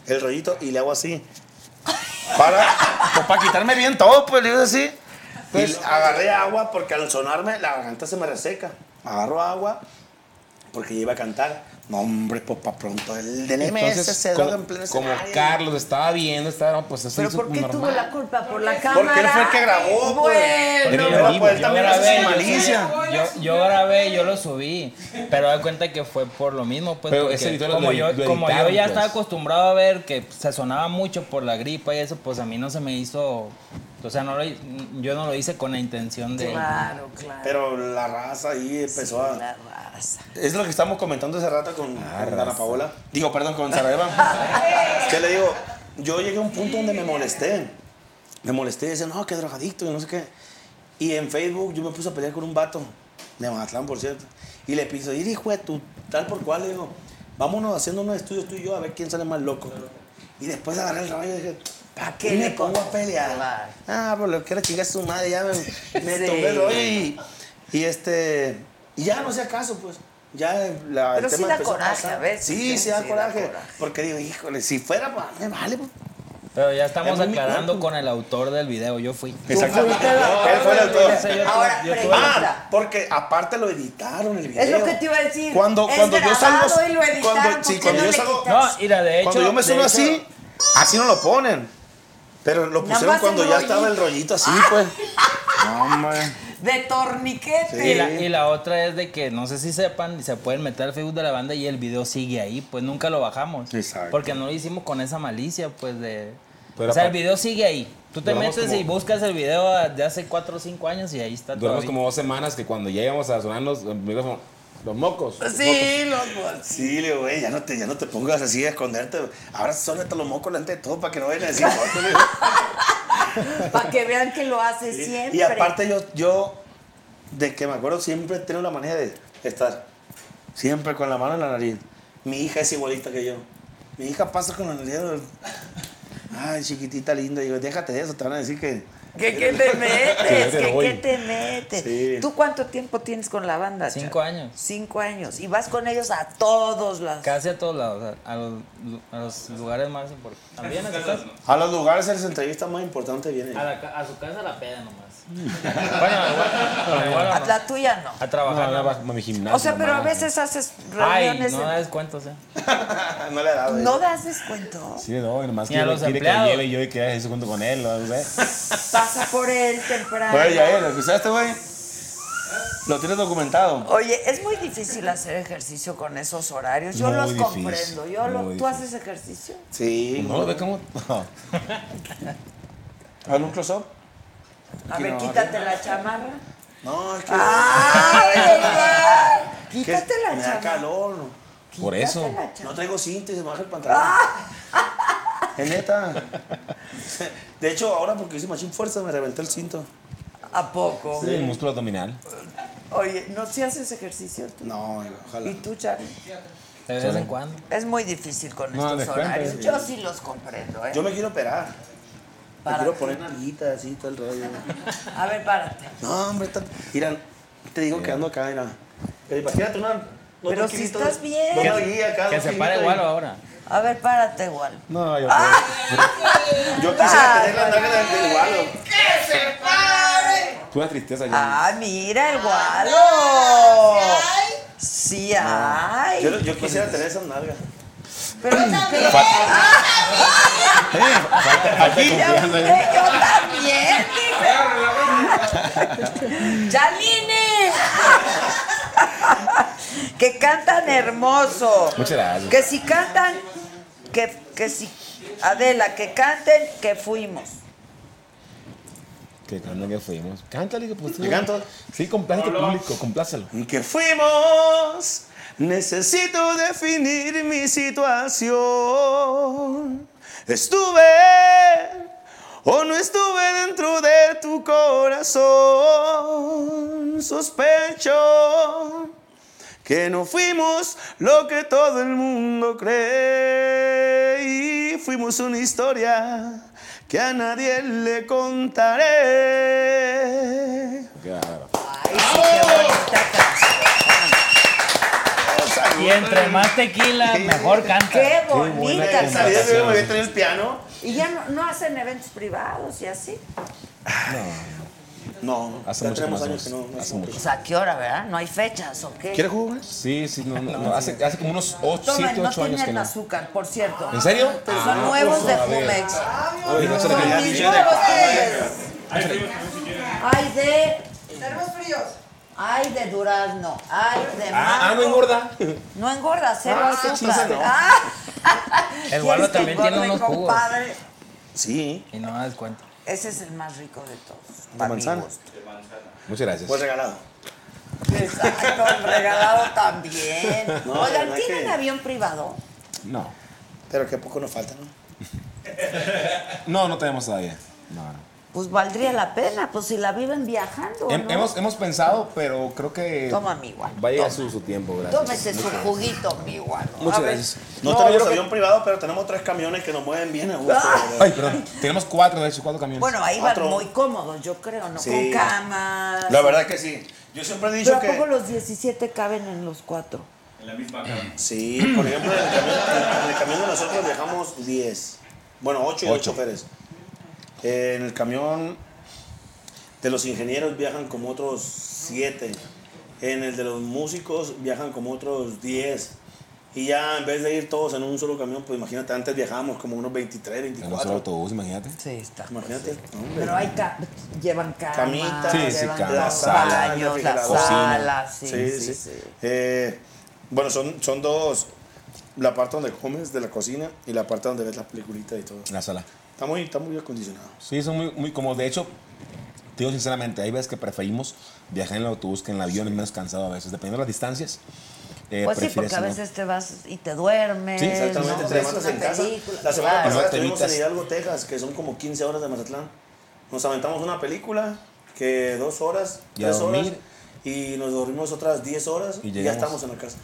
el rollito y le hago así. Para, pues, para quitarme bien todo, pues le digo así. Pues agarré agua porque al sonarme la garganta se me reseca. Agarro agua porque yo iba a cantar. No, hombre, pues para pronto. El del MS Entonces, se droga como, en pleno como escenario. Carlos estaba viendo, estaba, no, pues eso ¿Pero hizo por qué normal. tuvo la culpa? ¿Por la cámara? Porque él fue el que grabó, pues. Bueno. Pero pues él también grabé, hace yo- malicia. Yo, yo grabé, yo lo subí, pero da cuenta que fue por lo mismo, pues, Pero porque ese editor lo como, edi- yo, lo como yo editaron, ya pues. estaba acostumbrado a ver que se sonaba mucho por la gripa y eso, pues a mí no se me hizo, o sea, no lo hi- yo no lo hice con la intención de... Claro, claro. Pero la raza ahí empezó a. La raza. Es lo que estamos comentando hace rato con, con Dana Paola. Digo, perdón, con Sara Eva. que le digo, yo llegué a un punto donde me molesté. Me molesté y decía, no, qué drogadicto y no sé qué. Y en Facebook yo me puse a pelear con un vato de Mazatlán, por cierto. Y le piso, ir hijo de tu tal por cual, le digo, vámonos haciendo unos estudios tú y yo a ver quién sale más loco. Y después agarré el rayo y dije, ¿para qué me pongo a pelear? Ah, pues lo que era chingar su madre, ya me, me Sí. tomé el rollo y, y este. Y ya no sea caso, pues. Ya la, Pero el sí tema da empezó coraje, pasar. a veces, Sí, ¿no? sí da Sí da coraje. coraje. Porque digo, híjole, si fuera, pues, me vale, pues. Pero ya estamos Es muy aclarando cuerpo. con el autor del video, yo fui. Exactamente. Él fue el Yo autor. sé, yo tuve- Ahora, yo tuve- pregunta. Ah, porque aparte lo editaron el video. Es lo que te iba a decir. Cuando, Es cuando yo salgo. grabado y lo editaron, cuando, ¿por sí, qué cuando no yo le salgo. quitas? No, mira, de hecho... Cuando yo me de subo hecho- así, así no lo ponen. Pero lo Nada pusieron más cuando el ya estaba el rollito. rollito así, pues. No, hombre. De torniquete. Sí. Y la, y la otra es de que no sé si sepan, se pueden meter al Facebook de la banda y el video sigue ahí, pues nunca lo bajamos. Exacto. Porque no lo hicimos con esa malicia, pues de. Pero o sea, el aparte- video sigue ahí. Tú te Duramos metes como- y buscas el video de hace 4 o 5 años y ahí está Duramos todavía. como dos semanas que cuando ya íbamos a sonarnos, el micrófono, los mocos. los mocos. Sí, loco. Sí, le digo, güey, ya no, te, ya no te pongas así a esconderte. Ahora suéltate los mocos delante de todo para que no vayan a decir "No, tú le digo". Para que vean que lo hace siempre. Y aparte yo, yo, de que me acuerdo, siempre tengo la manera de estar siempre con la mano en la nariz. Mi hija es igualita que yo. Mi hija pasa con la nariz. Ay, chiquitita linda. Digo, déjate de eso, te van a decir que... ¿Qué, qué te metes? Sí, ¿Qué, voy. qué te metes? Sí. ¿Tú cuánto tiempo tienes con la banda? Chava? Cinco años. Cinco años. Y vas con ellos a todos las... Casi a todos lados, a, a los, a los lugares más importantes. También a su casa. A los lugares en las entrevistas más importantes vienen. A, la ca- a su casa la peda nomás. bueno, igual, igual A no. la tuya no. a No, trabajar. no, nomás. va- mi gimnasio, O sea, pero a mamá. veces haces Ay, reuniones... no en- da descuentos, eh. no le he dado. ¿No eso. das descuento? Sí, no, y nomás Ni que a yo le los tire que empleados. lleve y yo y que eso junto con él, no sé. Pasa por él temprano. Güey, ya, eh, ¿lo escuchaste, güey? Lo tienes documentado. Oye, es muy difícil hacer ejercicio con esos horarios. Yo Muy los difícil, comprendo. Yo lo- muy ¿Tú difícil. haces ejercicio? Sí. No, ve cómo. ¿Haz un close-up? A Aquí ver, no, quítate la chamarra. No, es que... ¡Ay! que Ah, Quítate la Me da chamarra. calor. no. Por eso. Quítate la Ah. No chamarra. traigo cinta y se me baja el pantalón. Es neta. De hecho, ahora porque hice machín fuerza me reventé el cinto. ¿A poco? Sí, el músculo abdominal. Oye, ¿no si haces ejercicio tú? No, ojalá. ¿Y tú, Charlie? De vez en cuando. Es muy difícil con No, estos descuento, horarios. sí. Yo sí los comprendo, ¿eh? Yo me quiero operar. Me ¿Para quiero qué? poner nalguita así todo el rollo. A ver, párate. No, hombre, está... mira, te digo que ando acá, mira. Pero imagínate una. no Pero te si quilito- estás bien. no te guía acá, Que no se te pare guía. igual ahora. A ver, párate, igual. No, yo Yo quisiera tener la nalga del del gualo. Tuve una tristeza ya. Ah, mira el gualo. Sí hay. Yo, yo quisiera tener esa nalga. Pero, pero- Aquí Eh, yo también, dije. Chalines. que cantan hermoso. Muchas gracias. Que si cantan, que, que si, Adela, que canten, que fuimos. Que cuando que fuimos. Cántale, que pues tú. ¿Le canto? Sí, complácete al público, complácelo. que fuimos. Necesito definir mi situación. Estuve o no estuve dentro de tu corazón. Sospecho que no fuimos lo que todo el mundo cree. Y fuimos una historia que a nadie le contaré. Claro. Ay, sí, qué bonita canción. Y entre más tequila, mejor canta. Qué bonita. Buena salida se ve muy bien traer el piano. Y ya no, no hacen eventos privados y así. No, Hace ya mucho que tenemos no años que hacemos. no. no Hace hacemos. mucho. O sea, ¿a qué hora, verdad? ¿No hay fechas o qué? ¿Quieres jugo, güey? Sí, sí, no, no, no, Hace, hace como unos 8, Tomen, 7, pues? no 8 años que tienen no. azúcar, por cierto. ¿En serio? Pero Ah, son nuevos de a ver. Jumex. Oye, no se la creía. Son mis nuevos ustedes. Hay de... Tenemos fríos. Hay de durazno, hay de Ah, ah, no mango. engorda. No engorda, cero Ah, azúcar. chisa, no. Ah, El gualo ¿quieres que también tiene engorde, unos jugos. compadre? Sí, Y no me das cuenta. Ese es el más rico de todos. de manzana. Muchas gracias. Pues, Fue regalado. Exacto, el regalado también. No, la Oigan, verdad ¿tienen que- avión privado? No. Pero que poco nos falta, ¿no? No, no tenemos todavía. No, no. Pues valdría la pena, pues si la viven viajando. Hem- Oh, ¿no? hemos, hemos pensado, pero creo que. Toma mi guano. Va a llegar toma. su, su tiempo, gracias. Tómese su juguito, mi guano. Muchas A ver, gracias. No, yo tenemos creo que- avión privado, pero tenemos tres camiones que nos mueven bien a gusto. Ay, perdón. Tenemos cuatro, de hecho, cuatro camiones. Bueno, ahí van Otro. muy cómodos, yo creo, ¿no? Sí. Con camas. La verdad que sí. Yo siempre he Pero dicho ¿a poco que. los 17 caben en los cuatro? En la misma cama. Sí, por ejemplo, en el camión, en el camión de nosotros dejamos 10. Bueno, 8 y 8 Ocho. choferes. en el camión de los ingenieros viajan como otros 7. En el de los músicos viajan como otros 10. Y ya en vez de ir todos en un solo camión, pues imagínate, antes viajábamos como unos 23, En un solo 24. autobús, imagínate. Sí, está. Imagínate. hombre. Pero hay ca- llevan camas, Camita, Sí, sí, llevan camas, la los sala, baños, la refrigerador. Cocina. sala, sí, sí, sí. Eh, bueno, son, son dos. La parte donde comes de la cocina y la parte donde ves las peliculitas y todo. En la sala. Está muy, está muy acondicionado. Sí, son muy, muy como de hecho, te digo sinceramente, hay veces que preferimos viajar en el autobús que en el avión, es menos cansado a veces, dependiendo de las distancias. eh, Pues sí, prefieres porque a en el- veces te vas y te duermes. Sí, Exactamente, Eh, ¿no? te Ves levantas una en casa. película, La semana claro. pasada te estuvimos en evitas. Hidalgo, Texas, que son como 15 horas de Mazatlán. Nos aventamos una película, que dos horas, Y a tres horas. dormir. Y nos dormimos otras 10 horas Y y, ya llegamos. estamos en la casa.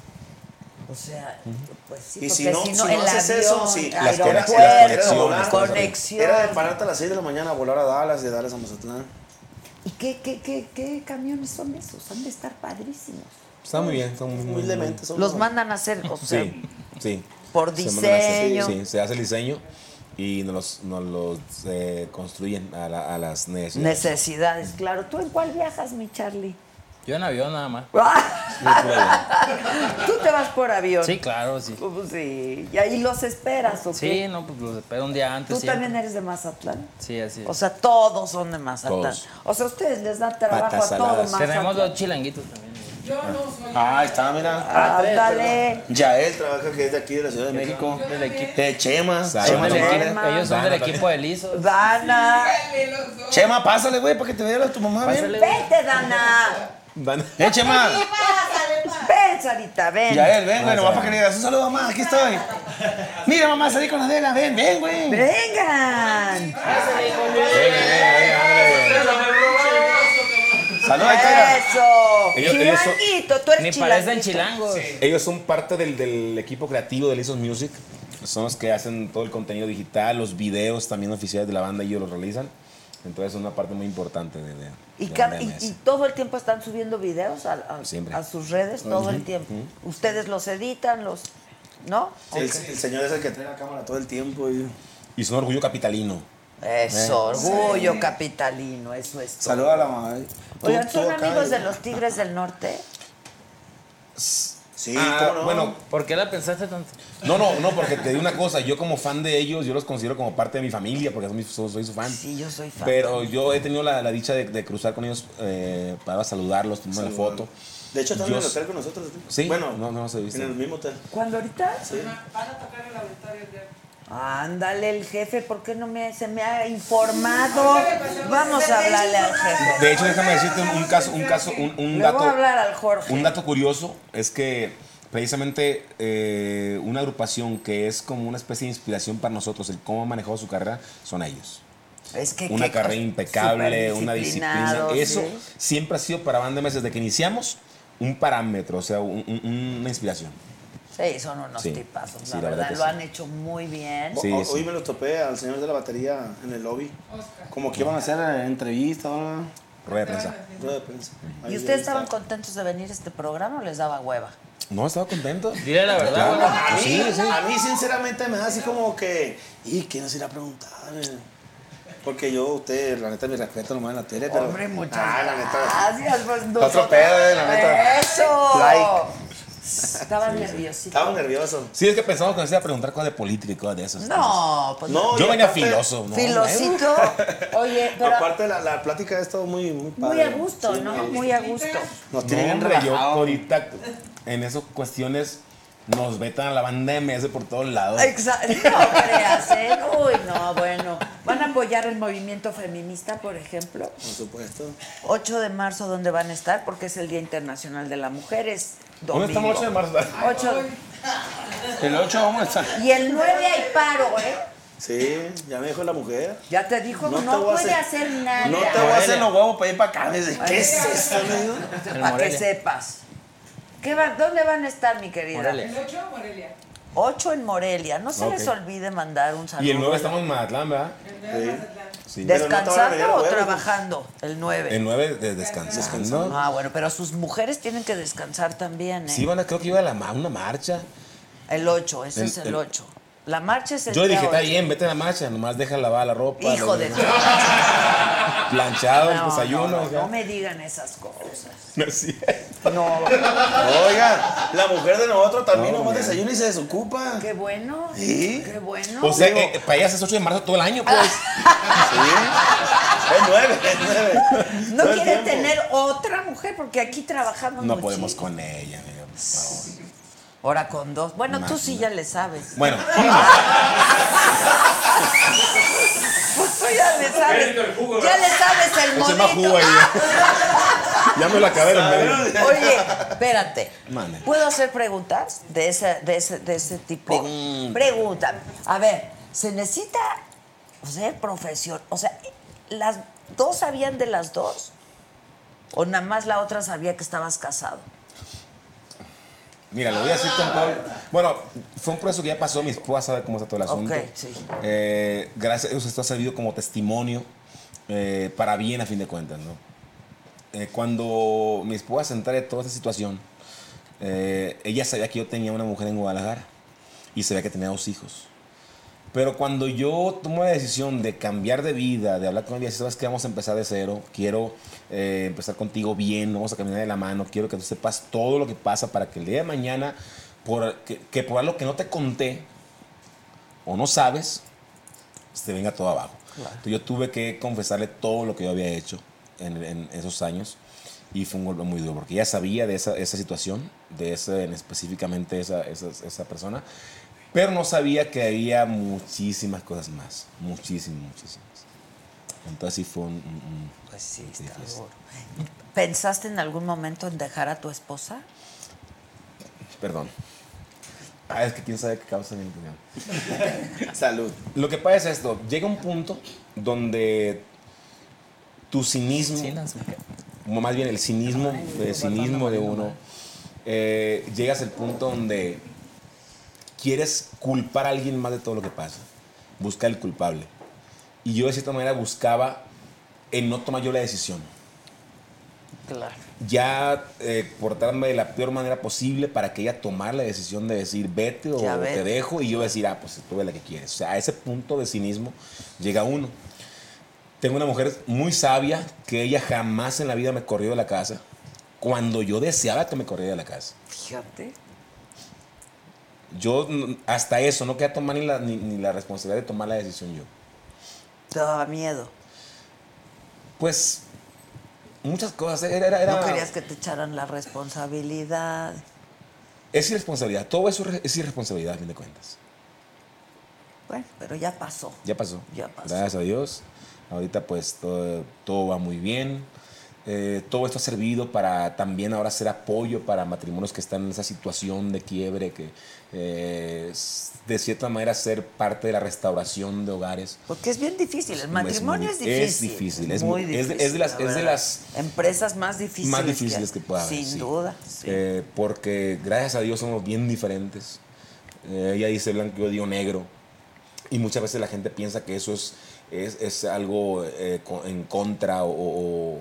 O sea, pues sí, Y porque si no, si no el haces avión, eso, sí, las aeropuerto, conexiones, las conexión. conexiones, Era de pararte a las 6 de la mañana a volar a Dallas, de Dallas a Mazatlán. ¿Y qué, qué, qué, qué camiones son esos? Han de estar padrísimos. Está muy bien, está muy, muy, Muy muy- demente. son Los unos- mandan a hacer, o sea, Sí, sí. por Se mandan a hacer- diseño. Sí, se hace el diseño y nos los, nos los eh, construyen a, la- a las E E necesidades. necesidades, claro. ¿Tú en cuál viajas, mi Charlie? Yo en avión nada más. Tú te vas por avión. Sí, claro, sí. Pues sí, y ahí los esperas, ¿o Sí, qué? no, pues los espero un día antes. ¿Tú siempre. también eres de Mazatlán? Sí, así es. O sea, todos son de Mazatlán. Todos. O sea, a ustedes les da trabajo Patas a todo saladas. Mazatlán. Tenemos dos chilanguitos también. Yo no soy. Ah, ahí está, mira. Ándale. Yael trabaja que es de aquí de la Ciudad de México. Del equipo. Eh, Chema. Saludos. Chema, Del Chema, equipo- Chema. Ellos son del equipo de Lizo. Dana. Dale, los dos. Chema, pásale, güey, para que te vea la- tu mamá. ven. Pásale, güey. Vete, Dana. Dan- Eh, Chema. Pásale, pásale. Ven, Sarita, ven. eh. Yael, ven, güey, nomás para que le digas un saludo, mamá, aquí estoy. Mira, mamá, salí con Adela, ven, ven, güey. Vengan. Saluda, ahí está. Eso. Ellos- ellos son- Chilanguito, tú eres Ni parecen chilanguito. chilangos. Ellos son parte del, del equipo creativo de Lizos Music. Son los que hacen todo el contenido digital, los videos también oficiales de la banda, ellos los realizan. Entonces es una parte muy importante de, de- Y, de E ca- y- MMS. y todo el tiempo están subiendo videos a, a- Siempre. a sus redes, todo el tiempo. Ustedes los editan, los... ¿No? El, el señor es el que trae la cámara todo el tiempo. Y... Y son orgullo capitalino. Eso, orgullo capitalino, eso es. todo. Saluda a la mamá. eh. Tú- Oigan, tú ¿son acá, amigos de eh. los Tigres del Norte? Sí, Ah, cómo no. Bueno, ¿Por qué la pensaste tanto? no, no, no, porque te digo una cosa, yo como fan de ellos, yo los considero como parte de mi familia, porque son mis- so- soy, su fan. Sí, yo soy fan. Pero yo he tenido la, la dicha de, de cruzar con ellos eh, para saludarlos, tomarme la foto. De hecho, están en el Yo- hotel con nosotros. ¿no? Sí, Bueno, no, no se viste. en el mismo hotel. ¿Cuándo ahorita? Sí. Van a tocar el auditorio de. Ándale, el jefe, ¿por qué no me, se me ha informado? Vamos a hablarle al jefe. De hecho, déjame decirte un, un caso, un caso, un, un Le dato. voy a hablar al Jorge. Un dato curioso es que precisamente eh, una agrupación que es como una especie de inspiración para nosotros, el cómo han manejado su carrera, son ellos. Es que Una qué carrera cosa, impecable, una disciplina. superdisciplinados, Eso ¿sí? siempre ha sido para Banda MS desde que iniciamos un parámetro, o sea, un- un- una inspiración. Sí, son unos Sí. tipazos, Sí, la, la verdad, verdad que lo sí. han hecho muy bien. Sí, O- o- sí. Hoy me lo topé al señor de la batería en el lobby. Como que iban a hacer eh, entrevista, ¿no? Rueda de prensa. rueda de prensa. Ahí ¿Y ustedes estaba. estaban contentos de venir a este programa o les daba hueva? No, estaba contento. Dile la verdad, Claro. A mí, Sí, sí. a mí, sinceramente, me da así como que. ¿Y quién nos irá a preguntar? eh". Porque yo, usted, la neta, mi respeto nomás en la tele, pero. Hombre, muchas Ah, la neta. gracias. Pues, Otro pedo, eh, la neta. ¡Eso! Like. Estaba nerviosito. Estaba nervioso. Sí, es que pensamos que nos iba a preguntar cosas de política y cosas de esas. No, pues No, Yo y venía aparte- filoso, ¿no? ¿eh? Filosito. Oye, pero Aparte, la, la plática ha estado muy, muy padre. muy a gusto, Sí, ¿no? muy a gusto. Muy a gusto. Nos No, tiene bien hombre, yo relajado. ahorita en esas cuestiones nos vetan a la banda MS por todos lados. Exacto. No creas, ¿eh? Uy, no, bueno. ¿Van a apoyar el movimiento feminista, por ejemplo? Por supuesto. 8 de marzo, ¿dónde van a estar? Porque es el Día Internacional de la Mujer. Es ¿Dónde domingo. estamos el 8 de marzo? Ocho- El 8 vamos a estar. Y el 9 hay paro, ¿eh? Sí, ya me dijo la mujer. Ya te dijo, no, No te voy a puede hacer- hacer, nada. No te voy a hacer los huevos para ir para acá. Me dice, ¿qué es eso, amigo? Para que sepas. ¿Qué va- ¿Dónde van a estar, mi querida? Morelia. ¿El 8 Morelia? 8 en Morelia. No se Ok. les olvide mandar un saludo. Y el 9 estamos en Mazatlán, ¿verdad? Sí. Pero no te van a ¿Descansando venir o huevos. trabajando? El 9. El 9 de descansando. Ah, bueno, pero sus mujeres tienen que descansar también, ¿eh? Sí, van a, creo que iba a la, ma- una marcha. El 8, ese El- es el el- 8. La marcha es el Yo le día dije, está ocho. bien, vete a la marcha, nomás deja lavar la ropa. Hijo de... Planchado, No, desayuno. no, no, acá. no me digan esas cosas. No es cierto. No, Oiga, la mujer de nosotros también No, nomás man. desayuna y se desocupa. qué bueno. Sí. Qué bueno. O sea, eh, eh, para ellas es 8 de marzo todo el año, pues. Ah, Es nueve, es nueve. no Todo el quiere tiempo. tener otra mujer porque aquí trabajamos No muchísimo. podemos con ella, amigo, por favor. Ahora con dos. Bueno, tú sí Imagínate. ya le sabes. Bueno, Pues tú ya le sabes. Échale el jugo, Ya le sabes el eche más jugo modito. ahí. Ya me lo acabé en medio. Oye, espérate. Mande. ¿Puedo hacer preguntas de ese, de ese, de ese tipo? Pregunta. Pregunta. A ver, se necesita ser profesión. O sea, ¿las dos sabían de las dos? ¿O nada más la otra sabía que estabas casado? Mira, lo voy a decir con todo. Bueno, fue un proceso que ya pasó, mi esposa sabe cómo está todo el asunto. Ok, sí. Eh, gracias a Dios esto ha servido como testimonio eh, para bien a fin de cuentas, ¿no? Eh, cuando mi esposa se entera de toda esta situación, eh, ella sabía que yo tenía una mujer en Guadalajara y sabía que tenía dos hijos. Pero cuando yo tomo la decisión de cambiar de vida, de hablar con ella, decir, sabes que vamos a empezar de cero, quiero eh, empezar contigo bien, vamos a caminar de la mano, quiero que tú sepas todo lo que pasa para que el día de mañana, por, que, que por algo que no te conté o no sabes, se te venga todo abajo. Entonces yo tuve que confesarle todo lo que yo había hecho en, en esos años y fue un golpe muy duro porque ella sabía de esa, esa situación, de ese, en específicamente esa, esa, esa persona, pero no sabía que había muchísimas cosas más, muchísimas, muchísimas. Entonces sí fue un... un- un- Pues sí, Sí, está sí, sí. duro. ¿Pensaste en algún momento en dejar a tu esposa? perdón. Ah, es que quién sabe qué causa mi opinión. Salud. Lo que pasa es esto, llega un punto donde tu cinismo... como más bien el cinismo, el cinismo de uno, eh, llegas al punto donde quieres culpar a alguien más de todo lo que pasa. Buscar el culpable. Y yo de cierta manera buscaba el no tomar yo la decisión. Claro. Ya eh, portarme de la peor manera posible para que ella tomara la decisión de decir vete o Ya vete. te dejo y yo decir, ah, pues tú ve la que quieres. O sea, a ese punto de cinismo llega uno. Tengo una mujer muy sabia que ella jamás en la vida me corrió de la casa cuando yo deseaba que me corriera de la casa. Fíjate. Yo mm, hasta eso no quería tomar ni la, ni, ni la responsabilidad de tomar la decisión yo. Te daba miedo. Pues muchas cosas. Era, era- era- No querías que te echaran la responsabilidad. Es irresponsabilidad. Todo eso es irresponsabilidad, a fin de cuentas. Bueno, pero ya pasó. Ya pasó. Ya pasó. Gracias a Dios. Ahorita pues todo, todo va muy bien. Eh, todo esto ha servido para también ahora ser apoyo para matrimonios que están en esa situación de quiebre, que eh, s- de cierta manera ser parte de la restauración de hogares. Porque es bien difícil, el Es matrimonio muy- es difícil. es difícil, es muy muy- es de- difícil, es de las- la es de verdad. las empresas más difíciles, más difíciles que, pueda haber. Sin sí. duda. sí. Eh, porque gracias a Dios somos bien diferentes. Eh, ella dice blanco, yo digo negro. Y muchas veces la gente piensa que eso es, es, es algo eh, co- en contra o, o- o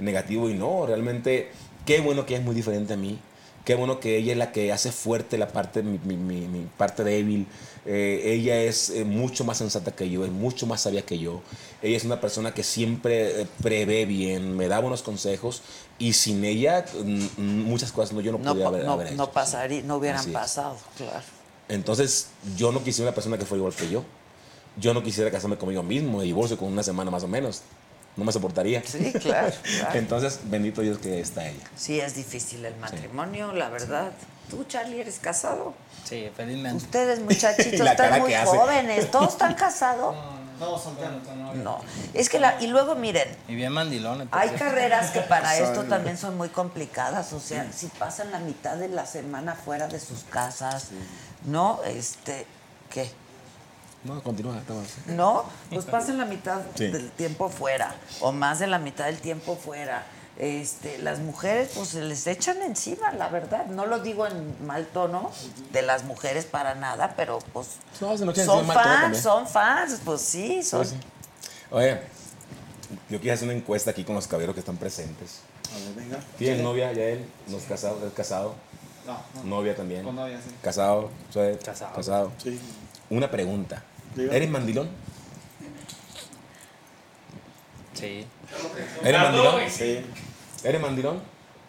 negativo y no, realmente qué bueno que ella es muy diferente a mí. Qué bueno que ella es la que hace fuerte la parte, mi, mi- mi- mi parte débil. Eh, ella es eh, mucho más sensata que yo, es mucho más sabia que yo. Ella es una persona que siempre eh, prevé bien, me da buenos consejos y sin ella mm, mm, muchas cosas no, yo no, No, podría pa- haber, no, haber hecho, no sí. pasaría, no hubieran Así es. pasado, claro. Entonces, yo no quisiera una persona que fuera igual que yo. Yo no quisiera casarme conmigo mismo, de divorcio con una semana más o menos. No me soportaría. Sí, claro, claro. Entonces, bendito Dios que está ella. Sí, es difícil el matrimonio, la verdad. ¿Tú, Charlie, eres casado? Sí, felizmente. Ustedes, muchachitos, La están cara muy que hace. jóvenes. ¿Todos están casados? No, soltero. No. Es que, la, y luego miren, Y bien mandilones. por hay cierto. carreras que para Saben, esto ¿no? también son muy complicadas. O sea, si pasan la mitad de la semana fuera de sus casas, ¿no? Este, ¿qué? No, continúa, está bueno. ¿No? Pues pasan la mitad Sí. del tiempo fuera, o más de la mitad del tiempo fuera. Este, las mujeres, pues se les echan encima, la verdad. No lo digo en mal tono de las mujeres para nada, pero pues. No, se nos echan son encima en mal tono fans, también. son fans, pues sí, son. Sí, sí. Oye, yo quise hacer una encuesta aquí con los caballeros que están presentes. A ver, venga. ¿Tienes novia, Yael? ¿Nos casado? ¿Es casado? No, Novia también. Con novia, sí. Casado, soy casado. Sí. Una pregunta. Diga. ¿Eres mandilón? Sí. ¿Eres Las mandilón? dos. Sí. ¿Eres mandilón?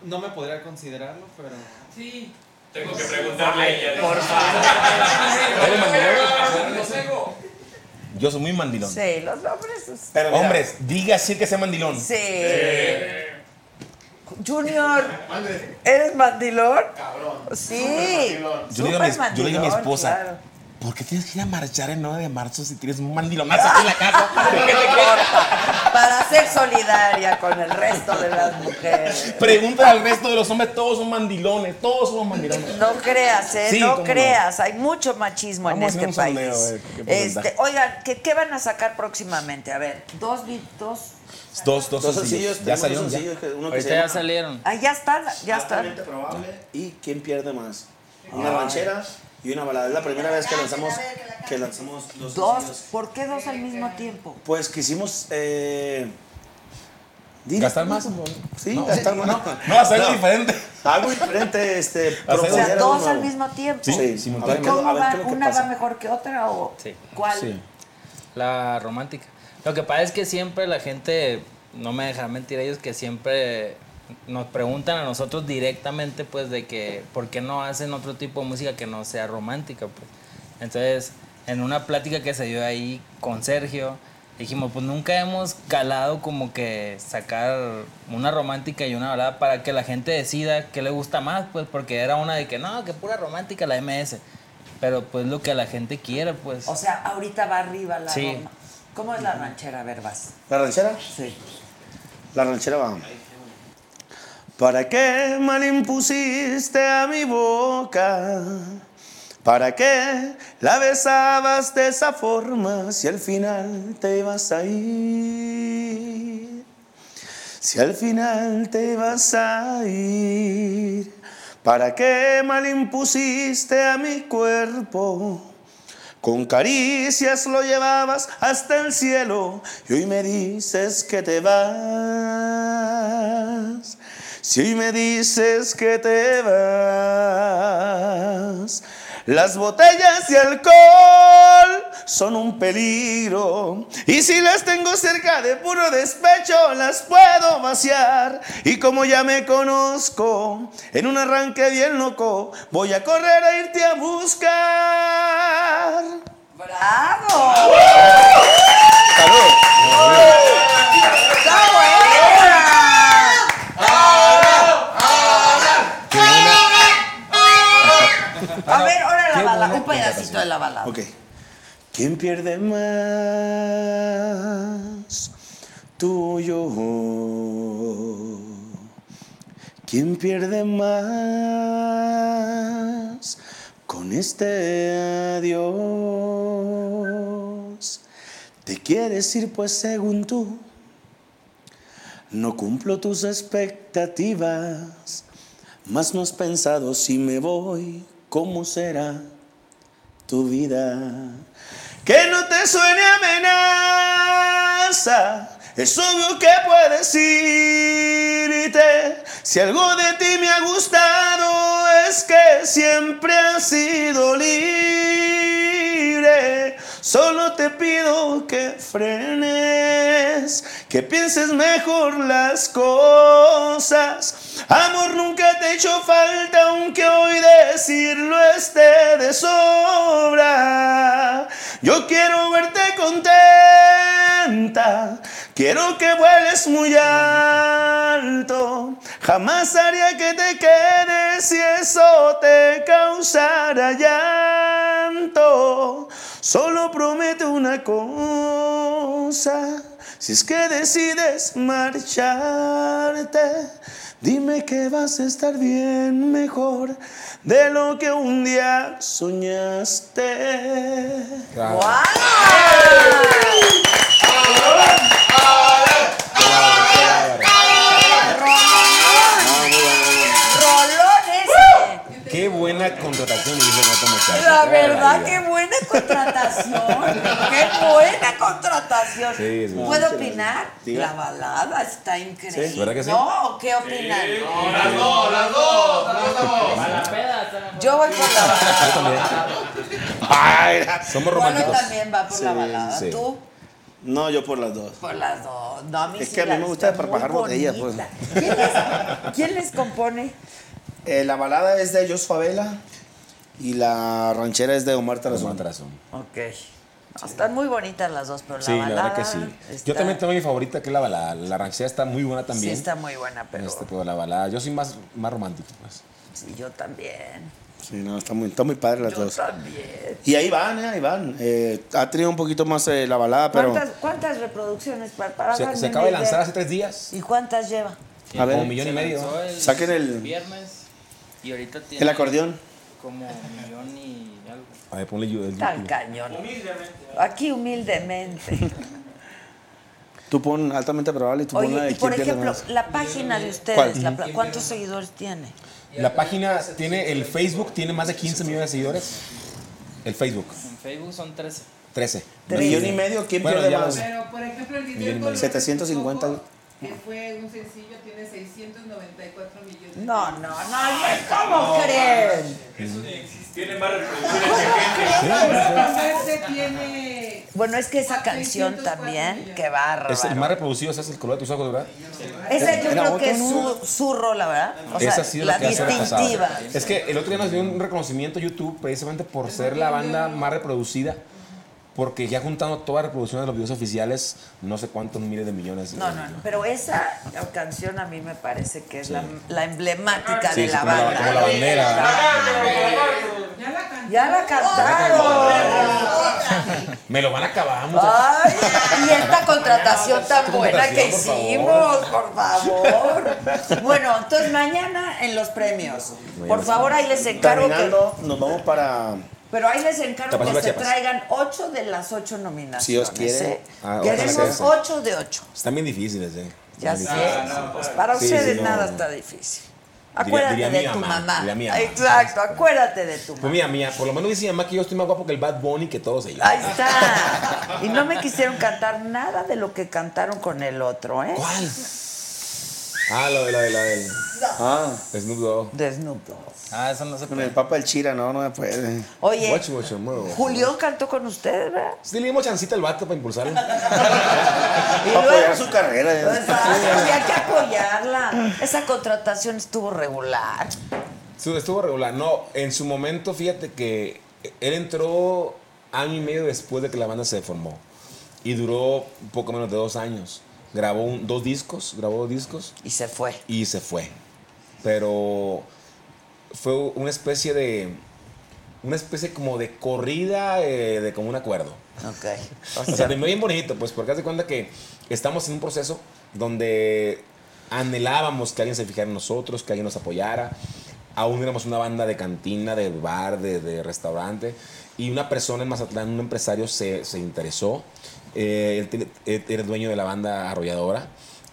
No me podría considerarlo, pero. Sí. Tengo que preguntarle a ella. Por ¿Eres mandilón? favor. Yo soy muy mandilón. Sí, los hombres. pues, Pero mira. Hombres, diga sí que sea mandilón. Sí. Junior, ¿eres mandilón? Cabrón. Sí. Yo le, digo a mi, Súper yo le digo a mi mandilón, esposa, claro. ¿por qué tienes que ir a marchar el 9 de marzo si tienes un mandilonazo aquí en la casa? ¿De qué te quejas? Para ser solidaria con el resto de las mujeres. Pregunta al resto de los hombres, todos son mandilones, todos somos mandilones. No creas, ¿eh? Sí, no cómo no. creas. Hay mucho machismo Vamos a en este hacer un eh, país. sondeo, a ver qué porcentaje. Este, oigan, ¿qué, qué van a sacar próximamente? A ver, dos, vi- dos. Dos, dos, Dos sencillos. sencillos, Ya tenemos salieron. ya. dos sencillos que uno que Ahorita se ya llama- salieron. Ah, ya están, ya están. altamente probable. ¿Y quién pierde más? Una ranchera y una balada. Es la primera vez que lanzamos, que lanzamos los Dos. ¿Por qué dos al mismo tiempo? Pues quisimos. Eh, dir- ¿Gastar más? Sí, No, gastar más. no, no, hacer algo diferente. Algo diferente, este. algo O sea, proponer dos algo al nuevo. mismo tiempo. Sí, ¿Y simultáneamente. A cómo ver qué es va? lo que ¿Una va pasa. mejor que otra o Sí. cuál? Sí. La romántica. Lo que pasa es que siempre la gente, no me dejará mentir ellos, que siempre nos preguntan a nosotros directamente, pues, de que por qué no hacen otro tipo de música que no sea romántica, pues. Entonces, en una plática que se dio ahí con Sergio, dijimos, pues nunca hemos calado como que sacar una romántica y una balada para que la gente decida qué le gusta más, pues, porque era una de que no, que pura romántica la MS. Pero pues lo que la gente quiere, pues. O sea, ahorita va arriba la Sí. Roma. ¿Cómo es la ranchera? A ver, vas. ¿La ranchera? Sí. La ranchera va. ¿Para qué mal impusiste a mi boca? ¿Para qué la besabas de esa forma si al final te ibas a ir? Si al final te ibas a ir, ¿para qué mal impusiste a mi cuerpo? Con caricias lo llevabas hasta el cielo y hoy me dices que te vas. Si hoy me dices que te vas, las botellas de alcohol son un peligro. Y si las tengo cerca de puro despecho, las puedo vaciar. Y como ya me conozco, en un arranque bien loco, voy a correr a irte a buscar. ¡Bravo! ¡Salud! ¡Está buena! A ver, ahora la balada, un pedacito de la balada. Ok. ¿Quién pierde más? Tú y yo. ¿Quién pierde más con este adiós? ¿Te quieres ir pues según tú? No cumplo tus expectativas, mas no has pensado si me voy, ¿cómo será? tu vida. Que no te suene amenaza Es obvio que puedo decirte, si algo de ti me ha gustado es que siempre has sido libre. Solo te pido que frenes, que pienses mejor las cosas. Amor, nunca te he hecho falta, aunque hoy decirlo esté de sobra. Yo quiero verte contenta, quiero que vueles muy alto. Jamás haría que te quedes si eso te causara llanto. Solo promete una cosa, si es que decides marcharte. Dime que vas a estar bien mejor de lo que un día soñaste. Rolón este. ese. Qué buena contratación le hizo Gato Muchacho. La Qué verdad, barbaridad. qué buena contratación. Qué buena contratación. Sí, es ¿Puedo verdad. opinar? Diga. La balada está increíble. ¿Verdad que sí? ¿No? ¿O ¿Qué opinan? Las dos, las dos, las dos estamos. Yo voy por la balada. Yo también. Ay, somos Bueno, románticos. también va por la Sí, balada. sí. Tú No, yo por las dos. por las dos. No, a mí Es sí que a mí la me viste gusta muy parpajar botellas, pues. bonita. ¿Quién les, quién les compone? Eh, la balada es de Jos Favela y la ranchera es de Omar Tarazón. Ok. No, Están muy bonitas las dos, pero Sí, la la balada. verdad que sí. Yo está- también tengo mi favorita, que es la balada. La ranchera está muy buena también. Sí, está muy buena, pero. Este, pero la balada, yo soy más, más romántico. Pues. Sí, yo también. Sí, no, está muy, está muy padre las Yo dos. también. Y ahí van, eh, ahí van. Eh, ha tenido un poquito más eh, la balada, pero ¿Cuántas, cuántas reproducciones para, para Se, darme se acaba de una lanzar idea? hace Mm, tres días. ¿Y cuántas lleva? A ver, como un millón y medio. Lanzó el Saquen el- Viernes y ahorita tiene. el acordeón. Como un millón y algo. A ver, ponle yo el Tan YouTube. cañón. Aquí humildemente. Tú pon altamente probable y tú pon la Oye, de y por quién pierde ejemplo, más. la página de ustedes, ¿Cuál? la pla- ¿cuántos seguidores tiene? La página tiene, el Facebook tiene más de 15 millones de seguidores. El Facebook, En Facebook son 13. 13. Tres. Millón y medio, ¿quién Bueno, pierde ya más? Pero, por ejemplo, el Bien, video con 750. Coco, que fue un sencillo, tiene 694 millones. No, no, no, ¿cómo creen? Tiene más reproducciones. Aparte tiene... Bueno, es que esa canción 604 también, millones. qué bárbaro. Es el más reproducido, ese es el color de tus ojos, ¿verdad? Esa yo Era creo que otro, es su, su rola, ¿verdad? O sea, Esa ha sido la la que hace distintiva. repasada. Es que el otro día nos dio un reconocimiento YouTube precisamente por ser la banda más reproducida. Porque ya juntando todas las reproducciones de los videos oficiales, no sé cuántos miles de millones. No, no, no. Pero esa canción a mí me parece que es la, la emblemática Sí, de sí, la como la- banda. como la bandera. Ya la cantó. Ya la cantaron. Me lo van a acabar, muchachos. Ay, y esta contratación tan buena que hicimos, por favor. Bueno, entonces mañana en los premios. Por favor, ahí les encargo que. Terminando, nos vamos para. Pero ahí les encargo que Tapachula, se Chiapas. traigan ocho de las ocho nominaciones. Si Dios quiere. ¿eh? Ah, ojalá que Queremos sea. ocho de ocho. Están bien difíciles, ¿eh? Ya Bien sé. difíciles. pues para Sí, ustedes sí, no, nada no. está difícil. Diría- Acuérdate diría de mi tu mamá, mamá. diría mi mamá. Exacto, acuérdate de tu Pues mamá. mira, mira, por lo menos dice mi mamá que yo estoy más guapo que el Bad Bunny que todos ellos. Ahí está. Y no me quisieron cantar nada de lo que cantaron con el otro, ¿eh? ¿Cuál? Ah, lo de la de la del Ah, Snoop Dogg. Desnudo. Ah, eso no se con puede. el Papa del Chira, no, no me puede. Oye, Watch, watch, muevo. Julián cantó con ustedes, ¿verdad? Sí, le dimos chancita al vato para impulsarlo. Y Para luego- apoyar su carrera. eh. Pues, ya. ah, sí, hay que apoyarla. Esa contratación estuvo regular. Su- Estuvo regular. No, en su momento, fíjate que él entró año y medio después de que la banda se formó. Y duró un poco menos de dos años. Grabó un- dos discos, grabó dos discos Y se fue. y se fue. Pero fue una especie de. Una especie como de corrida eh, de común acuerdo. Ok. O sea, primero bien bonito, pues, porque haz de cuenta que estamos en un proceso donde anhelábamos que alguien se fijara en nosotros, que alguien nos apoyara. Aún éramos una banda de cantina, de bar, de, de restaurante. Y una persona en Mazatlán, un empresario, se, se interesó. Eh, él tiene- él era dueño de la banda arrolladora.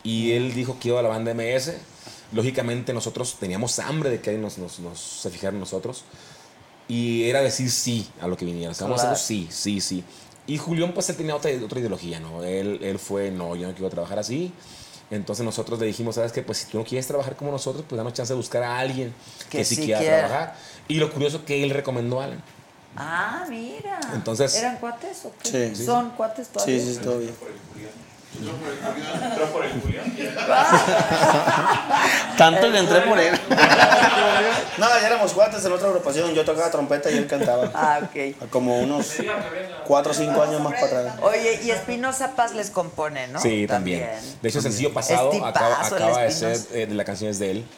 Y él dijo, quiero a la banda MS. Lógicamente nosotros teníamos hambre de que alguien nos, nos- nos- se fijara en nosotros. Y era decir sí a lo que viniera. O sea, Vamos a hacerlo sí, sí, sí. Y Julián, pues él tenía otra, otra ideología, ¿no? Él, él fue, no, yo no quiero trabajar así. Entonces nosotros le dijimos, ¿sabes qué? Pues si tú no quieres trabajar como nosotros, pues danos chance de buscar a alguien que, Que sí sí quiera quiera. trabajar. Y lo curioso que él recomendó a Alan. Ah, mira. Entonces- ¿Eran cuates o qué? Sí, sí, ¿Son sí. cuates todavía? Sí, sí, todavía. Entró por el Julián. Tanto le entré por él. no, ya éramos cuates en otra agrupación. Yo tocaba trompeta y él cantaba. Ah, ok. Como unos 4 o 5 años más para atrás. Oye, y Espinosa Paz les compone, ¿no? Sí, también. De hecho, el sencillo pasado Es tipazo, acaba, el acaba de ser Espinosa. eh, de las canciones de él.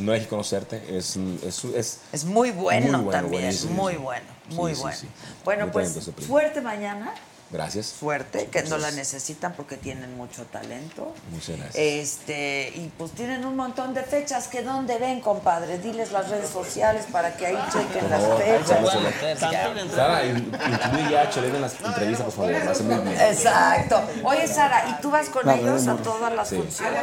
No hay que conocerte. Es, es, es, Es muy bueno también, buenísimo, muy sí. bueno, Sí, muy sí, bueno. sí. Bueno, Yo pues también lo supe. fuerte mañana, Gracias. fuerte, que no la Gracias. necesitan porque tienen mucho talento. Muchas gracias. Este, y pues tienen un montón de fechas que dónde ven, compadre. Diles las redes sociales para que ahí chequen Por las favor, fechas. vamos a ver. Sara, in- incluye ya a Chelena en las entrevistas, por favor. Hace muy bien. Exacto. Oye, Sara, ¿y tú vas con Las ellos redes a morras. todas las Sí. funciones?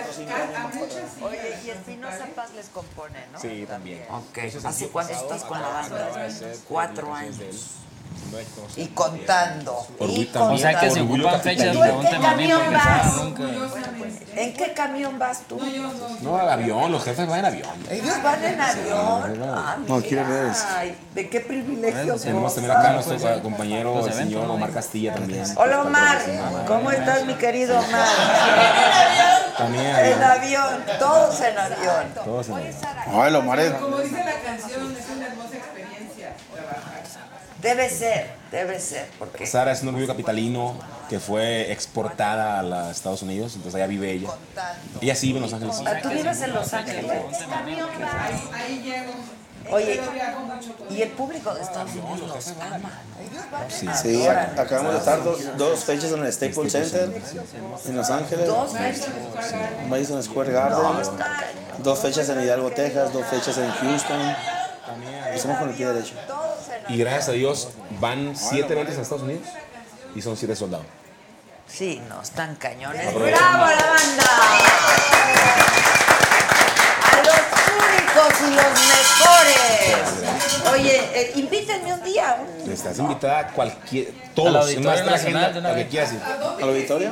Oye, y Espinosa Paz les compone, ¿no? Sí, también. Ok. Ese sencillo ¿Hace cuánto pasado estás con la acaba- banda? acaba de ser de Cuatro las canciones años. de él. No hay que conocerte. Y contando. Orgullo y también. O sea, que si Orgullo ocupan capitalino. fechas, ¿Tú en qué pregúntenme a mí camión porque vas? pues, Sara nunca. ¿En qué camión vas tú? pues, eh, No, al avión, los jefes van en avión. Ellos van en avión. Ah, No, mira. quiero redes. Ay, ¿de qué privilegio Tenemos también Ah, acá a nuestro compañero, el señor Omar Castilla también. Hola Omar, ¿cómo estás mi querido Omar? También. En avión, todos en avión. Todos en avión. Ay, lo mares. Como dice la canción, es una hermosa experiencia. Debe ser, debe ser, porque Sara es un orgullo capitalino que fue exportada a los Estados Unidos, entonces allá vive ella. Ella sí vive en Los Ángeles. Ah, tú vives en Los Ángeles. Ahí, ahí llego. Oye, Pero viajo mucho con y el público de Estados Unidos los ama. Sí, ac- acabamos de estar dos, dos fechas en el Staples Center, en Los Ángeles. Dos fechas. Madison Square Garden. Dos fechas en Hidalgo, Texas. Dos fechas en Houston. Empezamos con el pie derecho. Y gracias a Dios van siete eventos a Estados Unidos y son siete soldados. Sí, no, están cañones. Aprovechen. ¡Bravo la banda! A los únicos y los mejores. Oye, eh, invítenme un día. Estás invitada a cualquier. Todos. Auditorio es más, la Nacional, agenda, de una la vez. que quieras ir. ¿Al auditorio?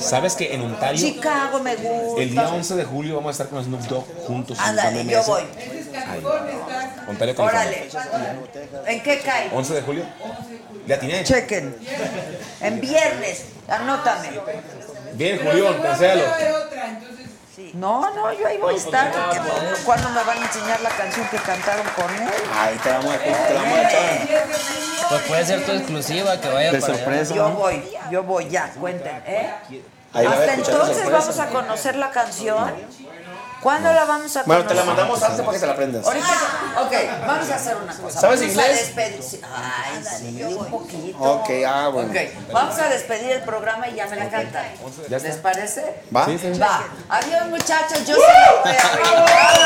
Sabes que en Ontario, Chicago me gusta. el día 11 de julio, vamos a estar con Snoop Dogg juntos. en Ándale, un yo KMS. voy. Ahí. Ontario, Órale. California. ¿En qué cae? 11 de julio. ¿La tiene? Chequen. En viernes. Anótame. Bien, Julián, cancelo. No, no, yo ahí voy a estar. porque no- ¿Cuándo me van a enseñar la canción que cantaron con él? eh, Ahí te vamos a, te vamos a echar. Pues puede ser tu exclusiva que vaya De para allá. sorpresa, Yo ¿no? voy, yo voy, ya, cuenten. ¿eh? Ahí la voy a Hasta escuchar de entonces sorpresa. vamos a conocer la canción. ¿Cuándo la vamos a conocer? Bueno, te la mandamos antes para que te la aprendas. Ahorita, ok, vamos a hacer una cosa. Vamos ¿Sabes a inglés? despedir- Ay, sí, un poquito. Ok, ah, bueno. Ok, vamos a despedir el programa y ya me la cantan. Ya está. ¿Les parece? ¿Va? Va. Adiós, muchachos. Yo soy la